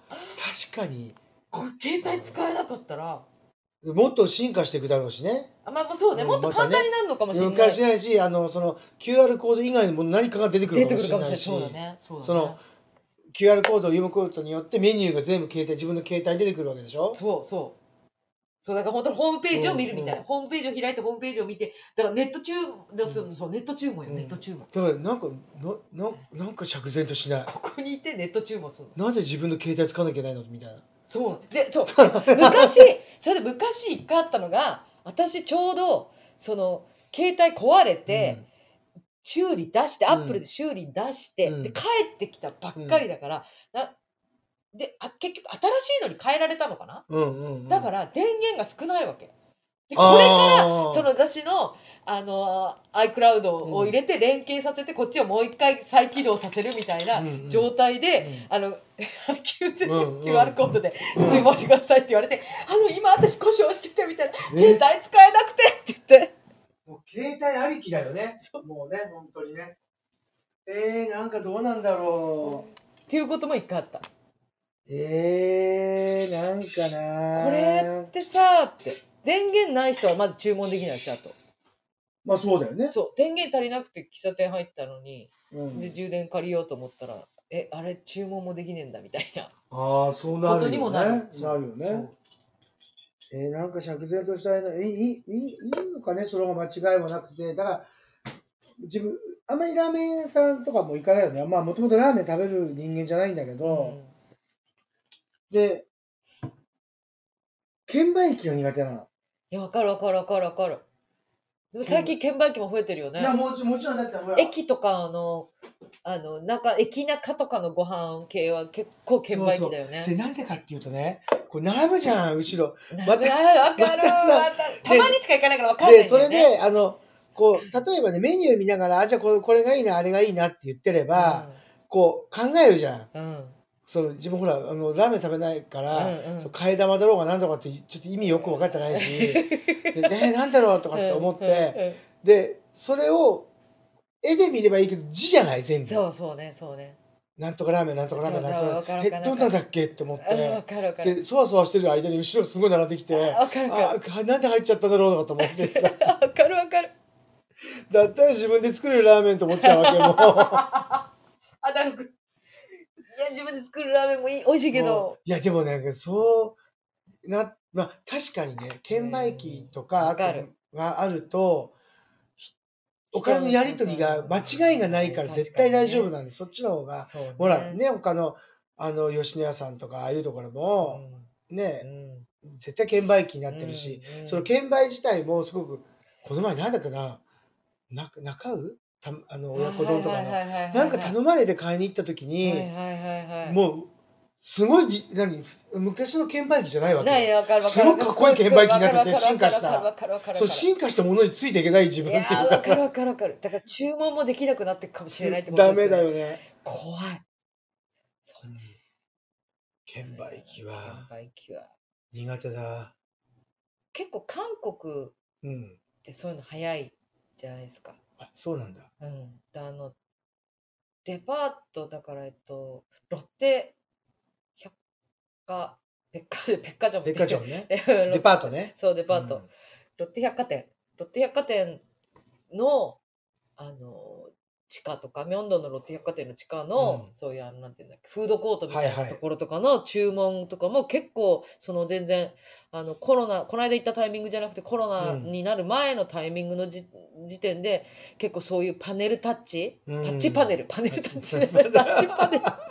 確かにこれ携帯使えなかったらもっと進化していくだろうしねあまあまあそうね、うんもっとまた簡ね単になるのかもしれない、昔しないしあのその QR コード以外にも何かが出てく出るかてもくるしかれもしなれないいしそうだねそうだねそのうん QR コードを読むことによってメニューが全部携帯自分の携帯に出てくるわけでしょそうそうそうだから本当にホームページを見るみたいな、うんうんホームページを開いてホームページを見てだからネット注文だそううそうネット注文よ、うんネット注文だからなんかなななんか釈然としないここにいてネット注文するのなぜ自分の携帯使わなきゃいけないのみたいなそうでそう昔 (laughs) それで昔一回あったのが私ちょうどその携帯壊れて、修理出して、うんアップルで修理出して、うんで帰ってきたばっかりだから、なであ結局新しいのに変えられたのかな、うんうんうんうんだから電源が少ないわけ。であーこれからその私のあの iCloud を入れて連携させて、こっちをもう一回再起動させるみたいなうんうん状態で、うんあの QZ うんうん QR コードでうん注文してくださいって言われて、あの今私故障しててみたいな、携ね帯使えなくてって言って。もう携帯ありきだよねもうね本当にねえー、なんかどうなんだろうっていうことも一回あった。えー、なんかなこれってさって電源ない人はまず注文できないしあとまあそうだよね。そう電源足りなくて喫茶店入ったのにうんで充電借りようと思ったらえあれ注文もできねえんだみたいなああ、そうなるよね。ことにもなるなるよね。えー、なんか釈然としたいな。え、いい、いいいいのかね、その間違いもなくて。だから、自分、あんまりラーメン屋さんとかも行かないよね。まあもともとラーメン食べる人間じゃないんだけうど、んで、券売機が苦手なの。いやわかるわかるわかるわかるでも最近券売機も増えてるよねいやもちもちろんだってほら駅とかのあのなんか駅中とかのご飯系は結構券売機だよでねなんでかっていうとねこれ並ぶじゃん後ろ並ぶわかるまたさわかるたまにしか行かないからわかんないんで、だそよれねで、あの、こう、例えばね、メニュー見ながら、あ、じゃあこれこれがいいな、あれがいいなって言ってれば、こう、考えるじゃん。うんうんその自分ほらあのラーメン食べないから、うんうんそう替え玉だろうが何だろうかってちょっと意味よく分かってない (laughs) しでえー、何だろうとかって思って、でそれを絵で見ればいいけど字じゃない全うん部そうそうねそうねなんとかラーメンなんとかラーメンそうなそうんとかラーメンわかるわかるえどんなんだっけって思っあわてかるわかるでそわそわしてる間に後ろすごい並んできあて。わかるわかあーなんで入っちゃったんだろうとかと思ってさるわかるわかるだったら自分で作れるラーメンと思っちゃうわけもうあだるくいや自分で作るラーメンもいい美味しいけもどういやでもなんかそうなまあ確かにね券売機とうんかわあとかるがあるとひお金のやり取りが間違いがないから絶対大丈夫なんでそっちの方がそうねほらね他のあの吉野家さんとかああいうところもね絶対券売機になってるし、うんうんその券売自体もすごくこの前なんだっけなな中うたあの親子丼とかのなんか頼まれて買いに行った時に。はいはいはいはいもう、すごいぎ、何、昔の券売機じゃないわけよ。ないねわかるわかるすごくかっこいい券売機になっててそうそう進化しわかたるわかるわかるわかるわかるそう、進化したものについていけない自分いっやていーうかわかるさ、わかるわかるだから注文もできなくなっていくかもしれないってことダですメよねだよね。怖いそううん券売機券は売機は苦手だ。結構韓国っうん。てそういうの早いじゃないですかあ、そうなんだ。うんであのデパートだからえっとロッテ百貨別貨別貨じゃんデカ (laughs) ジョンね。デデパートね。そうデパート、うんロッテ百貨店ロッテ百貨店のあの地下とか明洞のロッテ百貨店の地下の、うんそういうあのなんていうんだっけフードコートみたいはいなはいところとかの注文とかも結構その全然あのコロナこの間行ったタイミングじゃなくてコロナうんになる前のタイミングのじ、時点で結構そういうパネルタッチ、うんタッチパネルパネルタッチタ (laughs) タッチパネルッチパネル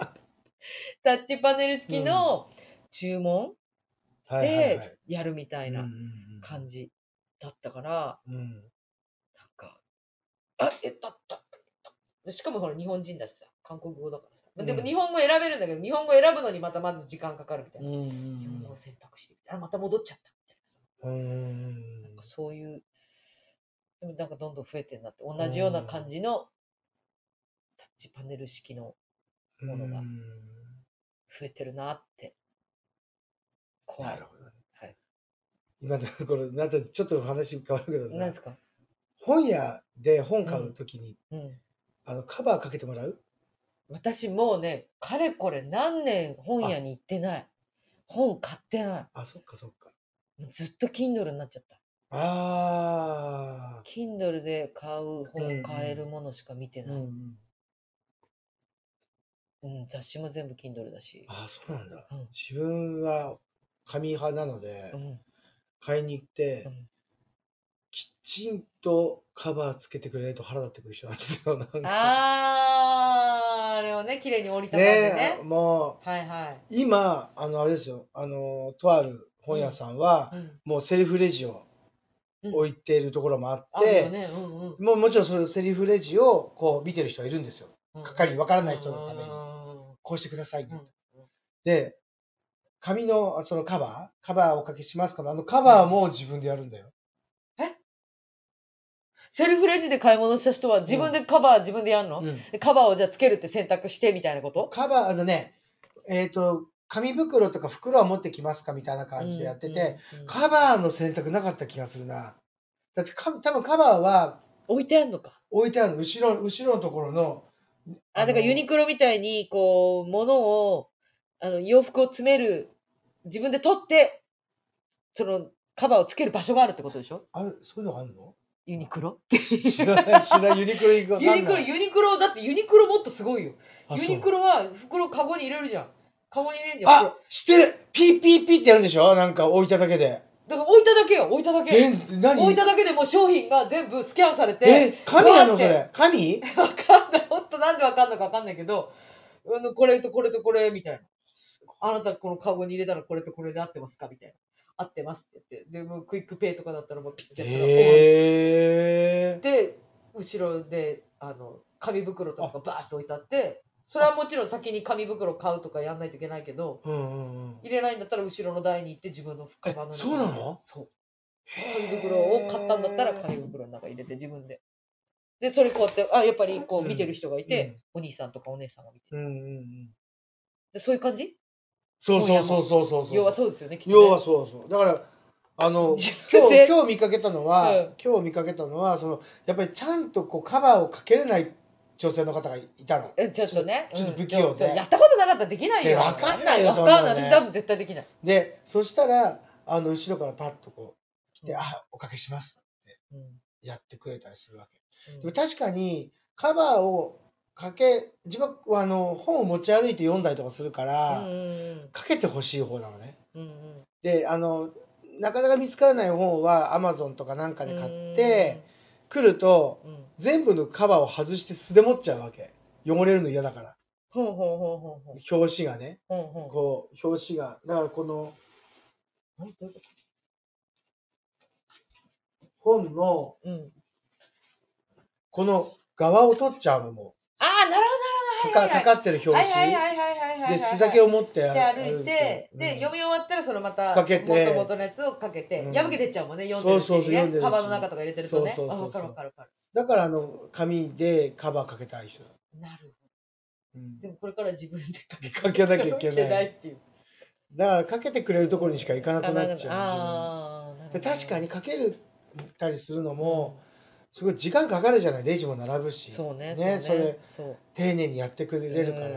タッチパネル式の注文はいはいではい。やるみたいなうんうんうん感じだったから、うんなんか、あ、えっと、たたしかもほら日本人だしさ、韓国語だからさ。まあでうもん日本語選べるんだけど、日本語選ぶのにまたまず時間かかるみたいな。うん日本語を選択してみたいな。あ、また戻っちゃったみたいなさ。うんうんなんかそういう、でもなんかどんどん増えてんなって、同じような感じのタッチパネル式のうんものがうん増えてるなって。怖ないる。ほどねはい。今のところ、なんかちょっと話変わるけどさなんですか本屋で本買うときに、うん。あのカバーかけてもらう私もうね、かれこれ何年本屋に行ってない。本買ってない。あそっかそっかずっと Kindle になっちゃった。あ Kindle で買ううんう本、ん買えるものしか見てあ、うない。うんん、雑誌も全部 Kindle だし。ああそうなんだうん自分は紙派なのでうん、買いに行って、うんきちんとカバーつけてくれないと腹立ってくる人なんで (laughs) すよなんかあー、あれをね、綺麗に折りたねたんでえね。もうはいはい。今あのあれですよあのとある本屋さんは、うんもうセルフレジを置いているところもあっあるて、よね、うんうんもうもちろんそのセリフレジをこう見てる人はいるんですよ。うん。係わからない人のためにに。こうしてくださいね、うんで、紙のそのカバーカバーおかけしますかあのカバーも自分でやるんだよ。セルフレジで買い物した人は自分でカバー自分でやるの、うんでカバーをじゃあつけるって選択してみたいなことカバー、あのね、えっ、と、紙袋とか袋は持ってきますかみたいな感じでやってて、、うんうんうんカバーの選択なかった気がするな。だってか多分カバーは置いてあんのか。置いてある後ろ、後ろのところの。あ、だからユニクロみたいに、こう、物を、あの、洋服を詰める、自分で取って、その、カバーをつける場所があるってことでしょある、そういうのがあるのユニクロ知らない、知らない、ユニクロ行くわかんユないニクロ、ユニクロ、だってユニクロもっとすごいよ。あそうユニクロは袋カゴに入れるじゃん。カゴに入れるじゃん。袋あ知ってるピーピーピーってやるんでしょなんか置いただけで。だから置いただけよ、置いただえけ。、何置いただけでもう商品が全部スキャンされて、え、神なわのーっそてれ。神わかんない。ほんとなんでわかんのかわかんないけど、あのこれとこれとこれみたいな。あなたこのカゴに入れたらこれとこれで合ってますかみたいな。合ってますって言って。で、もうクイックペイとかだったらもうピッてやったら、えー。で、後ろで、あの、紙袋とかがバーッと置いてあって、それはもちろん先に紙袋買うとかやんないといけないけど、うんうんうん。入れないんだったら後ろの台に行って自分のカバンの中にえそうなのそう。紙袋を買ったんだったら紙袋の中に入れて自分で。で、それこうやって、あ、やっぱりこう見てる人がいて、お兄さんとかお姉さんが見てるうんうんうん。そういう感じそうそうそうそうそうそう要はそうですよね、きっとね要はそうそうだからあ (laughs) の自今分日で今日見かけたのは、うん今日見かけたのはそのやっぱりちゃんとこうカバーをかけれない女性の方がいたの。うんちょっとね。ちょっとうん不器用でそうやったことなかったらできないねよ。わかんないよわそかんんなのねない。私多分絶対できない。でそしたらあの後ろからパッとこう来て「あおかけしますうん」やってくれたりするわけ。うんでも確かにカバーをかけ自分はあの本を持ち歩いて読んだりとかするから、うんうんかけてほしい方なのね。うんうんであのなかなか見つからない本はアマゾンとかなんかで買って、来るとうんうんうん全部のカバーを外して素で持っちゃうわけ汚れるの嫌だからほうほうほうほうほう表紙がねほうほうこう表紙がだからこのはいどういうこ本のとうんこの側を取っちゃうのもああ、なるほかど、かなるほど。はいかかってる表はい紙はいはいはいはいはいはいはい。で素だけを持ってで歩いて、うんで、読み終わったらそのまた、かけて元々のやつをかけてうん、破けてっちゃうもんね、読んでるうちそうそうそうに読んでるね。うちにカバンの中とか入れてるとね。あそうそうそうそわかうるわかるわかる。だからあの紙でカバーかけたい人だ、なるほど。うんでもこれから自分でかけかけなきゃいけないっていう。だからかけてくれるところにしか行かなくなっちゃうあーなるほ自ど分で確かにかけるたりするのも、すごい時間かかるじゃないレジも並ぶしそうねねそうねそう丁寧にやってくれるから、うんうん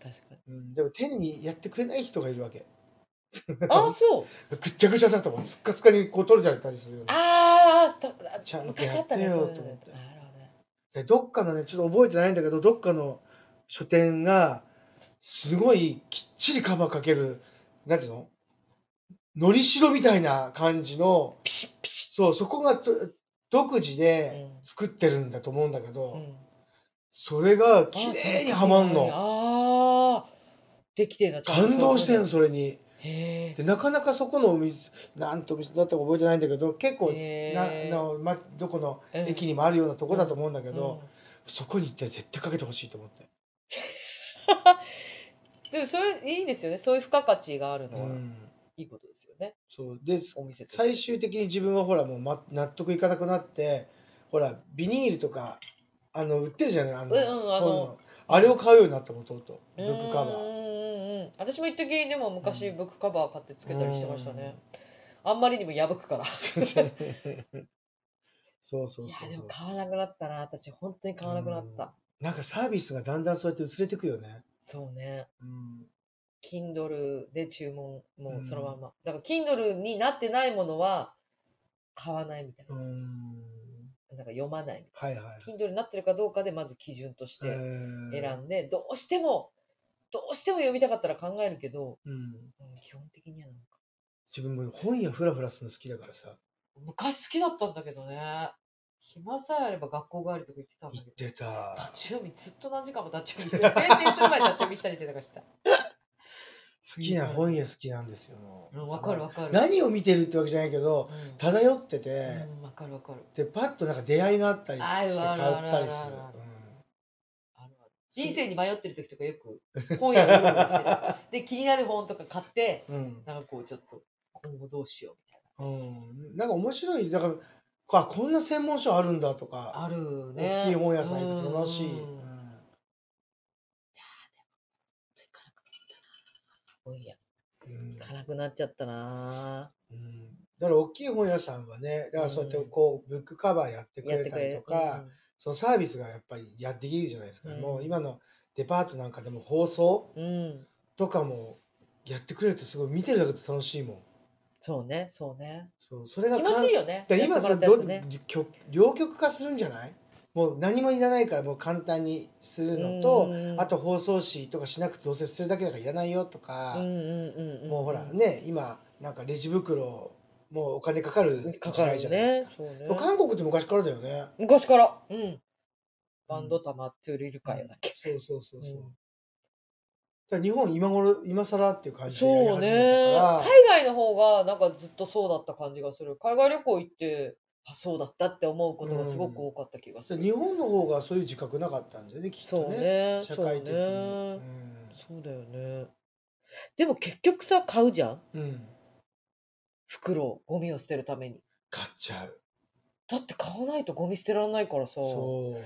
確かうんでも丁寧にやってくれない人がいるわけにああそうぐっちゃぐちゃだと思うすっかすかにこう取れちゃったりするよねあーあとあちゃんと昔やあっってたねよそういうとの思っねてなるほどねでどっかのねちょっと覚えてないんだけどどっかの書店がすごいきっちりカバーかけるなんていうののりしろみたいな感じのピシッピシそうそこがと独自でうん作ってるんだと思うんだけど、ッうんそれが綺麗にはまんのああできてるなちゃんと感動してんのそれに。へえでなかなかそこのお店なんてお店だったか覚えてないんだけど結構へなーな、ま、どこのうん駅にもあるようなとこだと思うんだけけど、そこに行って絶対かけてほしいと思って、でもそれいいですよねそういう付加価値があるうのはん、いいことですよねそうでお店として最終的に自分はほらもう、ま、納得いかなくなってほらビニールとかあの売ってるじゃないあの,うん本うんの、あのあれを買うようになったもとうとブックカバうーんうんうん私も一時でも昔うブックカバー買ってつけたりしてましたねあんまりにも破くからそうそいうやそうでそもう買わなくなったな私本当に買わなくなった、うんなんかサービスがだんだんそうやって薄れてくよね、そうねうん、 Kindle で注文もうんうそのまんま、だから Kindle になってないものは買わないみたいうんななんか読まないみはいはいたいな Kindle になってるかどうかでまず基準として選んで、どうしてもどうしても読みたかったら考えるけど、うん、うん基本的にはなんか自分も本屋フラフラするの好きだからさ昔好きだったんだけどね暇さえあれば学校帰りとか行ってたんだ行っけどてた立ち読みずっと何時間も立ち読みしてる閉店する前に立ち読みしたりしてたかしてた好きな本屋好きなんですよ (laughs) うんわかるわかる何を見てるってわけじゃないけどうん漂ってて、うん、わかるわかる。でパッとなんか出会いがあったりあしてるある買ったりすあるるあるあるうあるある人生に迷ってる時とかよく本屋にうろうろしてた (laughs) で、気になる本とか買って、んなんかこうちょっと、今後どうしようみたいうんうんなんか面白いだからこあこんな専門書あるんだとな。か、あるね。大きい本屋さん行くと楽しい、うんうん本屋うん行かなくなっちゃったなうんだから大きい本屋さんはねだからそうやってこうブックカバーやってくやっれてたくりれとるか、そのサービスがやっぱりやってきるじゃないですか、うんもう今のデパートなんかでも放送うん、うんとかもやってくれるとすごい見てるだけで楽しいもんそうね、そうね。そうそれが気持ちいいよね。だから今やってそもれらったやどつね。両両極化するんじゃないもう何もいらないからもう簡単にするのうとんあと放送紙とかしなくてどうせ捨てるだけだからいらないよとか、うんうんうんうん、もうほらね今なんかレジ袋もうお金かかるか時か代るじよゃないですねか。そうねもう韓国って昔からだよね。昔から。うん。バンドタマトゥルルカヨだっけ。そうそうそうそう。うんだから日本今頃今更っていう感じでやりそう始ねめたから。海外の方がなんかずっとそうだった感じがする海外旅行行ってあそうだったって思うことがすごく多かった気がすそうる、日本の方がそういう自覚なかったんだよねきっそとうねね社会そう的にね、そうだよねでも結局さ買うじゃんうん、うん、袋をゴミを捨てるために買っちゃうだって買わないとゴミ捨てられないからさそう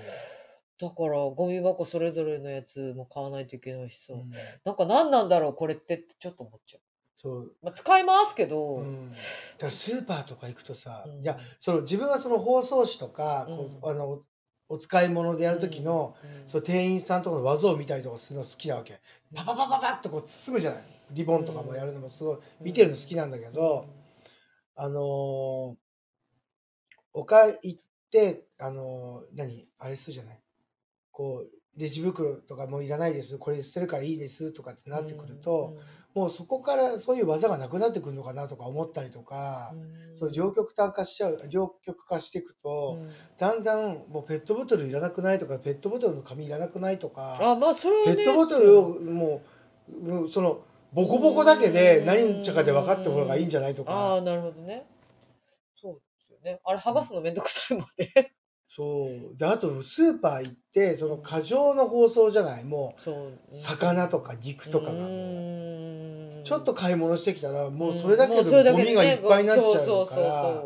だからゴミ箱それぞれのやつも買わないといけないしさ、うんなんか何なんだろうこれってってちょっと思っちゃそう、う、まあ、使いますけど、うん、だからスーパーとか行くとさ、うんいやその自分はその包装紙とか、こううんあのお使い物でやる時の、うんその店員さんとかの技を見たりとかするの好きなわうけんパパパパパッとこう包むじゃないリボンとかもやるのもすごい見てるの好きなんだけど、あのーおか行って、あのー何あれするじゃないこう、レジ袋とかもういらないです、これ捨てるからいいですとかってなってくると、、もうそこからそういう技がなくなってくるのかなとか思ったりとか、そう両極端化しちゃう、両極化していくと、だんだんもうペットボトルいらなくないとか、ペットボトルの紙いらなくないとか、あまあそれはペねットボトルをもう、うんその、ボコボコだけで何日かで分かってほうがいいんじゃないとあか、あなるほどねそうですよねあれ剥がすのめんどくさいもんねそう。で、あと、スーパー行って、その過剰の包装じゃない、もそうう、魚とか肉とかがうもう、ーんちょっと買い物してきたら、もううんそれだけもでうそれだゴミでがねいっぱいになっちゃそううかそうそうら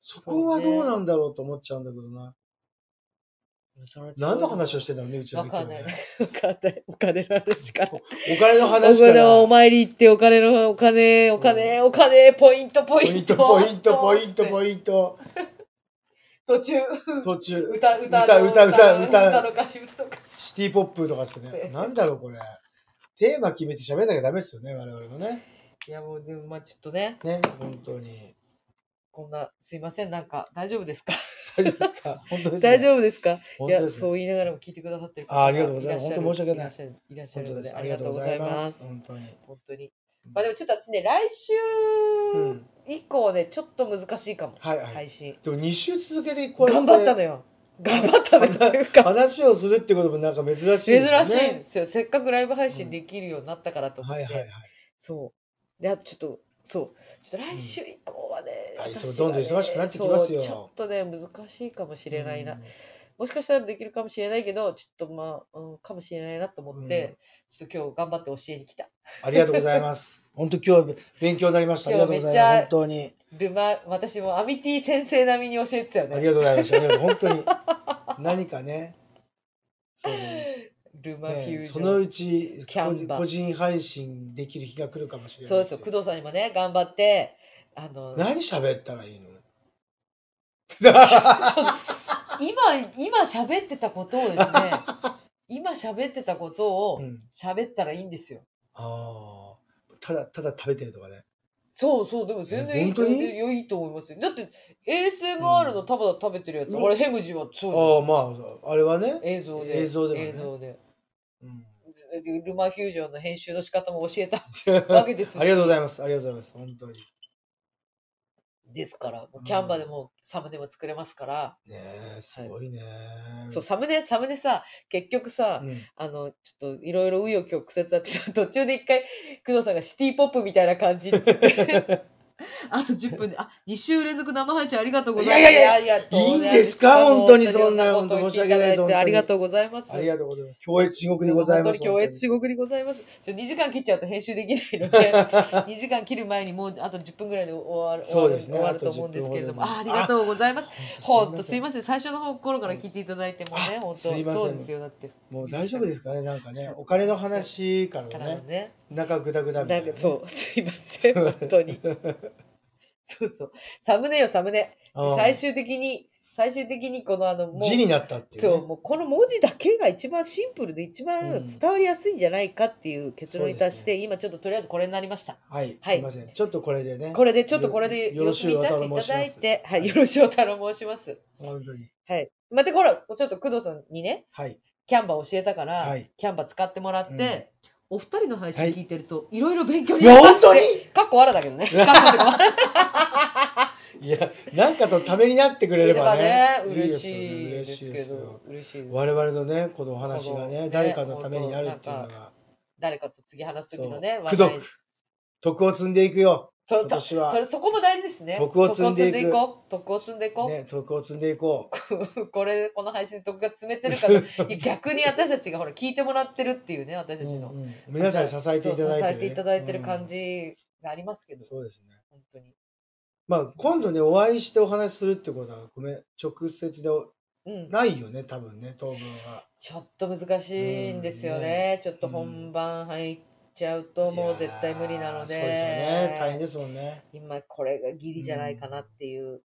そ、そこはどうなんだろうと思っちゃうんだけどな。うそれ何の話をしてんだろうね、うちのわ時かはんないね。。わかんない。お金の話から。お金のお話か金ら、お参り行ってお金のお金お金お金ポイントポポイインントト、ポイント、ポイント、ンポイント、ト途中途中、歌歌歌の歌歌の歌の歌詞歌の歌詞シティポップとかですね。なんだろう、これ。テーマ決めて喋んなきゃダメですよね、我々もね。いやもうでもまあちょっとねね、本当に。こんなすいませんなんか大丈夫ですか大丈夫で (laughs) すか本当ですね大丈夫ですか本い当やですねそう言いながらも聞いてくださってるあありがとうございますらっゃる本当申し訳ないらっしゃるいらっしゃ本る当ので。ですあありりががとうとうごござざいいまますす。本当に。本当にまあでもちょっと私ね来週うん以降ねちょっと難しいかもはいはい。配信でも2週続けてこうや頑張ったのよ。よ頑張ったのよっていうか話をするってこともなんか (laughs) 珍しいです珍ね。しいんですよ、せっかくライブ配信できるようになったからと思っはいて、はいはい。そうであとちょっとそうちょっと来週以降はね、うんはい私そうどんどん忙しくなってきますよそうちょっとね難しいかもしれないな、うんもしかしたらできるかもしれないけどちょっとまあ、うん、かもしれないなと思って、うんちょっと今日頑張って教えに来たありがとうござい (laughs) ます。本当今日勉強になりました。ありがとうござい今日ます。めっちゃ本当に。ルマ私もアミティ先生並みに教えてたよありねがとうございました。ありがとう本当に。何かね。そうそう。ルマフュージョン、ね、そのうちキャンバ個人配信できる日が来るかもしれない。そうですよ工藤さんにもね頑張ってあの何喋ったらいいの今今喋ってたことをで (laughs) すね今喋ってたことをうん喋ったらいいんですよ。 (laughs) ああ。ただ、ただ食べてるとかね。そうそうでも全然いいえ本当に全然いいと思いますよ。だって ASMR のただ食べてるやつ、うんあれヘムジはそうじゃんああ、まあ、あれはね。映像で映像ではね映像でうんでルマフュージョンの編集の仕方も教え (laughs) たわけですしありがとうございます。ありがとうございます。本当に。ですからもううんキャンバでもサムネも作れますから、ねえ、すごいね。そうサムネサムネさ結局さ、うんあの、ちょっといろいろ紆余曲折あって、 (laughs) 途中で一回、工藤さんがシティポップみたいな感じっつ (laughs) って。あと10分で、あ、2週連続生配信ありがとうございます。いやいやいやいやといいんですか本当にそんなこと言ってただいて本当申し訳ないです本当にありがとうございます。ありがとうございます。強越至極でございま本す。当に強烈至極でございます。ちょ2時間切っちゃうと編集できないの (laughs) で、2時間切る前にもうあと10分ぐらいで終わる、そうですね終わると思うんですけれども、あと10ああ分りほどでがとうございます。ほ本ん当とにすいません。最初の頃から聞いていただいてもね、あ本当すいませんそうですよ。だって。もう大丈夫ですかねなんかね、お金の話からかのらのね、ね。中グダグダみたないんなね。かそう、 (laughs) すいません、本当に。 (laughs) そうそう。サムネよ、サムネ。うん最終的に、最終的にこのあの、もう、字になったっていうね。そう、もうこの文字だけが一番シンプルで一う番ん伝わりやすいんじゃないかっていう結論に達しそうて、今ちょっととりあえずこれになりました。はい、はいすいません。ちょっとこれでね。これで、ちょっとこれでよ様ろし子ゅ見うさわせたてるい申たしだまいす。て、はい、よろしゅうたろ申します。本当に。はい。また、ほら、ちょっと工藤さんにね、はい。キャンバー教えたから、はいキャンバー使ってもらって、お二人の配信はい聞いてると、いろいろ勉強にいなや、ります本当にかっこわらだけ (laughs) どね。かっこってかいや、なんかとためになってくれればね。嬉しいでですすけよね嬉しいですよど。、嬉しいです。我々のね、このお話がこのねね、誰かのためになるっていうの本当が、誰かと次話す時のね、そう功徳徳を積んでいくよ。そう今年はそれそこも大事ですね。徳を積んでいく徳を積んでいこう。徳を積んでいこう。ね、徳を積んでいこう。 (laughs) これこの配信で徳が詰めてるから逆に私たちがほら聞いてもらってるっていうね私たちの、うんうん皆さんに支えていただいそて、うね。支えていただいてる感うんじがありますけど、そうですね。本当にまあ、今度ね、お会いしてお話しするってことは、ごめん、直接でおうん、ないよね多分ね当分は。ちょっと難しいんですよね。ちょっと本番入っちゃうと、もう絶対無理なので。いやーそうですよね大変ですもんね。今これがギリじゃないかなっていう、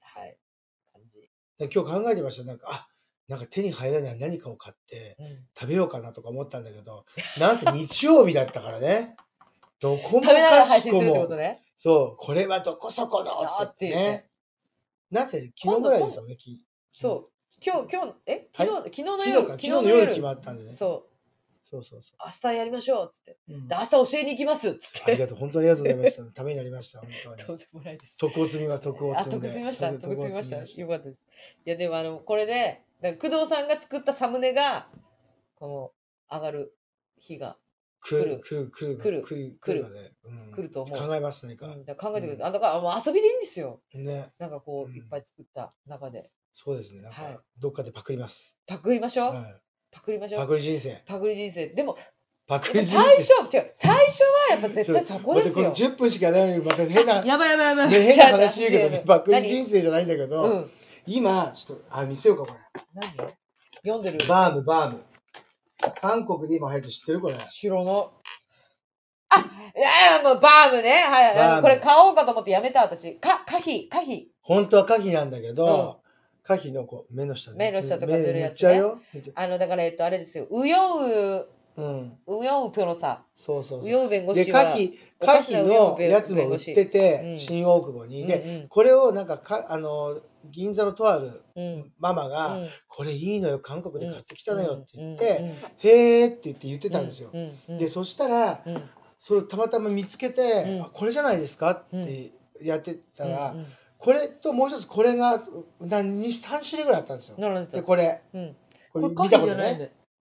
はい、感じ。で今日考えてましたなんかあなんか手に入らない何かを買ってうん食べようかなとか思ったんだけ (laughs) どなんせ日曜日だったからねどこも食べながから配し信こするってこもとね。そうこれはどこそこのってあーって言っねなぜ昨日ぐらいですよねきそう。今日、今日、え昨日、昨日の昨日夜、か昨日の夜決まったんでねそうそそうそうう。明日やりましょうっつって。うんで明日教えに行きますっつっ (laughs) ありて。がとう本当にありがとうございましたためになりました本 (laughs) 当とんにでもないです。徳を積みは徳をあ、積ん得で済みました。得済みまし徳をた。積よかったです。いや、でもあの、これで、だから工藤さんが作ったサムネが、この、上がる日が来る来る来る来る来る来るがねうん来ると思う。考えます何かうんだから考えてください。うんあだからもう遊びでいいんですよ。ねなんかこう、うんいっぱい作った中で。そうですねなんはいかどっかでパクりますパクりましょう。はいパクりましょう。パクリ人生。パクリ人生。でも、パクでリも人最生。初は、違う、最初はやっぱ絶対そこですこれよ。 10分しかないのに、また変な、ね、やばいやばいやばい。変な話言うけど違ね、うパクリ人生じゃないんだ何けうど、ん。今、ちょっと、あ、見せようか、これ。何読んでるバーム、バーム。韓国で今流行って知ってるこれ。白の。あ、いやいや、もうバームね。はいバーあムの。これ買おうかと思ってやめた、私。か、可否可否本当はカヒなんだけど、カヒのこう、目の下で。目の下とか出るやつねね。めっちゃよ。めっちゃあの、だから、えっと、あれですよ。ウヨうん。ウ、ウヨウピョロさそうそうウそヨウ弁護う。士で、は。カヒ、おカかしヒな上のの弁やつも売って弁護て、士新大久保に。で、で、これをなんかか、あの、銀座のとあるうんうん。ママうが、んこれいいのよ韓国で買ってきたのよって言っうてんうんうん「へえ」って言って言ってたんですよう。んうんでそしたらうんそれをたまたま見つけてうん「あこれじゃないですか?」ってやってたらうんうんこれともう一つこれが何3種類ぐらいあったんですよ。なるほどでこれうんこれ見これたこと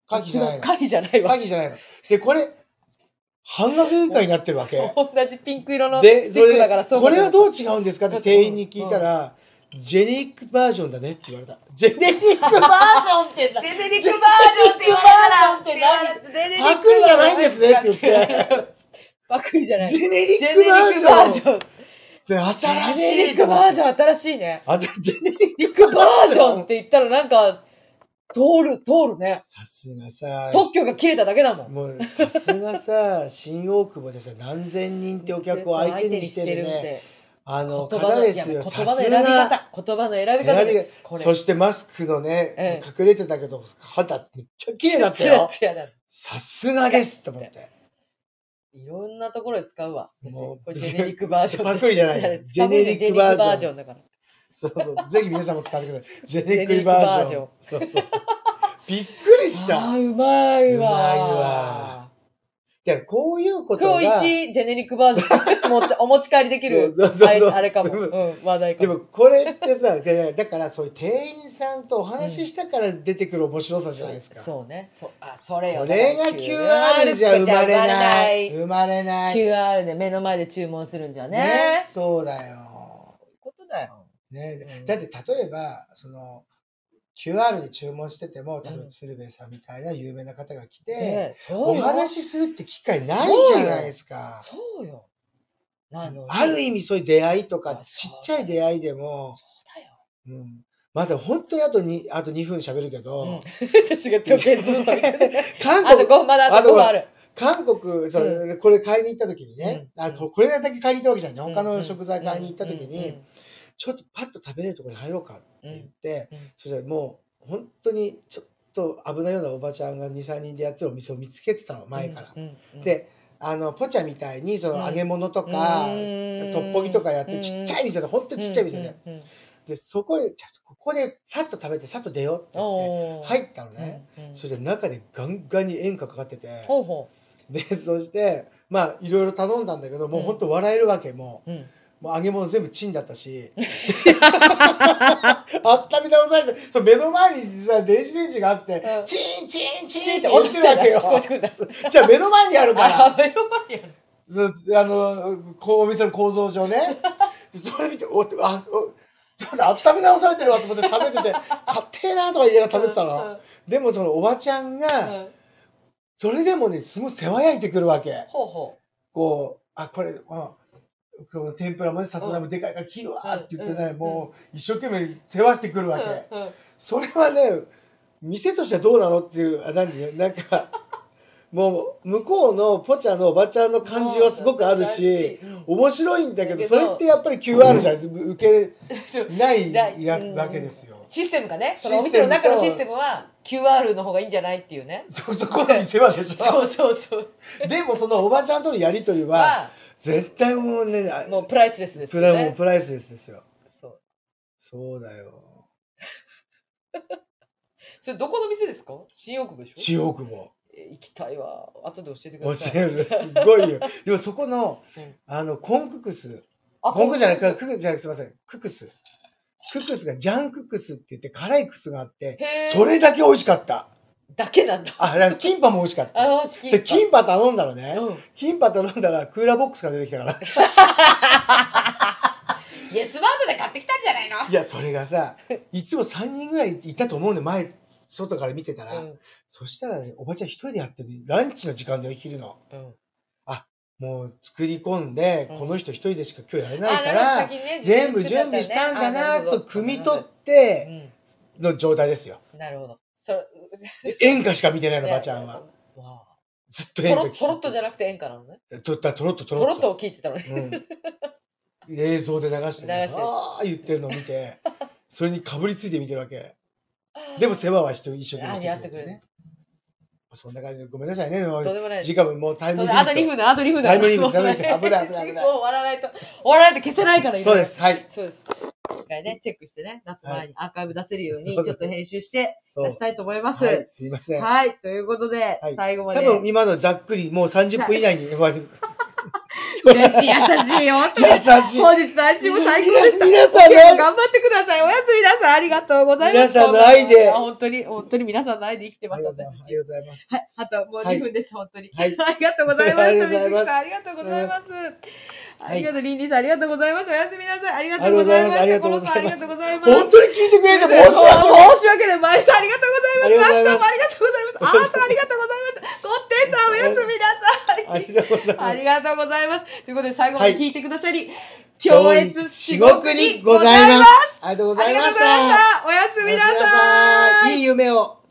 カキじゃないねのカキじゃなカキじゃないいのわカキじゃないの。でこれ半額以下になってる (laughs) わけ。同じピンク色のでチそップれだからでそうこれはどうう違うんですかって店員に聞いたら「ジェネリックバージョンだね」って言われた。ジェネリックバージョンってなジェネリックバージョンって言われたらジェネリックバージョンって何パクリじゃないんですねって言って。パクリじゃないジジェェネリッネリクックババーージジョンョンって新しジェネリッいクと思バっージョて。ン新しいねあジェネリッバクバーージジョョンっンて言ったらなんか通る通るねさすがさ、特許が切れただけだもんもうさすがさ、新大久保でさ、何千人ってお客を相手にしてるね。あの言葉方のですよ、いやさ言葉のす選びが。方言葉の選び方選びでがこれそしてマスクのねえ、隠れてたけど、肌めっちゃ綺麗だったツヤ (laughs) よ。ツヤださすがですと思って。いろんなところで使うわ。私もうこれジェネリック (laughs) バージョンです。パクリじゃないやジェネリッパクリジェネリックバージョンクバージョンだから。そうそう、ぜひ皆さんも使ってください。ジェネリジッェネリッククババーージジョョンン。そうそうそう。びっくりしあた。ーうまいわ。うまいわ。だからこういうことが。今日一ジェネリックバージョン持ちお持ち帰りできるそうそうそうあれそうあれかも、、そううん話題かでも。もこれってさ、 (laughs) でだからそういう店員さんとお話ししたから出てくる面白さじゃないですか。そうね。そうあそれよ。これが QR じゃ生まれない。生まれない。 QR で目の前で注文するんじゃね。そうだよ。そういうことだよ。ねうんだって例えば、その、QR で注文してても、例えうばん鶴瓶さんみたいな有名な方が来て、ええそうおよ話しするって機会ないじゃないですか。そうよ。なのにある意味そういう出会いとか、あそうちっちゃい出会いでも、そうだよ。うん、まだ本当にあとにあと2分喋るけど、うん、 (laughs) 私が時計ずっと見てる。韓あと国、 5、まだあと5ある。韓国、そうこれ買いに行った時にね、うんあここれだけ買いに行ったわけじゃない、うん他の食材買いに行った時に、、うんちょっとパッと食べれるところに入ろうかって言って、うんうんそしたらもう本当にちょっと危ないようなおばちゃんが2、3人でやってるお店を見つけてたの、前から。、うんうん、であのポチャみたいにその揚げ物とうんか、うーんトッポギとかやってちっちゃい店で本当ちっちゃい店で、うんうんうんでそこへちょっとここでさっと食べてさっと出ようって言っておー入ったのね、、うんうんそして中でガンガンに演歌かかってて、ほうほでそしてまあいろいろ頼んだんだけどもううん本当笑えるわけもう、うん、うもう揚げ物全部チンだっ (laughs) たし (laughs) あっため直されてそう目の前にさ電子レンジがあって、うんチンチンチンチンっってて落ちてるわけよ落ちてるんだ (laughs) じゃあ目の前にあるからあ目の前にあるそうあのこうお店の構造上ねでそれ見ておあおちょっと温め直されてるわと思って食べて (laughs) て「かってえな」とか言いながら食べてたの、でもそのおばちゃんうんうんが、うんそれでもねすごい世話焼いてくるわけほうほこうあこれあこの天ぷらもねさつまいもでかいから切るわうんって言ってね、うんもう一生懸命世話してくるわけ、うんうんそれはね店としてはどうなのっていうあ何て言うのなんかもう向こうのポチャのおばちゃんの感じはすごくあるし、うん面白いんだけだけどどそれってやっぱり QR じゃ受そうけないだやうんわけですよ。システムがね、シそステムのとお店の中のシステムは QR の方がいいんじゃないっていうね。そそこの店はでしそうょそうそう。でもそのおばちゃんとのやり取りはは、絶対もうねあもうプライスレスですプよラもうね。プライスレスですよそう。そうだよそれどこの店ですか新大久保でしょ中央区もえ行きたいわ。後で教えてく教ださい。えるすご (laughs) いよでもそこのうんあのコンククス (laughs) あコンクじゃない、へククじゃない、すみません。ククス。ククスがジャンククスって言って辛いクスがあって、え。それだけ美味しかった。だけなんだ。あ、だからキンパも美味しかった。ああ、それ金キンパ頼んだらね、うん。キンパ頼んだらクーラーボックスが出てきたから。 (laughs) イエスマートで買ってきたんじゃないのいや、それがさ、いつも3人ぐらいいたと思うね、前、外から見てたら。うんそしたらね、おばちゃん一人でやってる、ランチの時間だよ、昼の。うん。もう作り込んで、うんこの人一人でしか今日やれあないーなるほどから、先にね全部準備したんだなと、汲み取っての状態ですよ。て。なるほど。それ、演歌しか見てないの、ばちゃんは。わあ。ずっと演ポ歌ロポロッとじゃゃなくて演歌なのね。とったとろっととポろっロッととを聞いてたのね。うん、映像で流してね流してああ言ってるのを見 (laughs) てそれにかぶりついて見てるわけでも世話はして一生懸命あやってくれるね。そんな感じでごめんなさいねもとうんでもないです。時間ももうタイムリあと2ミッ分だ、あと2分だ。タイムリミットタイムリミットもうね危ない危ない危ないそう、終わらないと、終わらないと消せないから、ト今そうで。すはいそうです。一回ね、チェックしてね、夏は前にアーカイブ出せるようそうに、ですちょっと編集してそう出したいと思います。ははいい、すいません、ということで、はい最後まで。多分今のざっくりもう30分以内に終わる嬉しい、優しいよ。本当 (laughs) 優にしい本日の配信も最高でした。皆さんの今日も頑張ってください。おやすみなさい。ありがとうございます。皆さんの愛であ本当に、本当に皆さんの愛で生きてあまりす、がとうご私ざいたますちあり。がとうございますはい、あともうはい2分です、本当に。ありがとうござはいいます。ありがとう富士さんありがとうごございますざいます。いありがとう、りんりんさん、ありがとうございました。おやすみなさい。ありがとうございました。ありがとうございますコロさんありがとうございます。本当に聞いてくれて申し訳ない申し訳ない。まゆさん、ありがとうございます。ありがとうございまあきすさんもありがとうございます。あーさん、ありがとうございます。こってんさん、おやすみなさい。ありがとうございますありがとうございます。ということで、最後まで聞いてくださり、共共演越至至極極ににごござざいいまますす。ありがとうごあざいりがとうまごしざいましたた。おやすみなさい。いい夢を